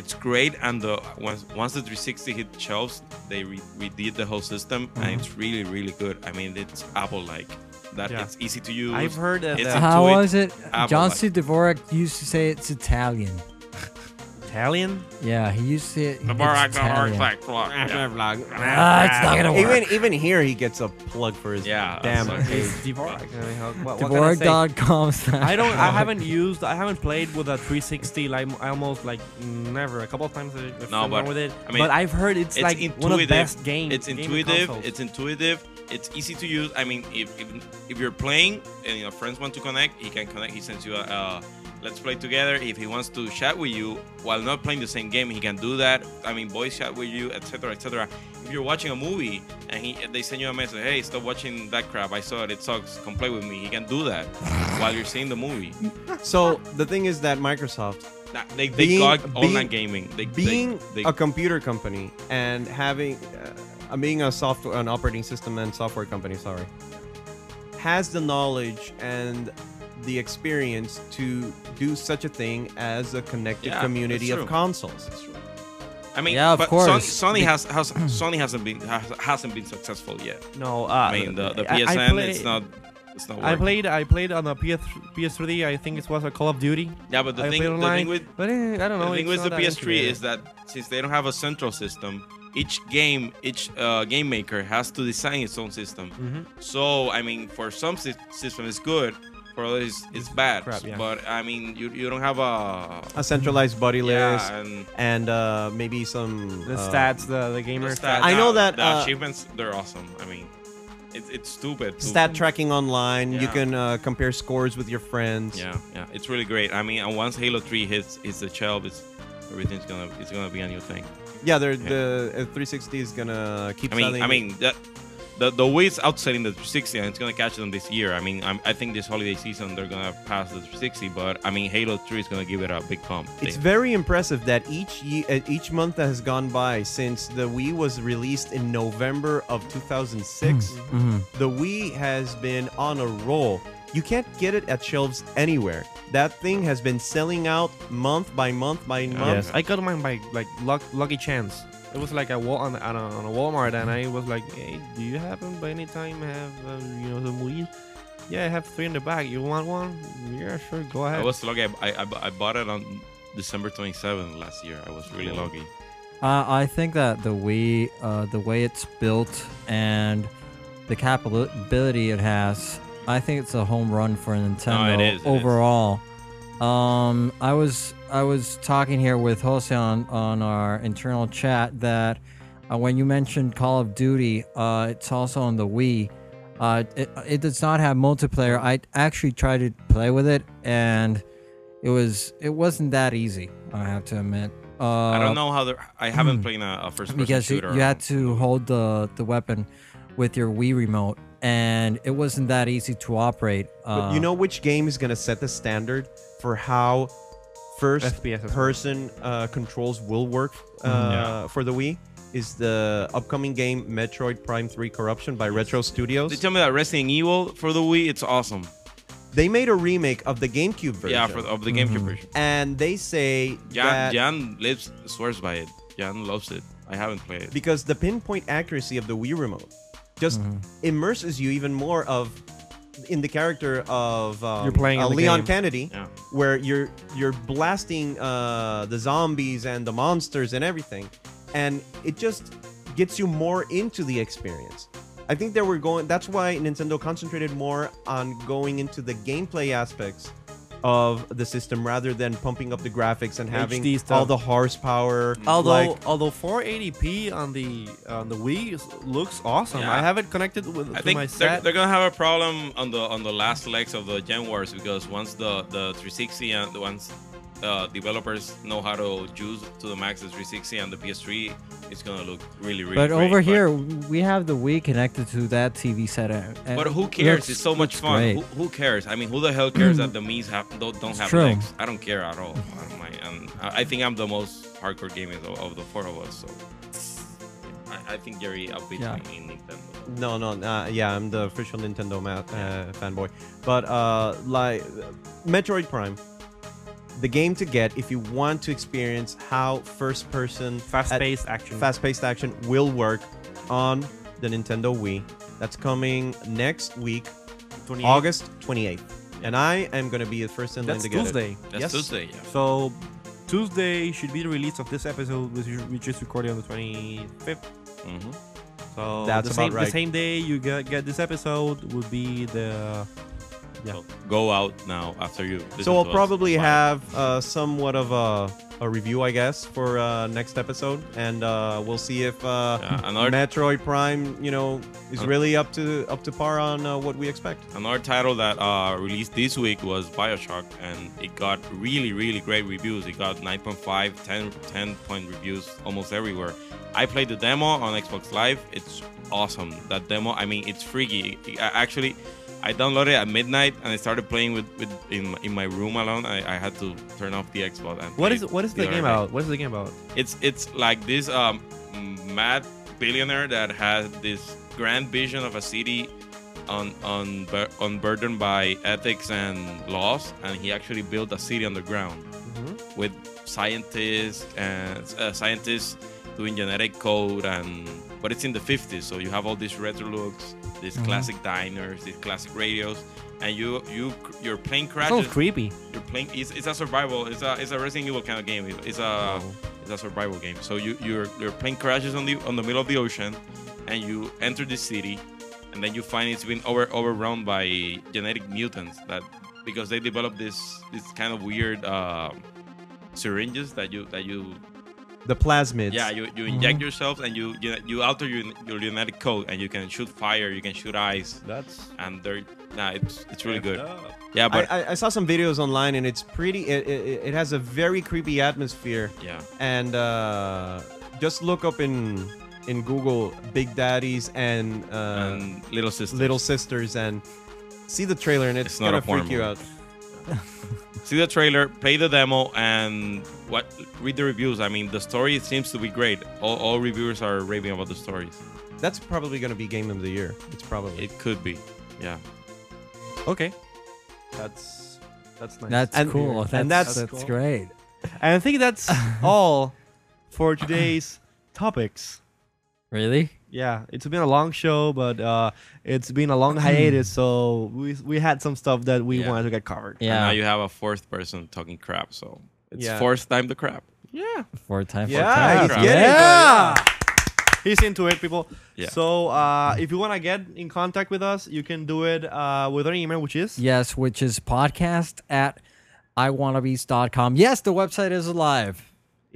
it's great. And the once once the 360 hit shelves, they re- redid the whole system,
Mm-hmm.
and it's really really good. I mean, it's Apple like that.
Yeah.
It's easy to use.
have heard that,
it's
that
into
How
it.
was it?
Apple
John
like-
C. Dvorak used to say it's Italian.
Italian.
Yeah, he used to say it.
The
it's
bar I got hard
Italian.
fact block. Yeah.
Ah, it's not gonna work.
even even here he gets a plug for his
Yeah,
damn
that's okay.
It's Dvorak. I mean, how- what- what can I say?
Dvorak.com.
I don't. I haven't used. I haven't played with a 360. Like I almost like never. A couple of times I- I've
No,
no,
but,
with it.
I mean,
but I've heard it's,
it's
like one of the
intuitive.
best games.
It's
gaming
intuitive.
consoles.
It's intuitive. It's easy to use. I mean, if if, if you're playing and your friends want to connect, he can connect. He sends you a, uh let's play together. If he wants to chat with you while not playing the same game, he can do that. I mean, voice chat with you, etc., etc. If you're watching a movie and he they send you a message, hey, stop watching that crap. I saw it. It sucks. Come play with me. He can do that while you're seeing the movie.
so the thing is that Microsoft
Nah, They, they
Being-
got
being-
online gaming. They, they-
being
they,
a computer company and having uh, being a software an operating system and software company sorry has the knowledge and the experience to do such a thing as a connected
Yeah,
community
that's
of
true.
consoles
I mean,
Yeah, of
but
course.
Sony, Sony has, has Sony hasn't been has, hasn't been successful yet.
no. Uh,
I mean, the, the
I- I
PSN,
play-
it's not, it's not working.
I played. I played on a PS PS3. I think it was a Call of Duty.
yeah, but the
I
thing,
played
the
online,
thing with
but eh, I don't know.
the thing
it's
with the
not that
PS3
intuitive.
is that since they don't have a central system, each game, each uh, game maker has to design its own system.
Mm-hmm.
So, I mean, for some sy- system it's good, for others it's bad.
crap, yeah.
But I mean, you you don't have a
a centralized body layers
yeah, and
and uh, maybe some
the
uh,
stats, the the
the
gamer
stat-
stats.
I know
the-
that,
the
uh,
achievements they're awesome. I mean, it's it's stupid. to-
stat tracking online. You
Yeah.
can uh, compare scores with your friends.
Yeah, yeah, it's really great. I mean, and once Halo 3 hits, hits the shelf, it's everything's gonna it's gonna be a new thing.
yeah. They're, the uh, 360 is gonna keep.
I mean,
selling
I mean, the the, the way it's outselling the 360 and it's gonna catch them this year. I mean, I'm, I think this holiday season they're gonna pass the 360, but I mean, Halo 3 is gonna give it a big pump.
It's
They-
very impressive that each ye- uh, each month that has gone by since the Wii was released in November of 2006,
Hmm.
Mm-hmm.
the Wii has been on a roll. You can't get it at shelves anywhere. That thing has been selling out month by month by month.
Yes, I got mine by like luck, lucky chance. It was like a wall on, on, a, on a Walmart, and I was like, "Hey, do you happen by any time have uh, you know some weed? Yeah, I have three in the back. You want one? Yeah, sure. Go
I
ahead.
was lucky. I, I, I bu- I bought it on December 27th last year. I was really lucky.
Uh, I think that the Wii, uh, the way it's built and the capability it has, I think it's a home run for Nintendo
is, it is.
overall. Um, I was I was talking here with Jose on, on our internal chat that uh, when you mentioned Call of Duty, uh, it's also on the Wii. Uh, it, it does not have multiplayer. I actually tried to play with it, and it was it wasn't that easy. I have to admit. Uh, hmm.
I don't know how the I haven't played a, a first person
because you,
shooter.
you had to hold the the weapon with your Wii remote, and it wasn't that easy to operate. Uh,
But you know which game is gonna set the standard for how first
FPS as well.
person uh, controls will work uh,
Mm, Yeah.
for the Wii is the upcoming game Metroid Prime 3 Corruption by Retro Studios.
They tell me that Resident Evil for the Wii, it's awesome.
They made a remake of the GameCube version.
Yeah, for the, of the
Mm-hmm.
GameCube version.
and they say
Jan
that
Jan lives swears by it. Jan loves it. I haven't played it.
because the pinpoint accuracy of the Wii remote just
Mm-hmm.
immerses you even more of in the character of um,
You're playing
uh,
in the
Leon
game.
Kennedy,
Yeah.
where you're you're blasting uh, the zombies and the monsters and everything, and it just gets you more into the experience. I think they were going. That's why Nintendo concentrated more on going into the gameplay aspects of the system rather than pumping up the graphics and having
HD stuff.
all the horsepower.
Although
like-
although 480p on the on the Wii is- looks awesome.
Yeah.
I have it connected with
I
to
think
my
they're,
set.
they're gonna have a problem on the on the last legs of the Gen Wars because once the the 360 and the once uh, developers know how to juice to the max the 360 and the PS3, it's gonna look really really.
but
great,
over here we have the Wii connected to that TV set. and- and
But who
it
cares?
looks-
it's so much
looks
fun.
great. Mm.
Who, who cares? I mean, who the hell cares that the Mii's have don't, don't
It's
have
true.
legs? I don't care at all. I don't mind. And I I think I'm the most hardcore gamer of, of the four of us. So I, I think Jerry upbeats
Yeah.
me in Nintendo.
No, no, nah, yeah, I'm the official Nintendo ma- uh, fanboy. But uh, like Metroid Prime, the game to get if you want to experience how first-person
Fast-paced action.
fast-paced action will work on the Nintendo Wii. That's coming next week,
28.
August 28th, and I am gonna be the first in line
That's
to get it.
Tuesday.
That's
Yes.
Tuesday. Yeah.
So Tuesday should be the release of this episode, which is, which is recorded on the 25th.
Mm-hmm.
So
That's
the
about
same,
right.
The same day you get, get this episode would be the Yeah.
So go out now after you. listen
So I'll
to us.
probably
Bye.
have uh, somewhat of a, a review, I guess, for uh, next episode, and uh, we'll see if uh,
Yeah, another-
Metroid Prime, you know, is
An-
really up to up to par on uh, what we expect.
Another title that uh, released this week was Bioshock, and it got really, really great reviews. It got 9.5, 10, 10 point reviews almost everywhere. I played the demo on Xbox Live. It's awesome. That demo, I mean, it's freaky. I- I- actually, I downloaded it at midnight and I started playing with, with in, my- in my room alone. I, I had to turn off the Xbox. And
what
play
is what is
the
the,
other
game
day.
about? What is the game about?
it's it's like this um, mad billionaire that has this grand vision of a city un, un, unburdened by ethics and laws and he actually built a city underground with scientists and uh, scientists doing genetic code and but it's in the 50s so you have all these retro looks these classic diners these classic radios and you you your plane
It's
crashes
all creepy.
you're playing it's, it's a survival it's a it's a Resident Evil kind of game It- it's
uh,
a it's a survival game so you your your plane crashes on the on the middle of the ocean and you enter the city and then you find it's been over overrun by genetic mutants that because they developed this this kind of weird uh, syringes that you that you
The plasmids.
yeah you,
Mm-hmm.
you inject yourself and you you, you alter your, your genetic code and you can shoot fire you can shoot eyes
That's
and they're nah it's it's really good yeah
I,
but
I, I saw some videos online, and it's pretty. It, it, it has a very creepy atmosphere,
yeah
and uh, just look up in in Google Big Daddies and, uh,
and little sisters
Little Sisters and see the trailer, and it's,
It's not
gonna
a porn
freak you out.
movie. see the trailer, play the demo, and what read the reviews. I mean, the story seems to be great. All, all reviewers are raving about the stories.
That's probably gonna be game of the year. It's probably.
It could be, yeah.
okay. That's that's nice.
That's
And-
cool.
and
That's, that's,
that's-
great.
and I think that's all for today's topics.
Really?
Yeah, it's been a long show, but uh, it's been a
Mm.
long hiatus, so we we had some stuff that we
Yeah.
wanted to get covered.
And now
Yeah.
you have a fourth person talking crap, so it's
Yeah.
fourth time the crap.
Four time.
Yeah,
Four
he's
time.
getting it,
Yeah. He's into it, people.
Yeah.
So uh, if you want to get in contact with us, you can do it uh, with our email, which is
Yes, which is podcast at iwannabeast.com. Yes, the website is alive.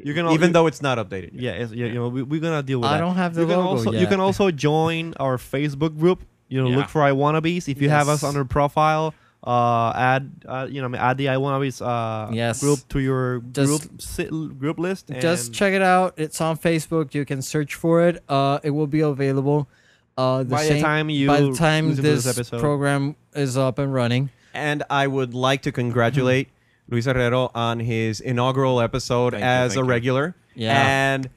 you can al-
even
you-
though it's not updated. yet.
yeah, it's, you, you know we, we're gonna deal with.
I
that.
don't have the
you can
logo
also, You
yet.
can also join our Facebook group. You know,
Yeah.
look for I wannabes. If you have us
Yes.
on your profile, uh, add uh, you know add the I wannabes uh,
Yes.
group to your
Just-
group si- group list.
Just
and-
check it out. It's on Facebook. You can search for it. Uh, it will be available. uh, the
By the
same,
time you
by the time
listen to this
this,
episode.
program is up and running.
And I would like to congratulate Luis Herrero on his inaugural episode
Thank you,
as
thank
a
you.
regular.
Yeah.
And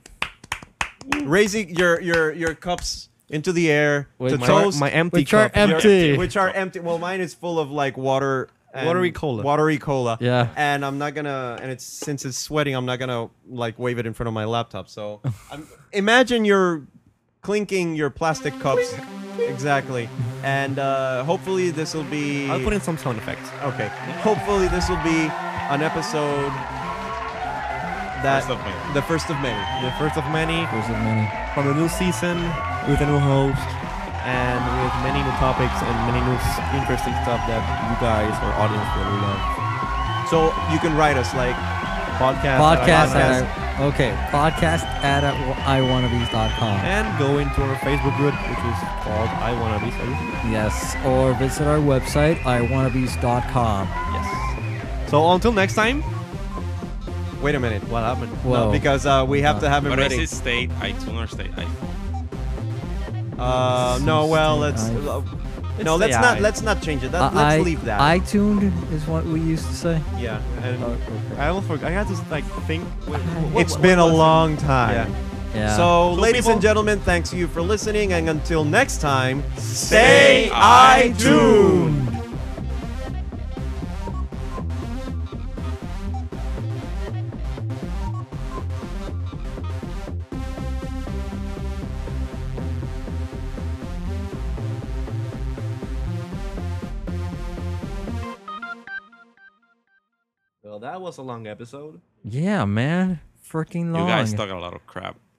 raising your your your cups into the air
With
to
My,
toast,
my empty
Which are
cup.
empty.
which are empty. Well, mine is full of like water. and-
Watery cola.
Watery cola.
Yeah.
And I'm not gonna. And it's since it's sweating, I'm not gonna like wave it in front of my laptop. So I'm, imagine you're clinking your plastic cups. Exactly. And uh, hopefully this will be.
I'll put in some sound effects.
Okay. Hopefully, this will be an episode that
First of May.
the first of May.
The first of many
There's a many-
from the new season with a new host and with many new topics and many new s- interesting stuff that you guys or audience will love.
So you can write us like
Podcast,
Podcast
podcast.
at I, okay. Podcast at I want to be.com.
and go into our Facebook group, which is called I Wanna Be Service.
Yes. Or visit our website, I want to be.com.
Yes. So until next time,
wait a minute.
what happened?
Whoa.
No, because uh, we have to have it
What is
ready.
it state? iTunes or state? I,
Uh, no, well, let's.
I-
Uh, no,
It's
let's
AI.
not. Let's not change it. That,
I-
let's
I-
leave that.
iTuned is what we used to say.
yeah.
And Uh, I almost forgot. I had to like think. Wait, wh- wh-
It's
what
been a
was it?
long time.
Yeah.
Yeah.
So,
So
ladies
people-
and gentlemen, thanks you for listening, and until next time, stay iTunes.
Well, that was a long episode.
yeah, man. Freaking long.
you guys talk a lot of crap.